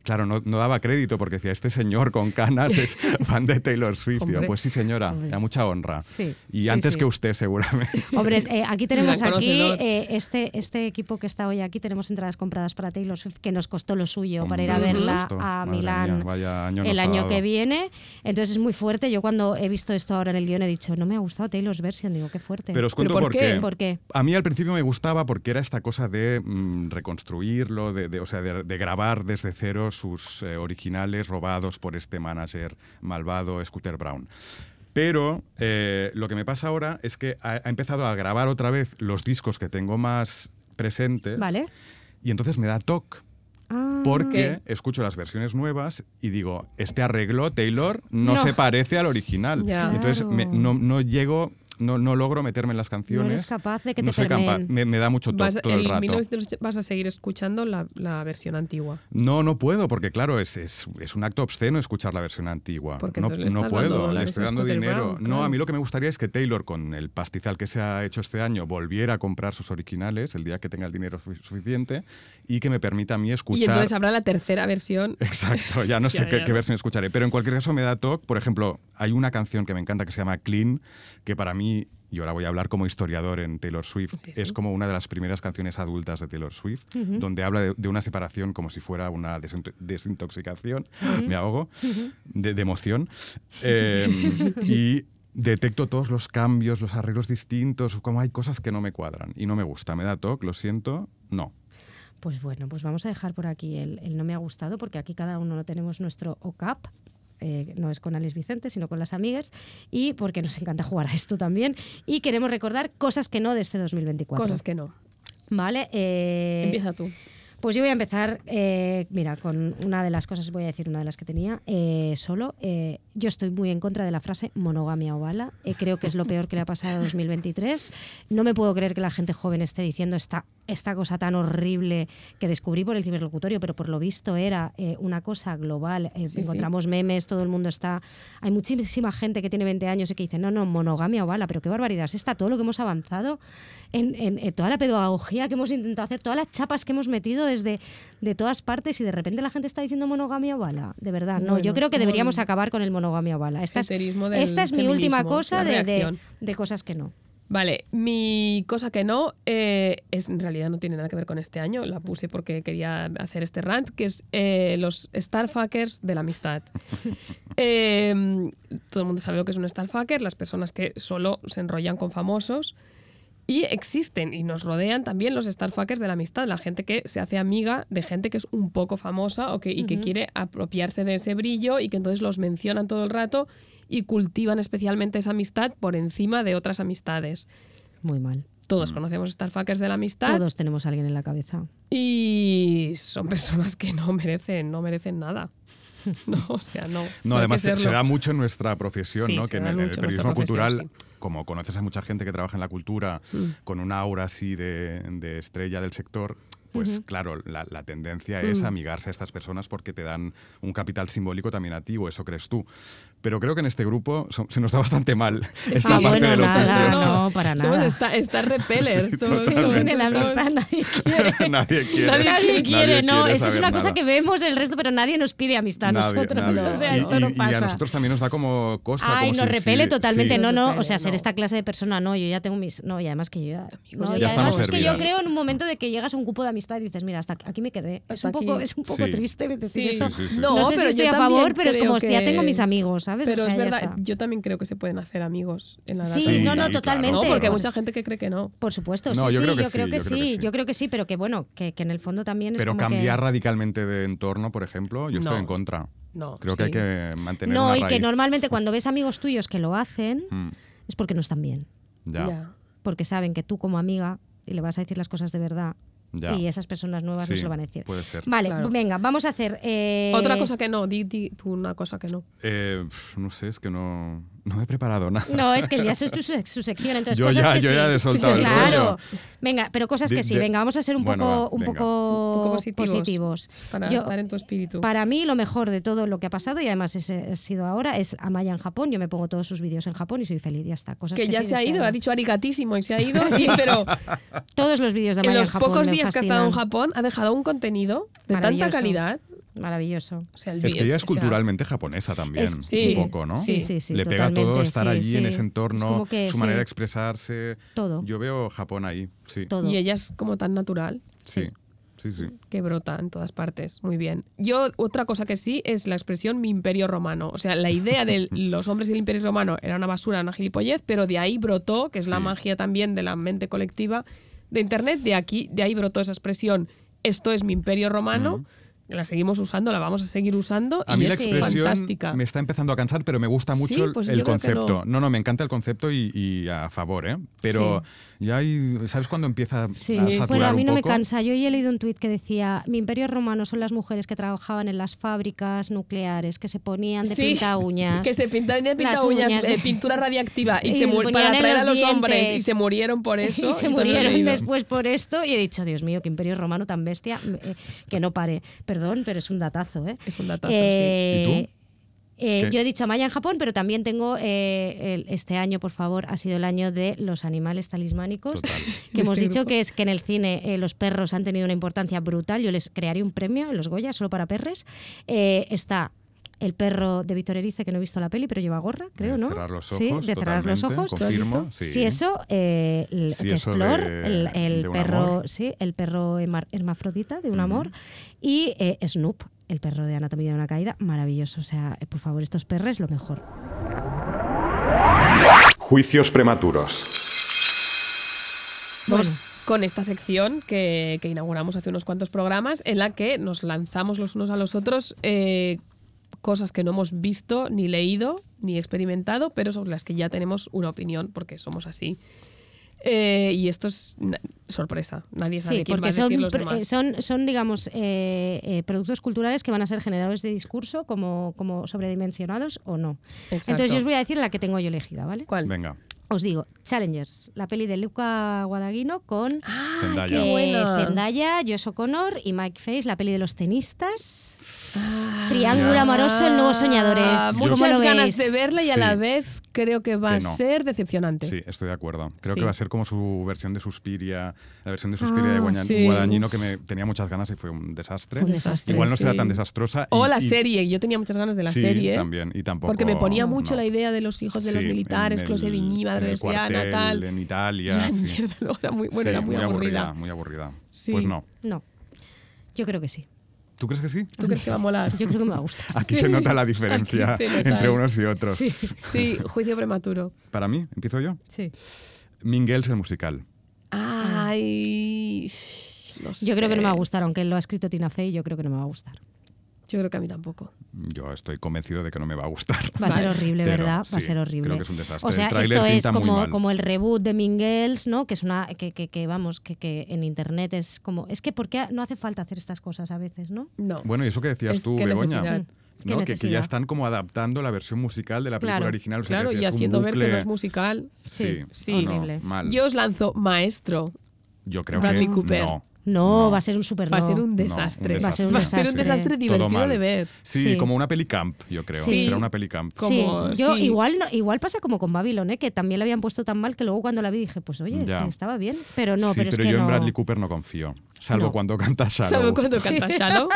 H: Claro, no, no daba crédito porque decía, este señor con canas es fan de Taylor Swift. Digo,
C: Hombre.
H: pues sí, señora, a mucha honra.
D: Sí,
H: y
D: sí,
H: antes
D: sí.
H: que usted, seguramente.
D: Hombre, eh, aquí tenemos
C: Gran
D: aquí
C: conocedor.
D: eh, este, este equipo que está hoy aquí, tenemos entradas compradas para Taylor Swift, que nos costó lo suyo para ir a
H: Hombre, nos
D: verla
H: costó.
D: a
H: Madre
D: Milán
H: mía, vaya año nos
D: el
H: ha
D: año
H: dado.
D: que viene. Entonces es muy fuerte. Yo cuando he visto esto ahora en el guión he dicho, no me ha gustado Taylor's version, digo, qué fuerte.
H: Pero os
C: ¿Pero
H: cuento
C: por
H: por,
C: qué?
H: qué?
D: ¿Por qué?
H: A mí al principio me gustaba porque era esta cosa de mm, reconstruirlo, de, de- o sea, de, de grabar desde cero sus eh, originales robados por este manager malvado, Scooter Brown. Pero eh, lo que me pasa ahora es que ha, ha empezado a grabar otra vez los discos que tengo más presentes.
D: Vale.
H: Y entonces me da
C: Mm,
H: toc. Ah. Porque escucho las versiones nuevas y digo, este arreglo, Taylor, no,
D: No.
H: se parece al original.
C: Ya.
H: Y Entonces me-
D: Claro.
H: no, no llego, no, no logro meterme en las canciones.
D: eres capaz de que
H: No
D: te
H: soy capaz,
D: permeen.
H: me, me da mucho to-
C: Vas,
H: todo el
C: el
H: rato.
C: 1980 vas a seguir escuchando la, la versión antigua.
H: No, no puedo, porque claro, es, es, es un acto obsceno escuchar la versión antigua.
C: Porque
H: no
C: entonces le
H: no
C: estás dando
H: puedo, le
C: dólares
H: estoy
C: a
H: dando
C: Scooter
H: dinero.
C: Brown,
H: No,
C: claro.
H: a mí lo que me gustaría es que Taylor, con el pastizal que se ha hecho este año, volviera a comprar sus originales el día que tenga el dinero su- suficiente y que me permita a mí escuchar.
C: Y entonces habrá la tercera versión.
H: Exacto, ya no
C: Hostia,
H: sé qué,
C: ya.
H: qué versión escucharé, pero en cualquier caso me da toque. Por ejemplo, hay una canción que me encanta que se llama Clean, que para mí, y ahora voy a hablar como historiador en Taylor Swift,
C: Sí, sí.
H: es como una de las primeras canciones adultas de Taylor Swift, donde habla de, de una separación como si fuera una desinto- desintoxicación, me ahogo, de, de emoción. Eh, y detecto todos los cambios, los arreglos distintos, como hay cosas que no me cuadran y no me gusta. Me da toque, lo siento, no.
D: Pues bueno, pues vamos a dejar por aquí el, el no me ha gustado, porque aquí cada uno lo tenemos nuestro OCAP. eh, no es con Alex Vicente, sino con las amigas, y porque nos encanta jugar a esto también. Y queremos recordar cosas que no de este 2024.
C: Cosas que no.
D: Vale, eh,
C: Empieza tú.
D: Pues yo voy a empezar, eh, mira, con una de las cosas, voy a decir una de las que tenía eh, solo. Eh, yo estoy muy en contra de la frase monogamia o bala. Eh, creo que es lo peor que le ha pasado a 2023. No me puedo creer que la gente joven esté diciendo esta, esta cosa tan horrible que descubrí por el ciberlocutorio, pero por lo visto era eh, una cosa global.
C: Sí,
D: Eh,
C: sí.
D: encontramos memes, todo el mundo está... Hay muchísima gente que tiene 20 años y que dice, no, no, monogamia o bala, pero qué barbaridad es esta, todo lo que hemos avanzado en, en- en toda la pedagogía que hemos intentado hacer, todas las chapas que hemos metido desde de todas partes y de repente la gente está diciendo monogamia o bala. De verdad, no, yo
C: Bueno,
D: creo que deberíamos
C: bueno.
D: acabar con el monogamia o bala. Esta es,
C: Heterismo del
D: esta es mi última
C: feminismo,
D: cosa
C: la
D: de, de-
C: reacción.
D: de cosas que no.
C: Vale, mi cosa que no, eh, es, en realidad no tiene nada que ver con este año, la puse porque quería hacer este rant, que es eh, los Starfuckers de la amistad. Eh, todo el mundo sabe lo que es un Starfucker, las personas que solo se enrollan con famosos. Y existen y nos rodean también los starfuckers de la amistad, la gente que se hace amiga de gente que es un poco famosa o que, y que quiere apropiarse de ese brillo y que entonces los mencionan todo el rato y cultivan especialmente esa amistad por encima de otras amistades.
D: Muy mal.
H: Mm.
C: Todos conocemos starfuckers de la amistad
D: Todos tenemos a alguien en la cabeza.
C: y son personas que no merecen, no merecen nada. No, o sea, no.
H: No,
C: hay que
H: además se, se
C: serlo.
H: da mucho en nuestra profesión,
C: Sí,
H: ¿no?
C: se
H: Que en
C: da
H: el, en el
C: mucho en
H: periodismo
C: nuestra
H: cultural,
C: profesión,
H: como conoces a mucha gente que trabaja en la cultura
D: Mm.
H: con un aura así de, de estrella del sector, pues claro, la, la tendencia
D: Mm.
H: es amigarse a estas personas porque te dan un capital simbólico también a ti, o eso crees tú. Pero creo que en este grupo so- se nos da bastante mal esta parte
D: bueno,
H: de los
D: nada,
H: terceros.
D: no, para
C: Somos
D: nada.
C: esta- Star repellers.
H: Sí,
C: todos.
H: totalmente.
D: En el amistad nadie quiere.
H: nadie quiere.
D: Nadie quiere, no. Eso es
H: saber
D: una cosa
H: nada.
D: que vemos el resto, pero nadie nos pide amistad a
H: Nadie,
D: nosotros.
H: nadie.
D: O sea,
H: Y-
D: esto
H: y-
D: no
H: y
D: pasa.
H: a nosotros también nos da como cosa.
D: Ay,
H: como
D: nos
H: si-
D: repele
H: si-
D: totalmente.
H: sí.
D: No, no,
C: repele,
D: o sea, ser
C: no.
D: esta clase de persona, no, yo ya tengo mis. No, y además que yo ya. no,
C: ya
D: y
H: estamos
D: además es que yo
H: servidas.
D: creo en un momento de que llegas a un cupo de amistad y dices, mira, hasta aquí me quedé. Es
C: Hasta
D: un poco,
C: aquí.
D: es un poco
H: Sí.
D: triste decir
C: Sí.
D: esto.
H: Sí, sí, sí.
D: No,
C: No,
D: sé si
C: pero
D: estoy
C: yo
D: a favor,
C: también
D: pero es como,
C: creo
D: hostia,
C: que-
D: tengo mis amigos, ¿sabes?
C: Pero
D: O sea,
C: es
D: ya
C: verdad,
D: está.
C: yo también creo que se pueden hacer amigos en la edad
D: Sí,
H: Sí,
C: adulta.
D: no, no,
H: claro.
D: totalmente.
C: No, porque hay
H: claro.
C: mucha gente que cree que no.
D: Por supuesto,
H: No,
D: sí,
H: yo
D: sí,
H: creo que
D: yo creo que
H: sí, yo creo que
D: sí,
H: sí.
D: yo creo que sí, pero que bueno, que, que en el fondo también es
H: Pero
D: como que-
H: cambiar radicalmente de entorno, por ejemplo, yo estoy
C: No.
H: en contra.
C: No,
H: Creo que hay que mantener
D: No,
H: una
D: y que
H: raíz.
D: normalmente cuando ves amigos tuyos que lo hacen
H: Mm,
D: es porque no están bien,
H: ya.
C: Ya.
D: porque saben que tú como amiga le vas a decir las cosas de verdad
H: Ya.
D: y esas personas nuevas no
H: Sí,
D: se lo van a decir.
H: puede ser.
D: Vale,
C: Claro.
D: venga, vamos a hacer eh,
C: Otra cosa que no, di, di tú una cosa que no.
H: Eh, pf, no sé, es que no, no me he preparado nada.
D: No, es que ya eso es tu, sec- su sección, entonces
H: Yo
D: cosas
H: ya-
D: que
H: yo
D: sí.
H: ya he soltado el
D: claro.
H: rollo.
D: Venga, pero cosas
H: De-
D: que sí.
H: de-
D: Venga, vamos a ser un
H: Bueno,
D: poco,
H: va,
D: un
H: venga.
D: poco,
C: Un poco positivos.
D: positivos.
C: Para
D: Yo-
C: estar en tu espíritu.
D: Para mí, lo mejor de todo lo que ha pasado, y además es- ha sido ahora, es Amaya en Japón. Yo me pongo todos sus vídeos en Japón y soy feliz, ya está. Cosas
C: que
D: que,
C: ya
D: sí
C: se ha ido,
D: deseaba.
C: ha dicho arigatísimo y se ha ido, sí, pero
D: Todos los vídeos de
C: en
D: Amaya en,
C: los
D: Japón.
C: pocos
D: me
C: días que ha estado en
D: fascinan.
C: Japón ha dejado un contenido de tanta
D: Maravilloso.
C: calidad.
D: Maravilloso.
C: O sea, el
H: Es que
C: vídeo-
H: ella es
C: o sea,
H: culturalmente japonesa también,
D: Es-
C: sí,
H: un poco, ¿no?
D: sí, sí, sí,
H: Le pega todo
D: totalmente,
H: estar
D: sí,
H: allí en
D: sí.
H: ese
D: Es como
H: entorno,
D: que
H: su
D: sí.
H: manera de expresarse.
D: Todo.
H: Yo veo Japón ahí, sí.
D: Todo.
C: Y ella es como tan natural.
H: Sí, sí, sí.
C: que brota en todas partes. Muy bien. Yo, otra cosa que sí es la expresión mi imperio romano. O sea, la idea de los hombres y el imperio romano era una basura, una gilipollez, pero de ahí brotó, que es la
H: Sí.
C: magia también de la mente colectiva de Internet, de aquí, de ahí brotó esa expresión, esto es mi imperio romano. La seguimos usando, la vamos a seguir usando.
H: A
C: y
H: mí la
C: es
H: expresión
C: fantástica.
H: me está empezando a cansar, pero me gusta mucho
C: Sí,
H: el-
C: pues
H: el
C: yo creo que
H: concepto.
C: no.
H: no. no, me encanta el concepto y, y a favor, ¿eh? Pero ya hay, ¿sabes cuándo empieza
D: Sí.
H: a saturar
D: Bueno, a mí
H: un
D: no me
H: poco?
D: cansa. Yo ya he leído un tuit que decía, mi imperio romano son las mujeres que trabajaban en las fábricas nucleares, que se ponían de
C: Sí,
D: pinta uñas.
C: Que se pintaban de pinta
D: Las
C: uñas,
D: uñas.
C: eh, pintura radiactiva, y,
D: Y
C: se
D: le
C: mu-
D: ponían
C: para
D: en
C: atraer a
D: los
C: los hombres, y
D: dientes.
C: se murieron por eso.
D: y se
C: entonces lo he
D: murieron
C: leído.
D: después por esto y he dicho, Dios mío, qué imperio romano tan bestia, eh, que no pare. Perdón, pero es un datazo, ¿eh?
C: Es un datazo,
H: sí. ¿Y tú?
D: eh,
H: ¿Qué?
D: yo he dicho Amaya en Japón, pero también tengo eh, el- este año, por favor, ha sido el año de los animales talismánicos,
H: Total.
D: que hemos
C: Este
D: dicho
C: grupo.
D: que es que en el cine eh, los perros han tenido una importancia brutal. Yo les crearía un premio en los Goya solo para perres. Eh, está el perro de Víctor Erice, que no he visto la peli, pero lleva gorra, creo, ¿no?
H: cerrar los
D: Sí,
H: ojos,
D: de cerrar los
H: totalmente,
D: ojos.
H: confirmo,
D: Si
H: sí.
D: eso, eh, el-
H: Sí,
D: que es
H: eso
D: Flor,
H: de-
D: el, el
H: de un
D: perro,
H: amor.
D: sí, el perro hema- hermafrodita de un amor, y eh, Snoop, el perro de Anatomía de una caída, maravilloso. O sea, eh, por favor, estos perres, lo mejor.
J: Juicios prematuros.
C: Vamos
D: Bueno.
C: con esta sección que, que inauguramos hace unos cuantos programas, en la que nos lanzamos los unos a los otros eh, cosas que no hemos visto, ni leído, ni experimentado, pero sobre las que ya tenemos una opinión, porque somos así. Eh, y esto es na- sorpresa. Nadie sabe
D: Sí,
C: quién va
D: porque
C: a decir
D: son,
C: los
D: pr-
C: demás.
D: eh, son, son, digamos, eh, eh, productos culturales que van a ser generadores de discurso como, como sobredimensionados o no.
C: Exacto.
D: Entonces yo os voy a decir la que tengo yo elegida, ¿vale?
C: ¿Cuál?
H: Venga,
D: Os digo, Challengers, la peli de Luca Guadagnino con
C: Ah,
H: Zendaya.
D: eh,
C: buena.
D: Zendaya, Josh O'Connor y Mike Face, la peli de los tenistas. Triángulo amoroso, el nuevo soñadores.
C: Ah,
D: ¿Cómo
C: muchas
D: lo
C: ganas
D: veis?
C: de verla y a
H: Sí.
C: la vez creo que va
H: Que no.
C: a ser decepcionante.
H: Sí, estoy de acuerdo. Creo
C: Sí. Ah,
H: que va a ser como su versión de Suspiria, la versión de Suspiria de Guaña-
C: sí.
H: Guadagnino que me tenía muchas ganas y fue un desastre.
D: Fue un desastre,
H: Igual no será
C: sí.
H: tan desastrosa. y-
C: O la
H: y-
C: serie, yo tenía muchas ganas de la
H: sí,
C: serie.
H: también, y tampoco-
C: Porque me ponía mucho
H: no.
C: la idea de los hijos de los
H: Sí,
C: militares,
H: en
C: Close
H: el-
C: Vigny,
H: en
C: Madre
H: el
C: Lesbiana,
H: cuartel,
C: tal.
H: En
C: Era
H: Italia. sí.
C: mierda, luego era muy, bueno,
H: Sí,
C: era muy, aburrida.
H: Muy aburrida.
C: Sí.
H: Pues no.
D: No, yo creo que sí.
H: ¿Tú crees que sí?
C: ¿Tú crees que va a molar?
D: Yo creo que me va a gustar.
H: Aquí
C: Sí.
H: se nota la diferencia
C: Aquí se nota.
H: entre unos y otros.
D: Sí,
C: Sí, juicio prematuro.
H: Para mí, empiezo yo.
D: sí.
H: Mingles el musical. Ah.
C: Ay. no
D: Yo creo que no me va a
C: sé.
D: gustar, aunque lo ha escrito Tina Fey, yo creo que no me va a gustar.
C: Yo creo que a mí tampoco.
H: Yo estoy convencido de que no me va a gustar.
D: Va a ser horrible,
H: Cero.
D: ¿verdad? Va a
H: Sí,
D: ser horrible.
H: Creo que es un desastre.
D: O sea,
H: El tráiler
D: esto es
H: pinta muy
D: como,
H: mal.
D: como el reboot de Mean Girls, ¿no? Que es una que, que, que, vamos, que, que en internet es como es que porque no hace falta hacer estas cosas a veces, ¿no?
C: No.
H: Bueno, y eso que decías
C: Es
H: tú,
C: que
H: Begoña.
C: necesidad.
H: ¿no?
D: Qué
H: Que- que,
D: necesidad.
H: ya están como adaptando la versión musical de la película
D: Claro.
H: original. O sea,
C: claro,
H: que
C: y
H: es un
C: haciendo ver que no
H: bucle-
C: es musical.
H: Sí,
C: sí.
H: no,
D: Horrible.
H: mal.
C: Yo os lanzo Maestro.
H: Yo creo
C: Bradley
H: que
C: Cooper.
H: no.
D: No, va a ser un super
C: Va a
D: no.
C: ser un
H: No,
C: desastre.
H: un
D: Va a ser un
C: Va a ser un
D: desastre.
C: desastre
H: Todo
C: divertido
H: mal.
C: de ver.
H: Sí,
D: Sí.
H: como una peli camp, yo creo.
D: Sí.
H: Será una peli camp.
C: Como-
D: sí, yo
C: sí.
D: igual no- igual pasa como con Babylon, ¿eh? que también la habían puesto tan mal que luego cuando la vi dije, pues oye,
H: Ya.
D: este estaba bien, pero no,
H: sí,
D: pero,
H: pero,
D: es que
H: yo
D: no.
H: en Bradley Cooper no confío. Salvo
D: No.
H: cuando canta Shallow.
C: ¿Sabes cuando canta Shallow?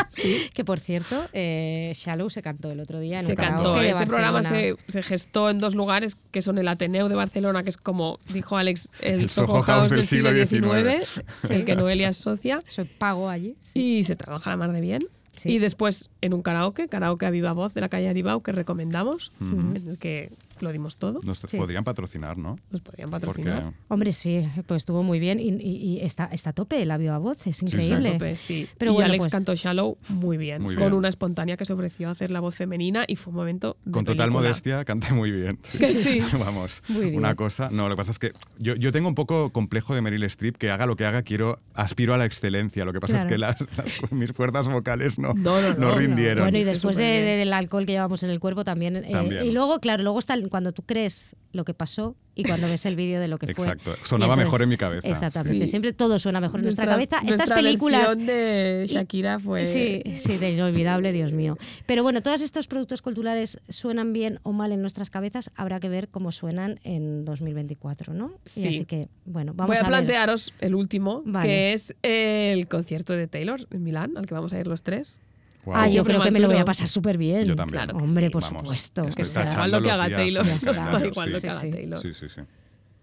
D: Que por cierto, eh, Shallow se cantó el otro día en
C: Se
D: un karaoke
C: cantó.
D: de
C: Este programa
D: Barcelona.
C: se, se gestó en dos lugares, que son el Ateneo de Barcelona, que es como dijo Alex, el,
H: El
C: Soho House del siglo XIX,
H: XIX.
C: el que Noelia asocia.
D: Soy pago allí. sí.
C: Y se trabaja la mar de bien.
D: Sí.
C: Y después en un karaoke, karaoke a viva voz de la calle Aribau, que recomendamos, en el que lo dimos todo.
H: Nos
D: Sí.
H: podrían patrocinar, ¿no?
C: Nos podrían
H: Porque
C: patrocinar.
D: Hombre, sí, pues estuvo muy bien y, y- y está, está a tope la viva voz, es
H: sí,
D: increíble.
C: A tope, sí.
D: Pero
C: y
D: bueno,
C: Alex
D: pues-
C: cantó Shallow muy bien,
H: Muy
C: con
H: bien.
C: una espontánea que se ofreció a hacer la voz femenina y fue un momento. de
H: con total
C: película.
H: modestia canté muy bien.
C: Que sí.
H: Vamos,
D: Muy bien.
H: una cosa. No, lo que pasa es que yo, yo tengo un poco complejo de Meryl Streep, que haga lo que haga, quiero, aspiro a la excelencia. Lo que
D: Claro.
H: pasa es que las- las- mis cuerdas vocales no,
C: No, no, no.
H: rindieron.
D: Bueno, y
C: Está
D: después de-
C: superbién.
D: de- del alcohol que llevamos en el cuerpo también. eh,
H: También.
D: y luego, claro, luego está el- cuando tú crees lo que pasó y cuando ves el vídeo de lo que fue.
H: Exacto.
D: Y
H: Sonaba mejor en mi cabeza.
D: Exactamente,
C: Sí.
D: siempre todo suena mejor en nuestra, cabeza. Estas películas...
C: versión de Shakira fue.
D: Sí, sí, de inolvidable, Dios mío. Pero bueno, todos estos productos culturales suenan bien o mal en nuestras cabezas, habrá que ver cómo suenan en 2024, ¿no? Y
C: Sí.
D: así que, bueno, vamos
C: Voy a,
D: ver.
C: plantearos el último,
D: Vale.
C: que es eh, el concierto de Taylor en Milán, al que vamos a ir los tres.
H: Guau.
D: Ah, yo
C: Qué
D: creo que me lo voy a
C: prematuro.
D: pasar súper bien.
H: Yo también. Claro
C: que
D: Hombre,
C: sí.
D: por
H: Vamos,
D: supuesto.
H: es que
D: O
C: Que
D: sea,
C: da igual
H: tachando
C: lo que
H: los
C: haga
H: días
C: Taylor.
H: en
C: nos da
H: calendario,
C: igual lo que
H: sí.
C: haga
D: Sí, sí.
C: Taylor.
H: Sí, sí, sí.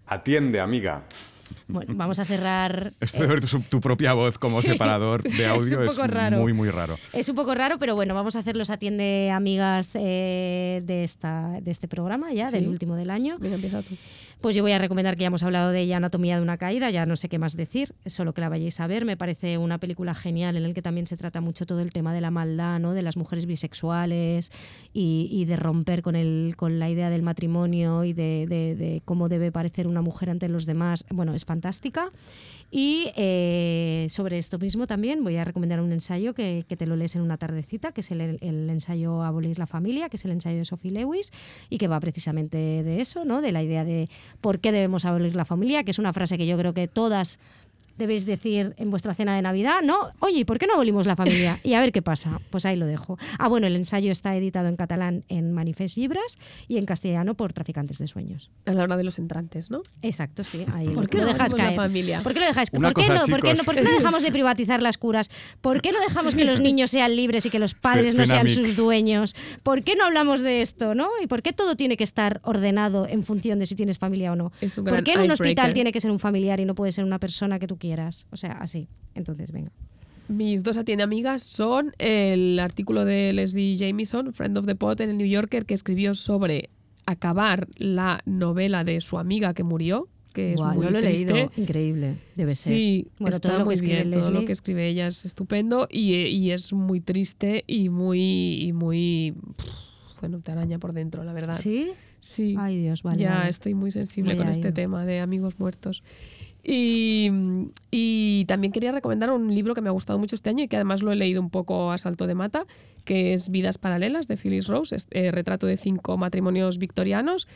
J: Atiende, amiga.
D: Bueno, vamos a cerrar.
H: Esto de ver tu, tu propia voz como
D: Sí.
H: separador de
D: Es
H: audio
D: un
H: es,
D: poco raro.
H: muy, muy raro.
D: Es un poco raro, pero bueno, vamos a hacer los atiende amigas eh, de, esta, de este programa ya, del
C: Sí.
D: último del año.
C: Venga, empieza tú.
D: Pues yo voy a recomendar que ya hemos hablado de ella, Anatomía de una caída, ya no sé qué más decir, solo que la vayáis a ver. Me parece una película genial en la que también se trata mucho todo el tema de la maldad, ¿no? de las mujeres bisexuales y, y de romper con, el, con la idea del matrimonio y de, de- de cómo debe parecer una mujer ante los demás. Bueno, es fantástica. Y eh, sobre esto mismo también voy a recomendar un ensayo que, que te lo lees en una tardecita, que es el, el ensayo Abolir la familia, que es el ensayo de Sophie Lewis y que va precisamente de eso, ¿no? De la idea de por qué debemos abolir la familia, que es una frase que yo creo que todas debéis decir en vuestra cena de Navidad, ¿no? Oye, ¿y por qué no abolimos la familia? Y a ver qué pasa. Pues ahí lo dejo. Ah, bueno, el ensayo está editado en catalán en Manifest Libras y en castellano por Traficantes de Sueños.
C: A la hora de los entrantes, ¿no?
D: Exacto, sí. Ahí
C: ¿Por
D: lo-
C: qué
D: lo
C: no
D: dejas
C: abrimos la
D: caer.
C: familia?
D: ¿Por qué lo dejas?
H: Una
D: ¿Por qué,
H: cosa,
D: no? ¿Por, qué no?
H: chicos.
D: ¿Por qué no dejamos de privatizar las curas? ¿Por qué no dejamos que los niños sean libres y que los padres no sean
H: Cenamix.
D: sus dueños? ¿Por qué no hablamos de esto, no? ¿Y por qué todo tiene que estar ordenado en función de si tienes familia o no?
C: Es un
D: ¿Por
C: gran
D: qué en un hospital
C: icebreaker.
D: tiene que ser un familiar y no puede ser una persona que tú quieras? O sea, así. Entonces, venga.
C: Mis dos atiende amigas son el artículo de Leslie Jamieson, Friend of the Pot, en el New Yorker, que escribió sobre acabar la novela de su amiga que murió, que es muy triste.
D: Increíble. Debe ser.
C: Sí,
D: Bueno,
C: está
D: todo lo que
C: muy
D: escribe
C: bien, todo lo
D: Leslie.
C: que escribe ella es estupendo y, eh, y es muy triste y muy, y muy, pff, bueno, te araña por dentro, la verdad.
D: ¿Sí?
C: Sí.
D: Ay, Dios, vale.
C: Ya
D: vale.
C: estoy muy sensible
D: Ay,
C: con
D: ay,
C: este
D: ay.
C: tema de amigos muertos. Y, y también quería recomendar un libro que me ha gustado mucho este año y que además lo he leído un poco a salto de mata, que es Vidas Paralelas de Phyllis Rose, es, eh, retrato de cinco matrimonios victorianos.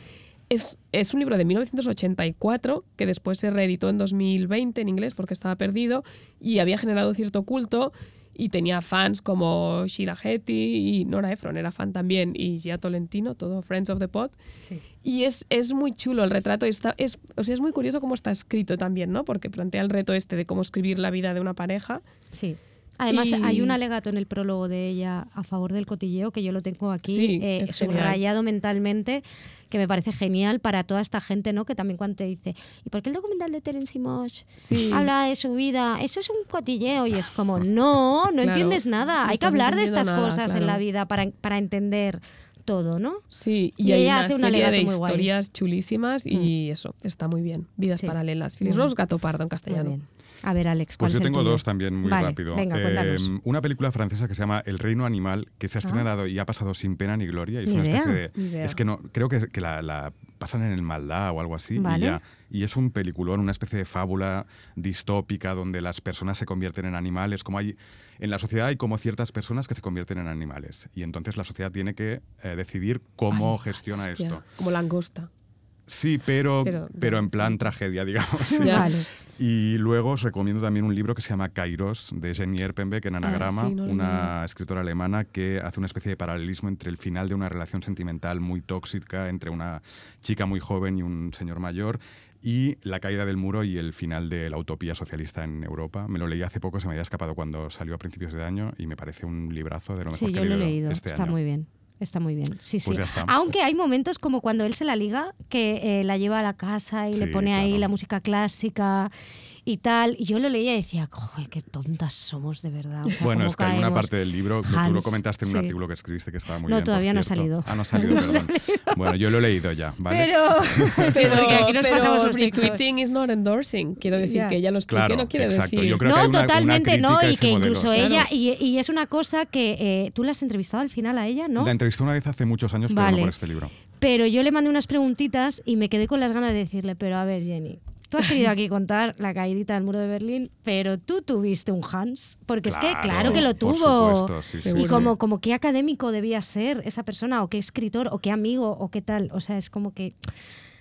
C: Es, es un libro de 1984 que después se reeditó en 2020 en inglés porque estaba perdido y había generado cierto culto y tenía fans como Shira Hetty y Nora Ephron era fan también y Gia Tolentino, todo Friends of the Pot.
D: Sí.
C: Y es, es muy chulo el retrato. y Está, es, o sea, es muy curioso cómo está escrito también, ¿no? Porque plantea el reto este de cómo escribir la vida de una pareja.
D: Sí. Además,
C: Y-
D: hay un alegato en el prólogo de ella a favor del cotilleo que yo lo tengo aquí
C: Sí,
D: eh,
C: es genial.
D: subrayado mentalmente, que me parece genial para toda esta gente, ¿no? Que también cuando te dice, ¿y por qué el documental de Terence Mosh
C: Sí.
D: habla de su vida? Eso es un cotilleo y es como, no, no
C: Claro,
D: entiendes nada.
C: no
D: Hay que
C: estás
D: hablar de
C: entendiendo
D: estas
C: nada,
D: cosas en
C: claro.
D: la vida para, para entender todo, ¿no?
C: Sí, y,
D: Y
C: hay
D: ella
C: una
D: hace un
C: serie de
D: alegato muy guay. Mm.
C: historias chulísimas y eso, está muy bien. Vidas
D: Sí.
C: paralelas. Phyllis
D: Muy
C: Rose, Gato Pardo en
D: Muy
C: castellano.
D: bien. A ver, Alex, ¿cuál
H: Pues yo
D: es el
H: tengo
D: tuyo?
H: dos también muy
D: Vale,
H: rápido.
D: Venga,
H: Eh,
D: cuéntanos.
H: una película francesa que se llama El Reino Animal, que se ha estrenado y ha pasado sin pena ni gloria. Y es
D: Ni
H: una
D: idea,
H: especie de.
C: ni idea.
H: Es que no, creo que, que la, la pasan en el Maldá o algo así.
D: Vale.
H: Y, ya. y es un peliculón, una especie de fábula distópica donde las personas se convierten en animales. Como hay. En la sociedad hay como ciertas personas que se convierten en animales. Y entonces la sociedad tiene que eh, decidir cómo gestiona
C: Hostia,
H: esto.
C: Como langosta.
H: Sí, pero,
C: Pero-
H: pero, en plan tragedia, digamos. sí.
C: Ya.
D: Vale.
H: Y luego os recomiendo también un libro que se llama Kairos, de Jenny Erpenbeck
D: Ah,
H: en Anagrama,
C: sí, no lo
H: una escritora alemana que hace una especie de paralelismo entre el final de una relación sentimental muy tóxica entre una chica muy joven y un señor mayor y la caída del muro y el final de la utopía socialista en Europa. Me lo leí hace poco, se me había escapado cuando salió a principios de año y me parece un librazo de lo mejor
D: Sí,
H: que
D: yo
H: he
D: lo he
H: leído
D: leído.
H: este
D: está
H: año. Pues
D: muy bien. Está muy bien. Sí, sí.
H: ya está.
D: Aunque hay momentos como cuando él se la liga, que eh, la lleva a la casa y le
H: Sí,
D: pone ahí
H: claro.
D: la música clásica y tal. Y yo lo leía y decía, joder, qué tontas somos de verdad. o sea,
H: Bueno,
D: cómo
H: es que hay una
D: caemos".
H: parte del libro, que tú lo
D: Hans,
H: comentaste en un
D: sí.
H: artículo que escribiste que estaba muy
D: No,
H: bien. por
D: todavía no ha
H: cierto.
D: salido.
H: Ah, no ha salido,
D: No ha
H: perdón. Bueno, yo lo he leído ya, ¿vale?
D: Pero, pero porque aquí nos
C: pero
D: pasamos los textos.
C: retweeting is not endorsing. Quiero decir
D: Ya.
C: que ella los
H: Claro,
C: no quiere
H: exacto.
C: decir.
H: Yo creo que
D: no,
H: hay una- una
D: totalmente
H: crítica a
D: no, y
H: ese
D: que
H: modelo,
D: incluso
H: claro.
D: ella, y, y es una cosa que eh, tú la has entrevistado al final a ella, ¿no?
H: La entrevisté una vez hace muchos años, pero
D: Vale.
H: no por este libro.
D: Pero yo le mandé unas preguntitas y me quedé con las ganas de decirle, pero a ver, Jenny, tú has querido aquí contar la caídita del muro de Berlín, pero tú tuviste un Hans, porque es que
H: Claro,
D: claro que lo
H: por
D: tuvo.
H: supuesto, sí, sí,
D: y
C: sí.
D: como, como qué académico debía ser esa persona, o qué escritor, o qué amigo, o qué tal. O sea, es como que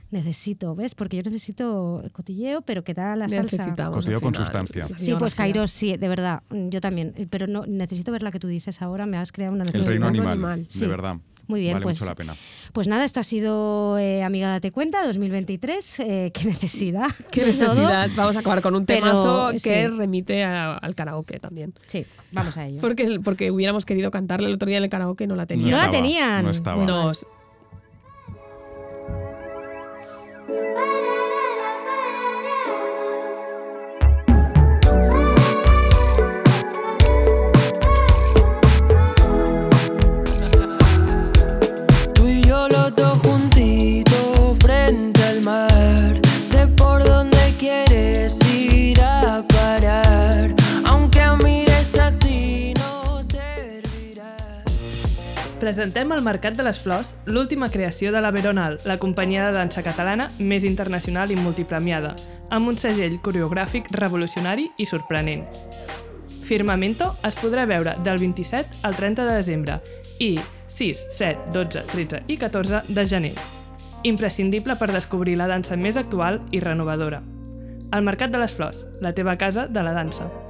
D: necesito, ¿ves? Porque yo necesito el cotilleo, pero que da la salsa.
C: Necesitamos.
H: Cotilleo
C: al
H: con
C: final.
H: sustancia.
C: La
D: Sí, pues
C: biografía.
D: Kairos, sí, de verdad, mm, yo también. Eh, Pero no necesito ver la que tú dices ahora, me has creado una
H: El
D: necesidad.
H: reino
C: reino
H: animal,
C: animal.
H: de
D: Sí.
H: verdad.
D: Muy bien,
H: vale
D: pues.
H: mucho la pena.
D: Pues nada, esto ha sido eh, Amiga Date Cuenta 2023. eh, qué necesidad.
C: Qué
D: de todo.
C: necesidad. Vamos a acabar con un
D: Pero,
C: temazo que
D: sí.
C: remite a- al karaoke también.
D: Sí, vamos a ello.
C: Porque, porque hubiéramos querido cantarla el otro día en el karaoke y no la
D: No
C: teníamos.
D: la
H: estaba,
D: tenían.
H: No estaba.
C: Nos-
K: Tú y yo los dos juntitos frente al mar. Sé por dónde quieres ir a parar. Aunque mires así, no servirá.
L: Presentem al Mercat de les Flors l'última creació de la Veronal, la companyia de dansa catalana més internacional i multipremiada, amb un segell coreogràfic revolucionari i sorprenent. Firmamento es podrà veure del 27 al 30 de desembre i 6, 7, 12, 13 i 14 de gener. Imprescindible per descobrir la dansa més actual i renovadora. El Mercat de les Flors, la teva casa de la dansa.